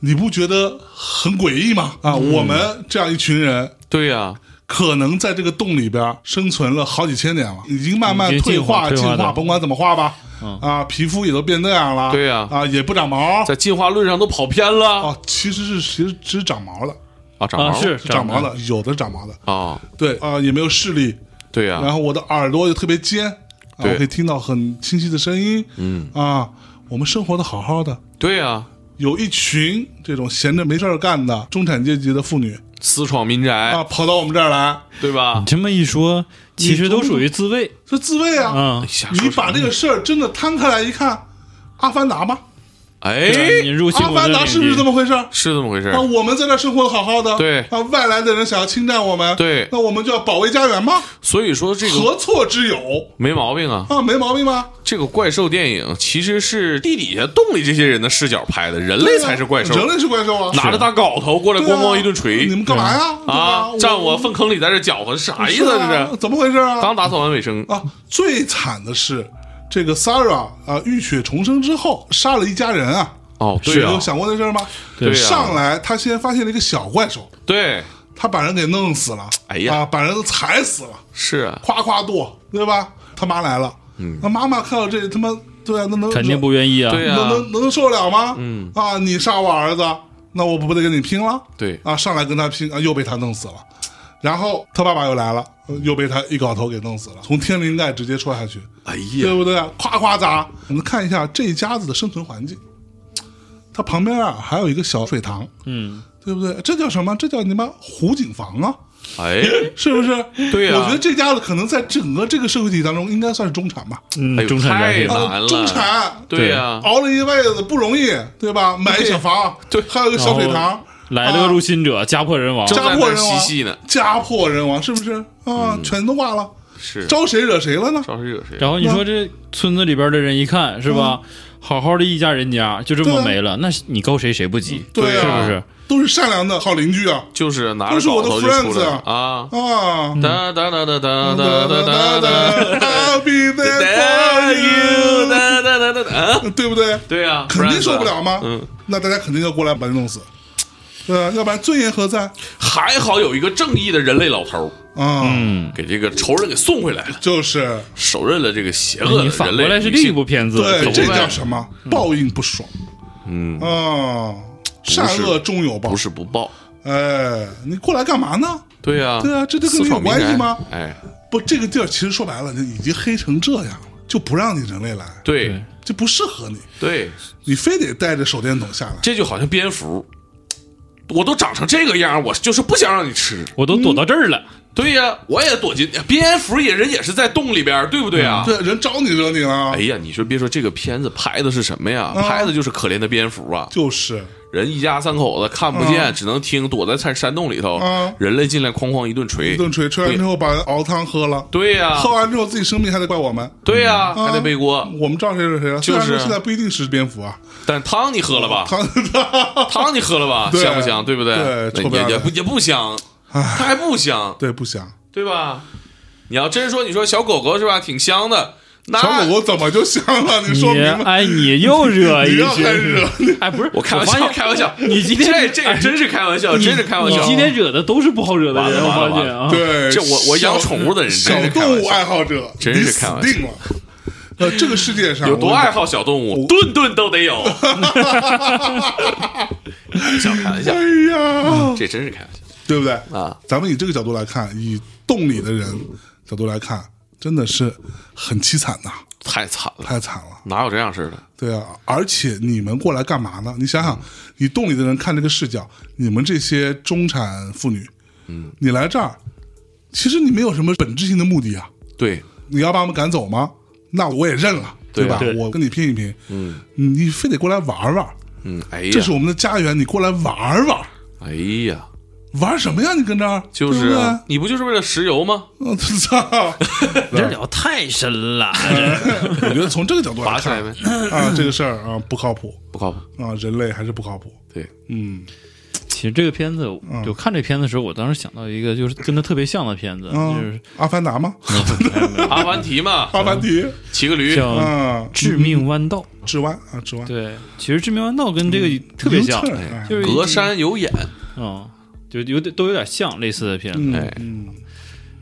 C: 你不觉得很诡异吗？啊，我们这样一群人。
A: 对呀、
C: 可能在这个洞里边生存了好几千年了，已经慢慢
B: 已经
C: 退
B: 进化
C: 进
B: 退化
C: 化，
B: 的
C: 甭管怎么化吧，啊，皮肤也都变那样了，
A: 对呀
C: 啊，也不长毛，
A: 在进化论上都跑偏了
C: 啊，其实是其实只长毛了，
A: 啊，长毛
B: 啊是
C: 是长毛
B: 的
C: 的，有的是长毛的，
A: 啊，
C: 对啊、也没有视力，
A: 对呀、
C: 然后我的耳朵又特别尖，啊，
A: 啊对
C: 我可以听到很清晰的声音，嗯啊，我们生活的好好的，
A: 对呀、
C: 有一群这种闲着没事儿干的中产阶级的妇女
A: 私闯民宅，
C: 啊，跑到我们这儿来，
A: 对吧？
B: 这么一说，其实都属于自卫
C: 这自卫啊，
B: 啊。
A: 瞎
C: 你
A: 哎说
C: 把这个事儿真的摊开来一看，阿凡达吗？
A: 哎，
B: 你入侵
C: 阿
B: 我
C: 凡
B: 的
C: 达
B: 领
C: 是不是
B: 地
C: 这么回事儿？
A: 是这么回事儿
C: 啊，。我们在这儿生活的好好的，
A: 对
C: 啊，外来的人想要侵占我们，
A: 对
C: 那我们就要保卫家园吗？
A: 所以说这个
C: 何错之有
A: 没毛病啊。
C: 啊？没毛病吧？
A: 这个怪兽电影其实是地底下洞里这些人的视角拍的，人类才是怪兽，
C: 人类是怪兽啊！
A: 拿着大镐头过来
C: 对啊
A: 咣咣一顿
C: 你
A: 锤
C: 们干嘛呀？对吧
A: 啊，站我粪坑里在这搅和，啥意思
C: 是
A: 啊？
C: 啊
A: 这是
C: 怎么回事啊？
A: 刚打扫完卫生，
C: 啊，最惨的是这个 Sarah 啊，浴血重生之后杀了一家人啊！
A: 哦，
C: 谁
A: 对啊
C: 有，想过这事儿吗？
A: 对啊
C: 上来他先发现了一个小怪兽，
A: 对，
C: 他把人给弄死了，
A: 哎呀
C: 啊，把人都踩死了，
A: 是啊，
C: 夸夸剁，对吧？他妈来了，
A: 嗯
C: 那妈妈看到这他妈，对啊，那能
B: 肯定不愿意啊。
A: 对呀
C: 能能能受得了吗？嗯啊，你杀我儿子，那我不得跟你拼了？
A: 对
C: 啊，上来跟他拼啊，又被他弄死了。然后他爸爸又来了，呃又被他一镐头给弄死了，从天灵盖直接戳下去，
A: 哎
C: 对
A: 呀，
C: 不对？啊夸夸砸。我们看一下这一家子的生存环境，它旁边啊还有一个小水塘，
B: 嗯，
C: 对不对？这叫什么？这叫你妈湖景房啊，
A: 哎，
C: 是不是？
A: 对呀
C: 我觉得这家子可能在整个这个社会体当中，应该算是中产吧，
A: 哎
B: 嗯，
A: 呦
B: 中产家
A: 太
B: 庭
A: 难
C: 啊
A: 了
C: 中产，
A: 对呀，
C: 熬了一辈子不容易，对吧？买一小房，
A: 对
C: 还有个小水塘，啊
B: 来了个入侵者，家破人亡，
A: 正
C: 家
A: 在
C: 破
A: 那
C: 人
A: 嬉
C: 亡
A: 戏呢，嗯
C: 家破人亡，是不是啊？全都挂了，
A: 是
C: 招谁惹谁了呢？
A: 招谁惹谁？啊
B: 然后你说这村子里边的人一看是吧，好好的一家人家就这么没了，那你告谁谁不急？
C: 对
B: 是
C: 啊
B: 不是？
C: 都是善良的好邻居啊
A: 就是拿着
C: 都是我
A: 镐
C: 的
A: 头就出
C: friends
A: 来了
C: 啊嗯
A: 啊！
C: 啊！
A: 哒哒哒哒哒哒哒哒哒。 [LAUGHS]
C: I'll be there
A: There you
C: for
A: 哒哒哒哒哒，
C: you，对不对？
A: 对呀，
C: 肯定受不了吗？
A: 嗯，
C: 那大家肯定要过来把你弄死，对啊，要不然尊严何在
A: 还好有一个正义的人类老头儿
C: 啊？
B: 嗯，
A: 给这个仇人给送回来了，
C: 就是
A: 手刃了这个邪
C: 哎
A: 恶的
B: 你反
A: 人类
B: 过来是
A: 女性
B: 另一部片子，
C: 对，
A: 口
C: 这
A: 味
C: 叫什么？报应不爽
A: 嗯，
C: 啊！善恶终有报
A: 不，是不报，
C: 哎，你过来干嘛呢？
A: 对呀，
C: 对啊这就跟
A: 私
C: 你有
A: 闯民
C: 关系
A: 宅
C: 吗
A: 哎，
C: 不，这个地儿其实说白了，已经黑成这样了，就不让你人类来，
A: 对
B: 对
C: 就不适合你，
A: 对，
C: 你非得带着手电筒下来。
A: 这就好像蝙蝠，我都长成这个样儿，我就是不想让你吃。
B: 我都躲到这儿了，
A: 对呀，我也躲进蝙蝠也人也是在洞里边儿，对不对啊？
C: 嗯对，人招你惹你了
A: 哎，呀，你说别说这个片子拍的是什么呀？
C: 嗯
A: 拍的就是可怜的蝙蝠啊，
C: 就是
A: 人一家三口子看不见，只能听，躲在山山洞里头
C: 嗯，
A: 人类进来哐哐一顿锤
C: 一，顿锤，锤完之后把熬汤喝了，
A: 对啊呀，
C: 喝嗯完之后自己生病还得怪我们，
A: 对呀，还得背锅。
C: 我们知道谁惹谁了。虽然
A: 就是啊
C: 说现在不一定是蝙蝠啊，
A: 但汤你喝了吧？
C: 汤
A: 汤你喝了吧？
C: 对
A: 香不香？对不对？
C: 对臭不
A: 也
C: 要
A: 也
C: 脸
A: 不也不香，它还不香，
C: 对不香，
A: 对吧？你要真说你说小狗狗是吧，挺香的，那
C: 小狗狗怎么就香了？你说
B: 你
C: 明白？
B: 哎，你又惹一
C: 你要
B: 句
C: 还，惹
B: 哎，不是，
A: 我开玩
B: 发
A: 笑，
B: 现
A: 开玩笑，
B: 你今
A: 这
B: 天
A: 这个
B: 哎
A: 真是开玩笑，
B: 你
A: 真是开玩笑
B: 你。今天惹的都是不好惹的人，我
A: 完了完了
B: 发现啊，
C: 对，
A: 这我我养
C: 小
A: 宠物的人
C: 小
A: 真是开玩笑
C: 动物爱好者，
A: 真
C: 你
A: 是
C: 死
A: 开玩笑
C: 定了。呃，这个世界上
A: 有多爱？好小动物，顿顿都得有。想开玩
C: 我
A: 笑，嗯
C: 哎呀，
A: 这真是开玩笑
C: 对不对？
A: 啊！
C: 咱们以这个角度来看，以洞里的人角度来看，真的是很凄惨呐，
A: 太惨了，
C: 太惨了。
A: 哪有这样式的？
C: 对啊，而且你们过来干嘛呢？你想想，你洞里的人看这个视角，你们这些中产妇女，嗯，你来这儿，其实你没有什么本质性的目的啊。
A: 对，
C: 你要把我们赶走吗？那我也认了，
A: 对
C: 吧？
B: 对
C: 我跟你拼一拼，嗯，你非得过来玩玩，
A: 嗯，哎呀
C: 这，是我们的家园，你过来玩玩，
A: 哎呀，
C: 玩什么呀？你跟这儿
A: 就是
C: 对不对
A: 啊，你不就是为了石油吗？
C: 我哦操！ [LAUGHS]
B: 你这聊太深了，这
C: 我觉得从这个角度
A: 拔
C: 来
A: 起来
C: 看
A: 呗，
C: 啊，这个事儿啊不靠谱
A: 不靠谱。
C: 啊，人类还是不靠谱。
A: 对，
C: 嗯
B: 其实这个片子，就看这片子的时候，我当时想到一个，就是跟它特别像的片子，
C: 啊
B: 就是，
C: 阿凡达吗？
A: 阿凡提嘛，
C: 阿凡提
A: 骑个驴，
B: 叫《
C: 啊，
B: 嗯致命弯道》。
C: 之湾啊，之湾
B: 对，其实《致命弯道》跟这个特别像，
C: 零寸哎
B: 就是
A: 隔山有眼，
B: 嗯，就有点都有点像类似的片子。
C: 嗯
A: 哎
C: 嗯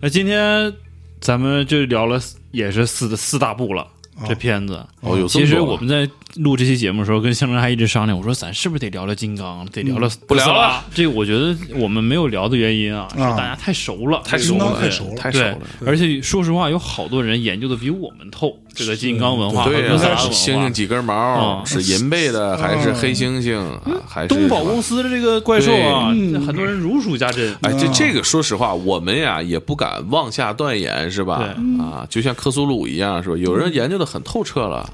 B: 那今天咱们就聊了四，也是四四大部了。这片子，
A: 哦，有这
B: 其
A: 么
B: 实
A: 多啊
B: 我们在录这期节目的时候，跟香樟还一直商量，我说咱是不是得聊聊金刚，得聊聊
C: 嗯
A: 不聊
B: 特斯拉
A: 了？
B: 这我觉得我们没有聊的原因啊，是
C: 啊
B: 大家太熟了，
A: 太熟
C: 金刚
A: 了，
C: 太熟了
A: 太熟
B: 对
A: 了。，
B: 而且说实话，有好多人研究的比我们透，这个金刚文化和
A: 对
B: 哥斯
A: 呀，
B: 拉
A: 啊是
B: 文
A: 猩
B: 化
A: 猩。几根毛，
B: 嗯
A: 是银背的还是黑猩猩，啊还是
B: 东宝
A: 什么
B: 公司的这个怪兽啊，这很多人如数家珍。
A: 嗯哎，这
C: 啊
A: 这个说实话，我们呀也不敢妄下断言，是吧？
B: 嗯
A: 啊，就像克苏鲁一样，是吧？有人研究的很透彻了，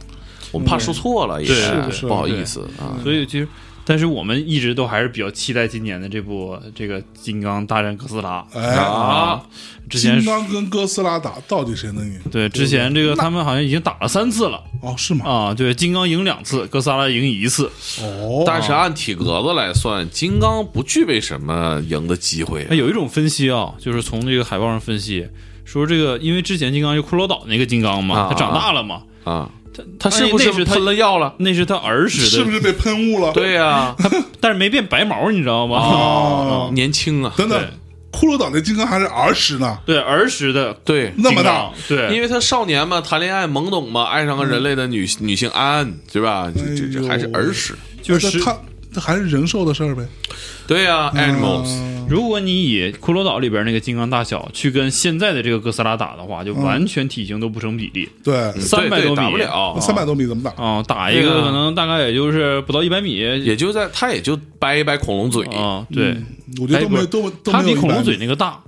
A: 我们怕说错了，也
B: 对是
C: 不是
A: 不好意思啊。
B: 所以其实，但是我们一直都还是比较期待今年的这部这个《金刚大战哥斯拉》
C: 哎，
A: 啊，
B: 之前
C: 金刚跟哥斯拉打，到底谁能赢？
B: 对之前这个他们好像已经打了三次了
C: 哦，是吗？
B: 啊，对，金刚赢两次，哥斯拉赢一次。
C: 哦，
A: 但是按体格子来算，金刚不具备什么赢的机会
B: 哎，。有一种分析啊，就是从这个海报上分析，说这个因为之前金刚就骷髅岛那个金刚嘛
A: 啊，
B: 他长大了嘛，
A: 啊，
B: 他
A: 他是不
B: 哎那是他
A: 喷了药了？
B: 那是他儿时的，
C: 是不是被喷雾了？
A: 对
B: 啊
A: 呀，
B: 但是没变白毛，你知道吗？嗯
C: 哦，
A: 年轻啊，
C: 等等，骷髅岛那金刚还是儿时呢，
B: [LAUGHS] 对，儿时的
A: 对，
C: 那么
B: 大
C: 大，，
B: 对，
A: [LAUGHS] 因为他少年嘛，谈恋爱懵懂嘛，爱上个人类的女
B: 嗯
A: 女性安安，对吧？这这
B: 哎
A: 这还是儿时，
B: 就是
C: 他他还是人兽的事儿呗。
A: 对呀，animals，
C: 嗯
B: 如果你以骷髅岛里边那个金刚大小去跟现在的这个哥斯拉打的话，就完全体型都不成比例，
C: 嗯对，
B: 三百
A: 对对
B: 多米
A: 打不了，
C: 三百多米怎么打？
B: 啊、打一
A: 对
B: 个
A: 啊
B: 可能大概也就是不到一百米
A: 也就在他也就掰一掰恐龙嘴，
B: 啊、对，
C: 我觉得都没
B: 哎
C: 都嗯都
B: 它
C: 没
B: 比
C: 有
B: 恐龙嘴
C: 100米
B: 那个大，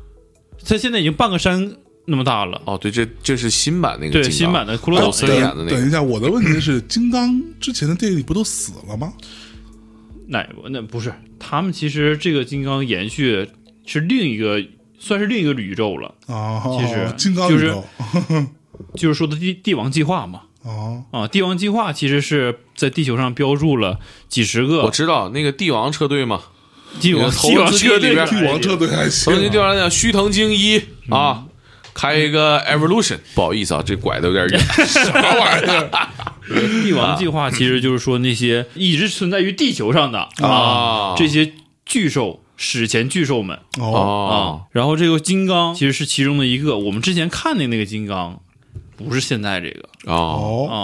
B: 它现在已经半个山那么大了。
A: 哦，对，这这是新版那个
B: 对，
A: 金刚
B: 新版的骷髅
A: 哎
B: 岛
A: 我
B: 那
A: 对
B: 个
A: 演
C: 等
A: 的那个
C: 等一下，我的问题是，金刚之前的电影里不都死了吗？
B: 那那不是，他们其实这个金刚延续是另一个，算是另一个宇宙了，
C: 啊，
B: 其实
C: 金刚
B: 就是
C: 宇宙
B: 就是说的帝帝王计划嘛。
C: 啊，
B: 啊，帝王计划其实是在地球上标注了几十
A: 我
B: 个
A: 知道那个帝王车队嘛，
B: 帝王
A: 那个
B: 帝王
A: 投资地
B: 车队
A: 里边
B: 来的
C: 帝王车队还行
A: 曾经帝王来讲须藤精一
B: 嗯
A: 啊。开一个 evolution，不好意思啊，这拐的有
B: [LAUGHS]
A: 点远。什么玩意儿
B: 帝王计划其实就是说那些一直存在于地球上的
A: 啊
B: 这些巨兽，史前巨兽们
C: 哦，
A: 哦
B: 啊，。然后这个金刚其实是其中的一个，我们之前看的那个金刚，不是现在这个
A: 哦，
C: 哦，
B: 啊。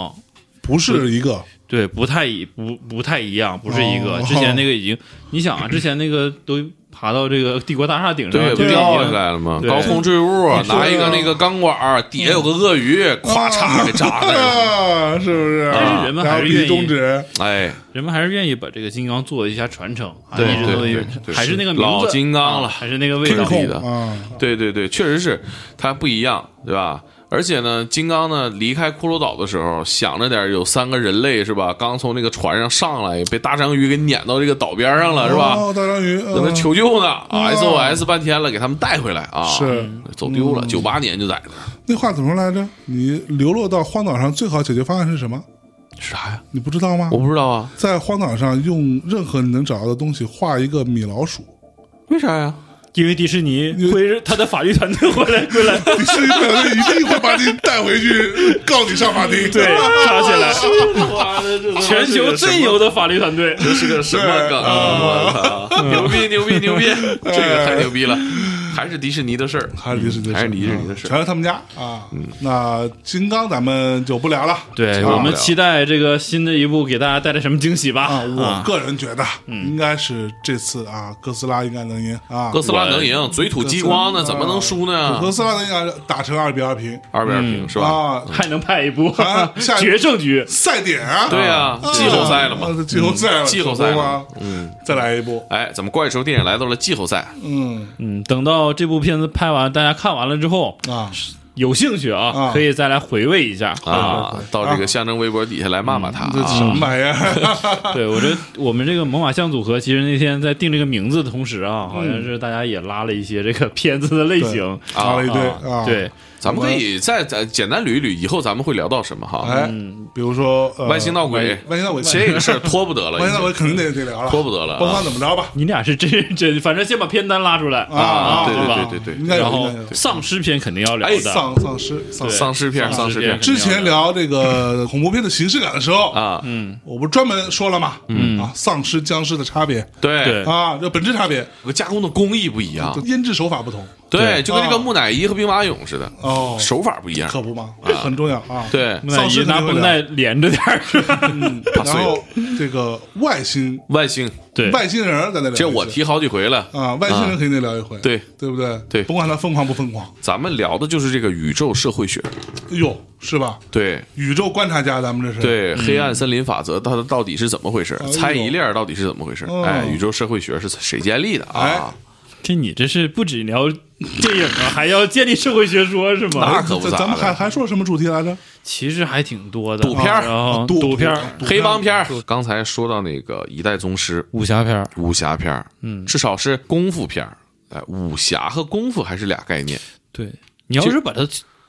C: 不是一个
B: 对，不太一不不太一样，不是一个。
C: 哦
B: 之前 [LAUGHS] 那个已经，你想啊，之前那个都爬到这个帝国大厦顶上，
A: 对，
B: 就
A: 不啊
B: 已经
A: 掉下来了吗？
B: 哦对嗯
A: 高空坠物，
C: 是
A: 拿一个那个钢管儿，底下有个鳄鱼，咵嚓给扎在了。
C: 啊，是不是？
B: 但是人们
C: 然
B: 还
C: 后
B: 是
C: 比
B: 愿
C: 中
B: 意，
C: 指，
A: 哎，
B: 人们还是愿意把这个金刚做一下传承，啊
A: 对
B: 一直都
A: 对
B: 有
A: 对对
B: 还是那个
A: 是
B: 名字
A: 老金刚
B: 啊
A: 了
B: 还是那个味
C: 推
B: 道。
A: 力
C: 控
A: 的
C: 啊，
A: 对对对，确实是它不一样，对吧？而且呢，金刚呢离开骷髅岛的时候，想着点儿有三个人类是吧？刚从那个船上上来，被大章鱼给撵到这个岛边上了啊是吧？
C: 哦，大章鱼，
A: 在那
C: 嗯
A: 求救呢
C: 啊
A: 啊，SOS 半天了，给他们带回来啊，
C: 是嗯
A: 走丢了，九八年就在那儿，
C: 那话怎么说来着？你流落到荒岛上，最好解决方案是什么？
A: 啥呀？
C: 你不知道吗
A: 我？不知道啊，
C: 在荒岛上用任何你能找到的东西画一个米老鼠， [LAUGHS]
A: 为啥呀？
B: 因为迪士尼会他的法律团队回来归来，
C: 你是一个呃一定会把你带回去，告你上法庭。
B: 对，抓起来， [LAUGHS]
A: 妈的，这
B: 全球最牛的法律团队。
A: 这是个什么梗啊？我操， [LAUGHS] 牛逼牛逼
C: [LAUGHS]
A: 牛逼，这个太牛逼了，还是迪士尼的事儿，
C: 还是迪士尼的事，
A: 还是迪士尼的事
C: 全是他们家啊。那金刚咱们就不聊了。
B: 对
A: 行
B: 我
A: 不
B: 们
A: 了
B: 期待这个新的一部给大家带来什么惊喜吧。
C: 啊，我个人觉得应该是这次啊，哥斯拉应该能赢
A: 嗯
C: 啊。
A: 哥斯拉能赢，嘴吐激光呢，怎么能输呢？
C: 哥斯拉应该打成二比二平
A: 二比二平是吧？嗯
C: 啊，
B: 还能拍一部
C: 啊下一
B: 决胜局，
C: 赛点啊，
A: 对啊，季后赛了嘛。
C: 啊季后赛了，
A: 季后赛了
C: 吗？嗯，再来一部，
A: 哎，咱们怪兽电影来到了季后赛，
C: 嗯
B: 嗯，等到这部片子拍完，大家看完了之后，
C: 啊，
B: 有兴趣啊，
C: 啊
B: 可以再来回味一下啊。
A: 啊，到这个象征微博底下来骂骂他
C: 这
A: 啊
C: 什么玩意 [LAUGHS] 儿？
B: 对我觉得我们这个猛犸象组合，其实那天在定这个名字的同时啊，好像是大家也拉了一些这个 [LAUGHS] 片子的类型
C: 拉了一堆啊，
B: 啊，对，
A: 咱们可以再再简单捋一捋，以后咱们会聊到什么哈？
C: 哎，比如说呃
A: 嗯外星闹鬼
C: 外星闹鬼，
A: 这个事儿拖不得
C: [LAUGHS]
A: 了，
C: 外星闹
A: 已
C: 鬼
A: 经
C: 肯定得得聊了，
A: 拖不得了啊
C: 甭管怎么着吧，
B: 你俩是真真，反正先把片单拉出来
A: 啊
C: 啊，
A: 对
B: 吧
A: 对对对对
C: 应该有
B: 然后
C: 应该有
B: 丧尸片肯定要聊
A: 哎
B: 的，
C: 丧丧尸丧尸
A: 丧尸片，丧尸片
C: 之前聊这
A: [LAUGHS]
C: 个恐怖片的形式感的时候，
A: 啊，嗯
C: 我不是专门说了嘛，啊，丧尸僵尸的差别
A: 对
B: 对，
C: 啊，这本质差别，
A: 这个加工的工艺不一样
C: 就，腌制手法不同
A: 对，就跟那
C: 啊
A: 个木乃伊和兵马俑似的，
C: 哦，
A: 手法不一样，
C: 可不嘛，很重要啊。
A: 啊对
B: 木乃
C: 丧尸
B: 伊
C: 肯
B: 拿
C: 定会
B: 绷带连着点儿， [LAUGHS] 是吧
A: 打
C: 然
A: 碎了
C: 后这个外星
A: 外星，
B: 对，
C: 外星人在那聊一次，
A: 这我提好几回了
C: 啊，外星人
A: 啊
C: 肯定得聊一回，
A: 对
C: 对不对？
A: 对
C: 甭管他疯狂不疯狂，
A: 咱们聊的就是这个宇宙社会学，
C: 哎呦，是吧？
A: 对
C: 宇宙观察家，咱们这是，
A: 对，
B: 嗯
A: 黑暗森林法则它到底是怎么回事？
C: 哎呦
A: 猜疑链到底是怎么回事？
C: 哦
A: 哎，宇宙社会学是谁建立的
B: 哎
A: 啊？
B: 这你这是不止聊电影啊，还要建立社会学说是
A: 那
B: 吗？
A: 可不
C: 哎
A: 咋
C: 咱咱们
A: 的
C: 还还说什么主题来着？
B: 其实还挺多的，
A: 赌片儿
B: 然后
C: 赌啊
B: 赌片儿、
C: 赌
A: 黑帮片儿，
B: 嗯
A: 刚才说到那个一代宗师、
B: 武侠片儿，
A: 武侠片儿，嗯，至少是功夫片儿。哎，武侠和功夫还是俩概念。
B: 对你要是把它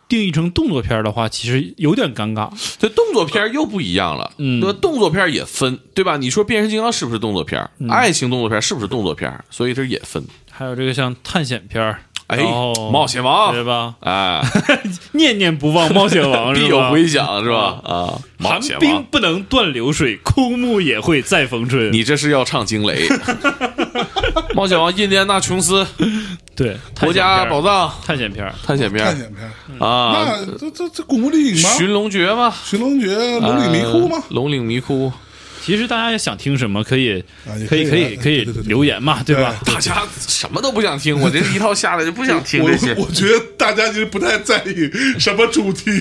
B: 定义成动作片儿的话，其实有点尴尬。
A: 这动作片儿又不一样了，
B: 嗯
A: 那动作片儿也分，对吧？你说变形金刚是不是动作片儿？
B: 嗯
A: 爱情动作片儿是不是动作片儿？所以这也分。
B: 还有这个像探险片儿，
A: 哎，
B: 然后
A: 冒险王
B: 哦对，吧？ [LAUGHS]
A: 哎，
B: 念念不忘冒险
A: [LAUGHS]
B: 王
A: 必
B: 是
A: 有
B: 吧？
A: 回响是吧？啊，冒
B: 寒
A: 险
B: 冰
A: 王，
B: 不能断流水，枯木也会再逢春。
A: 你这是要唱惊雷？ [LAUGHS] 冒险王、印第安纳琼斯、
B: 对
A: 国家宝
B: 藏
A: 藏、
B: 探险片儿，
A: 探险
C: 探
A: 片
C: 险片，
A: 儿啊，
C: 那这这这恐怖电影吗？
A: 寻龙诀嘛，呃
C: 寻龙诀、龙岭迷窟吗？
A: 龙岭迷窟，
B: 其实大家也想听什么，可以
C: 啊也
B: 可以
C: 可
B: 可
C: 以
B: 以可以
C: 对对对对
B: 留言嘛，对吧？
A: 大家什么都不想听，我这一套下来就不想呃听
C: 我
A: 这些。
C: 我觉得大家其实不太在意什么主题，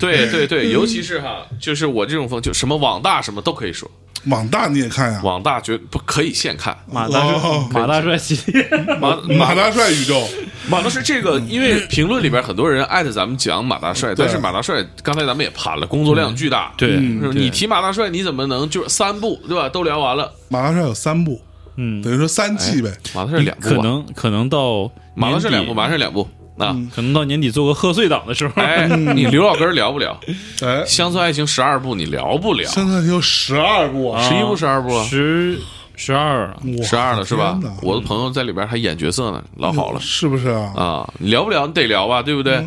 A: 对对对，尤其是哈，就是我这种风，就什么网大什么都可以说，
C: 网大你也看呀，
A: 网大绝不可以现看。
B: 马大帅
C: 哦
B: 马大帅系
A: [LAUGHS]
B: 列，
A: 马
C: 马大帅宇宙，
A: 马大帅这个，
B: 嗯
A: 因为评论里边很多人艾特咱们讲马大帅，但是马大帅刚才咱们也盘了，工作量巨大。
B: 嗯对
A: 是吧
B: 对
A: 你提马大帅，你怎么能就是三部对吧？都聊完了，
C: 马大帅有三部，
B: 嗯，
C: 等于说三季呗。
A: 马大帅两
B: 可
A: 部吧，
B: 能可能到
A: 马大帅两
B: 年底，
A: 部，
B: 嗯
A: 马大帅两部啊。
B: 可能到年底做个贺岁档的时候， [LAUGHS]
A: 哎，你刘老根儿聊不聊？
C: 哎，
A: 乡村爱情十二部你聊不聊？
C: 现在有十二部啊，
A: 十一部十二部啊
B: 十十二啊
C: 哇
A: 十二了是吧
C: 天哪？
A: 我的朋友在里边还演角色呢，老好了
C: 是不是啊？
B: 嗯
A: 啊！你聊不聊？你得聊吧，对不对？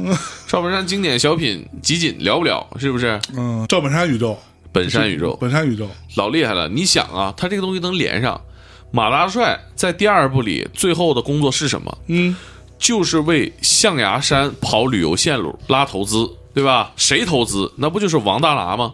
A: 赵本山经典小品集锦聊不聊？是不是？
C: 嗯，赵本山宇宙，
A: 本山宇宙
C: 本山宇宙，
A: 老厉害了，你想啊，他这个东西能连上。马大帅在第二部里最后的工作是什么？
C: 嗯，
A: 就是为象牙山跑旅游线路拉投资，对吧？谁投资？那不就是王大拿吗？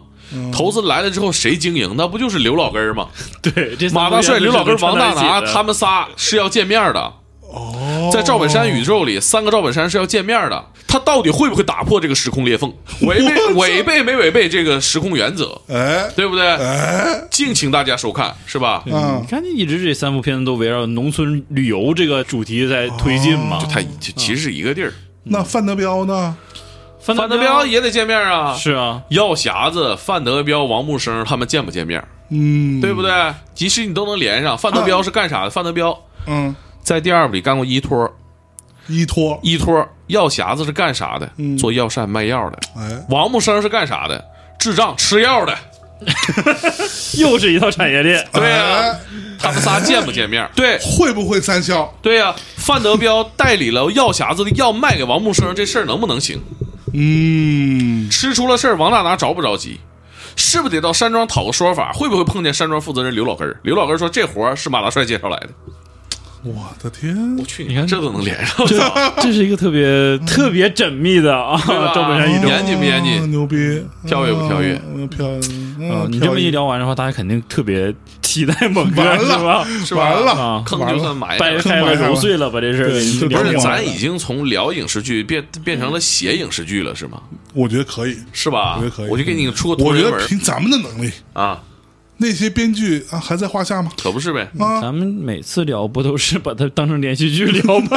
A: 投资来了之后谁经营？那不就是刘老根儿吗？
B: [LAUGHS] 对，这三
A: 马
B: 部
A: 大
B: 片
A: 帅、
B: 子
A: 刘老根、
B: 是能
A: 王大
B: 串在一
A: 拿
B: 起的
A: 他们仨是要见面的。
C: 哦，
A: 在赵本山宇宙里，三个赵本山是要见面的。他到底会不会打破这个时空裂缝，违背违背没违背这个时空原则，
C: 哎
A: 对不对？
C: 哎，
A: 敬请大家收看，是吧？
C: 嗯
B: 你看，一直这三部片子都围绕农村旅游这个主题在推进嘛。
A: 他其实是一个地儿。
C: 那范德彪呢？
B: 范
A: 范德彪也得见面啊。
B: 是啊，
A: 药匣子、范德彪、王木生他们见不见面，
C: 嗯，
A: 对不对？其实你都能连上。范德彪是干啥的？范德彪
C: 嗯，
A: 在第二部里干过医托，
C: 依托，
A: 医托药匣子是干啥的？
C: 嗯
A: 做药膳卖药的。
C: 哎，
A: 王木生是干啥的？智障吃药的。
B: 又是一套产业链。
A: 对啊呀、
C: 哎
A: 他们仨见不见面？对
C: 会不会三消？
A: 对呀、范德彪代理了药匣子的药卖给王木生，这事儿能不能行？
C: 嗯，
A: 吃出了事儿，王大拿着不着急？是不是得到山庄讨个说法？会不会碰见山庄负责人刘老根儿？刘老根儿说这活儿是马大帅介绍来的。
C: 我的天，
A: 我去，
B: 你看
A: 这都能连上，
B: 这这 [LAUGHS] 是一个啊特别特别缜密的啊
A: 对
B: [LAUGHS]
A: 吧，
B: 赵本山宇宙
A: 严谨不严谨
C: 哦牛逼，
A: 跳跃不跳跃
C: 嗯？飘，
B: 啊
C: 嗯！
B: 你这么一，聊完的话，大家肯定特别期待猛哥，
C: [LAUGHS] 完了
B: 是吧？
A: 是吧？
C: [LAUGHS] 完了
B: 啊，
A: 坑
C: 完
A: 就
C: 了
A: 算埋
B: 掰
A: 了。
B: 开了揉碎了吧，这事
C: 对
B: 儿
C: 这
A: 不
C: 坑
A: 是，
C: 完了
A: 咱已经从聊影视剧变变成了写影视剧了，是吗？
C: 我觉得可以，
A: 是吧
C: 我觉得可以？
A: 我就给你出个
C: 我
A: 同
C: 觉
A: 人
C: 得
A: 文
C: 凭咱们的能力，
A: 啊，
C: 那些编剧啊还在话下吗？
A: 可不是呗？
C: 啊，
B: 咱们每次聊不都是把它当成连续剧聊吗？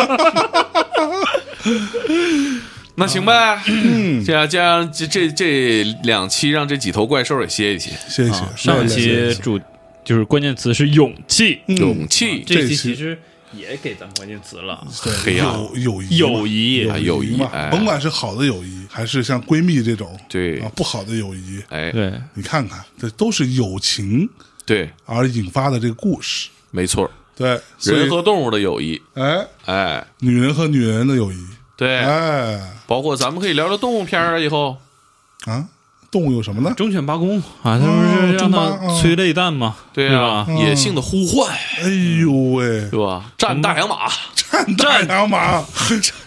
A: 那行呗，
C: 嗯
A: 这样这样这这这两期让这几头怪兽也歇一歇，
C: 谢谢。
B: [LAUGHS] 啊上
C: 谢
B: 期
C: 谢
B: 主就是关键词是勇气，
C: 嗯
A: 勇气
C: 这
B: 期
C: 期
B: 其实也给咱们关键词了，
A: 黑暗
C: 有
B: 友
C: 友谊嘛，
B: 谊
A: 啊友谊
C: 嘛，
A: 哎
C: 甭管是好的友谊，还是像闺蜜这种，
A: 对
C: 啊，不好的友谊，
A: 哎，
B: 对，
C: 你看看，这都是友情
A: 对，
C: 而引发的这个故事。
A: 没错，
C: 对，所
A: 人
C: 以
A: 和动物的友谊，
C: 哎，
A: 哎，
C: 女人和女人的友谊，
A: 对，
C: 哎
A: 包括咱们可以聊聊动物片儿啊，以后
C: 啊，动物有什么呢？
B: 忠犬八公啊，他不是让
C: 中巴
B: 他
C: 嗯
B: 催泪弹吗？
A: 对
B: 对
A: 啊
B: 吧？，嗯
A: 野性的呼唤，
C: 哎呦喂，
A: 对吧？战大洋马， [LAUGHS]
C: 战大洋马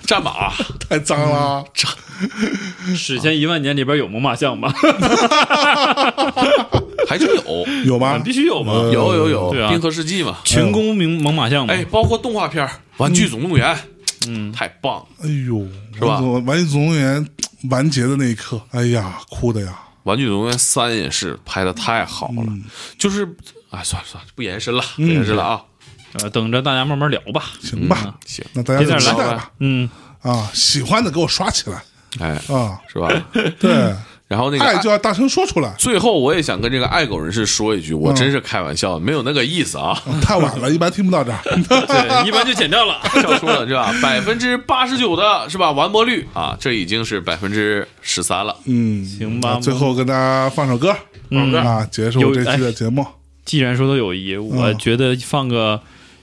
A: 战马，
C: [LAUGHS] 太脏了，
B: 史前一万年里边有猛犸象吧？
A: 还真有，
C: 有吗？
B: 必须有嘛！
A: [LAUGHS]
C: 呃
A: 有有有，
B: 对啊
A: 冰河世纪嘛，
B: [LAUGHS] 群攻猛猛犸象嘛？
A: 哎，包括动画片儿《玩具总动员》，
B: 嗯，
A: 太棒了，
C: 哎呦，是
A: 吧
C: 《玩具总动员》完结的那一刻，哎呀，哭的呀，
A: 《玩具总动员三》也是拍的太好了，就是，哎，算了算了，不延伸了，不延伸了啊，
B: 呃，等着大家慢慢聊吧。
C: 行吧，
A: 行，
C: 那大家
B: 别
C: 就
B: 再
C: 期
B: 聊
C: 待
A: 了
C: 吧，
B: 嗯，
C: 啊，喜欢的给我刷起来
A: 哎，
C: 啊，
A: 是吧？
C: 对，
A: 然后那个啊
C: 爱就要大声说出来，
A: 最后，我也想跟这个爱狗人士说一句，我真是开玩笑，没有那个意思啊。
C: 太晚了，一般听不到这儿，
B: [LAUGHS] 对，一般就剪掉了。
A: 笑出了是吧？百分之八十九的是吧？完播率啊，这已经是百分之十三了。
B: [LAUGHS]
C: 嗯，
B: 行吧
C: 那最后跟大家放首歌，
B: 嗯
C: 啊，结束
B: 有
C: 这期的节目，
B: 既然说到友谊，我
C: 嗯
B: 觉得放个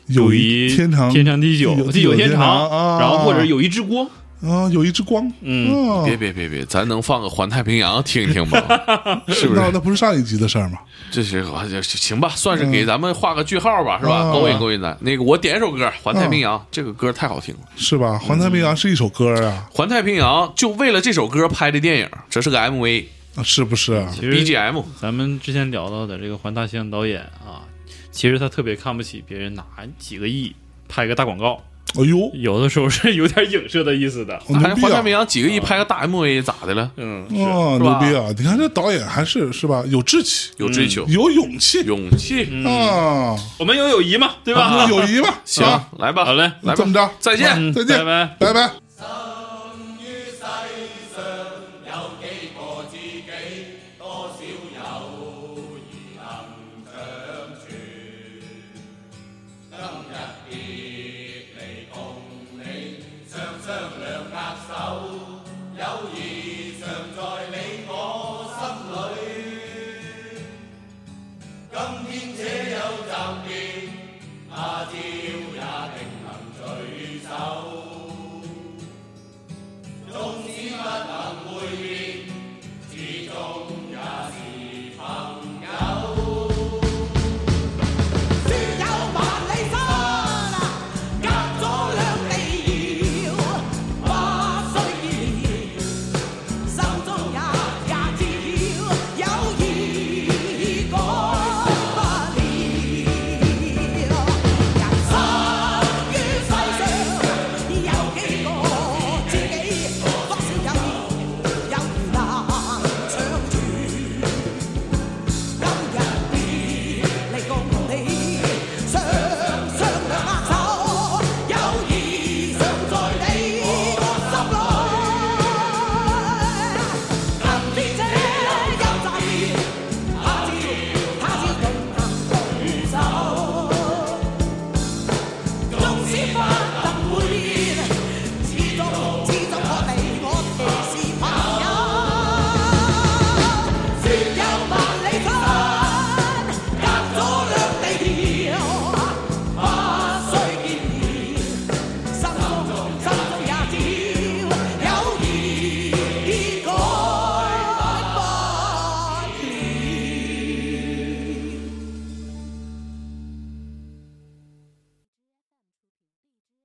C: 友谊
B: 谊
C: 天长
B: 天长地
C: 地久
B: 久，地久
C: 天
B: 天
C: 长啊
B: 然后或者友谊之光。
C: 啊，友谊之光，
B: 嗯
C: 啊
A: 别别别别，咱能放个《环太平洋》听一听吧？
C: [LAUGHS]
A: 是不
C: 那
A: 是？
C: 那不是上一集的事儿吗？
A: 这是我这行吧，算是给咱们画个句号吧，是吧？
C: 嗯
A: 勾引勾引咱。那个，我点一首歌，《环太平洋》这个歌太好听了，
C: 是吧？《环太平洋》是一首歌啊，
A: 《环太平洋》就为了这首歌拍的电影，这是个 MV。
C: 啊是不是？
B: 其实
A: BGM
B: 咱们之前聊到的这个环大西洋导演啊，其实他特别看不起别人拿几个亿拍个大广告，
C: 哎呦，
B: 有的时候是有点影射的意思的。
C: 哦
A: 还
C: 牛逼
A: 华夏
C: 啊
A: 明！洋几个亿拍个大 MV 咋的了？
B: 嗯，
C: 哦，
A: 是
C: 牛
A: 吧
C: 逼啊！你看这导演还是是吧，有志气，
A: 有追求，
C: 有勇气
A: 勇气，
C: 啊，
B: 我们有友谊嘛，对吧？
C: [LAUGHS] 有友谊吧？
A: 嗯行
C: 啊，
A: 来吧，
B: 好嘞
A: 来
C: 这么
A: 吧，
C: 着，
A: 再见
B: 嗯
C: 再见
B: 拜拜。
C: 拜拜。
D: 今天且有暫別，下次。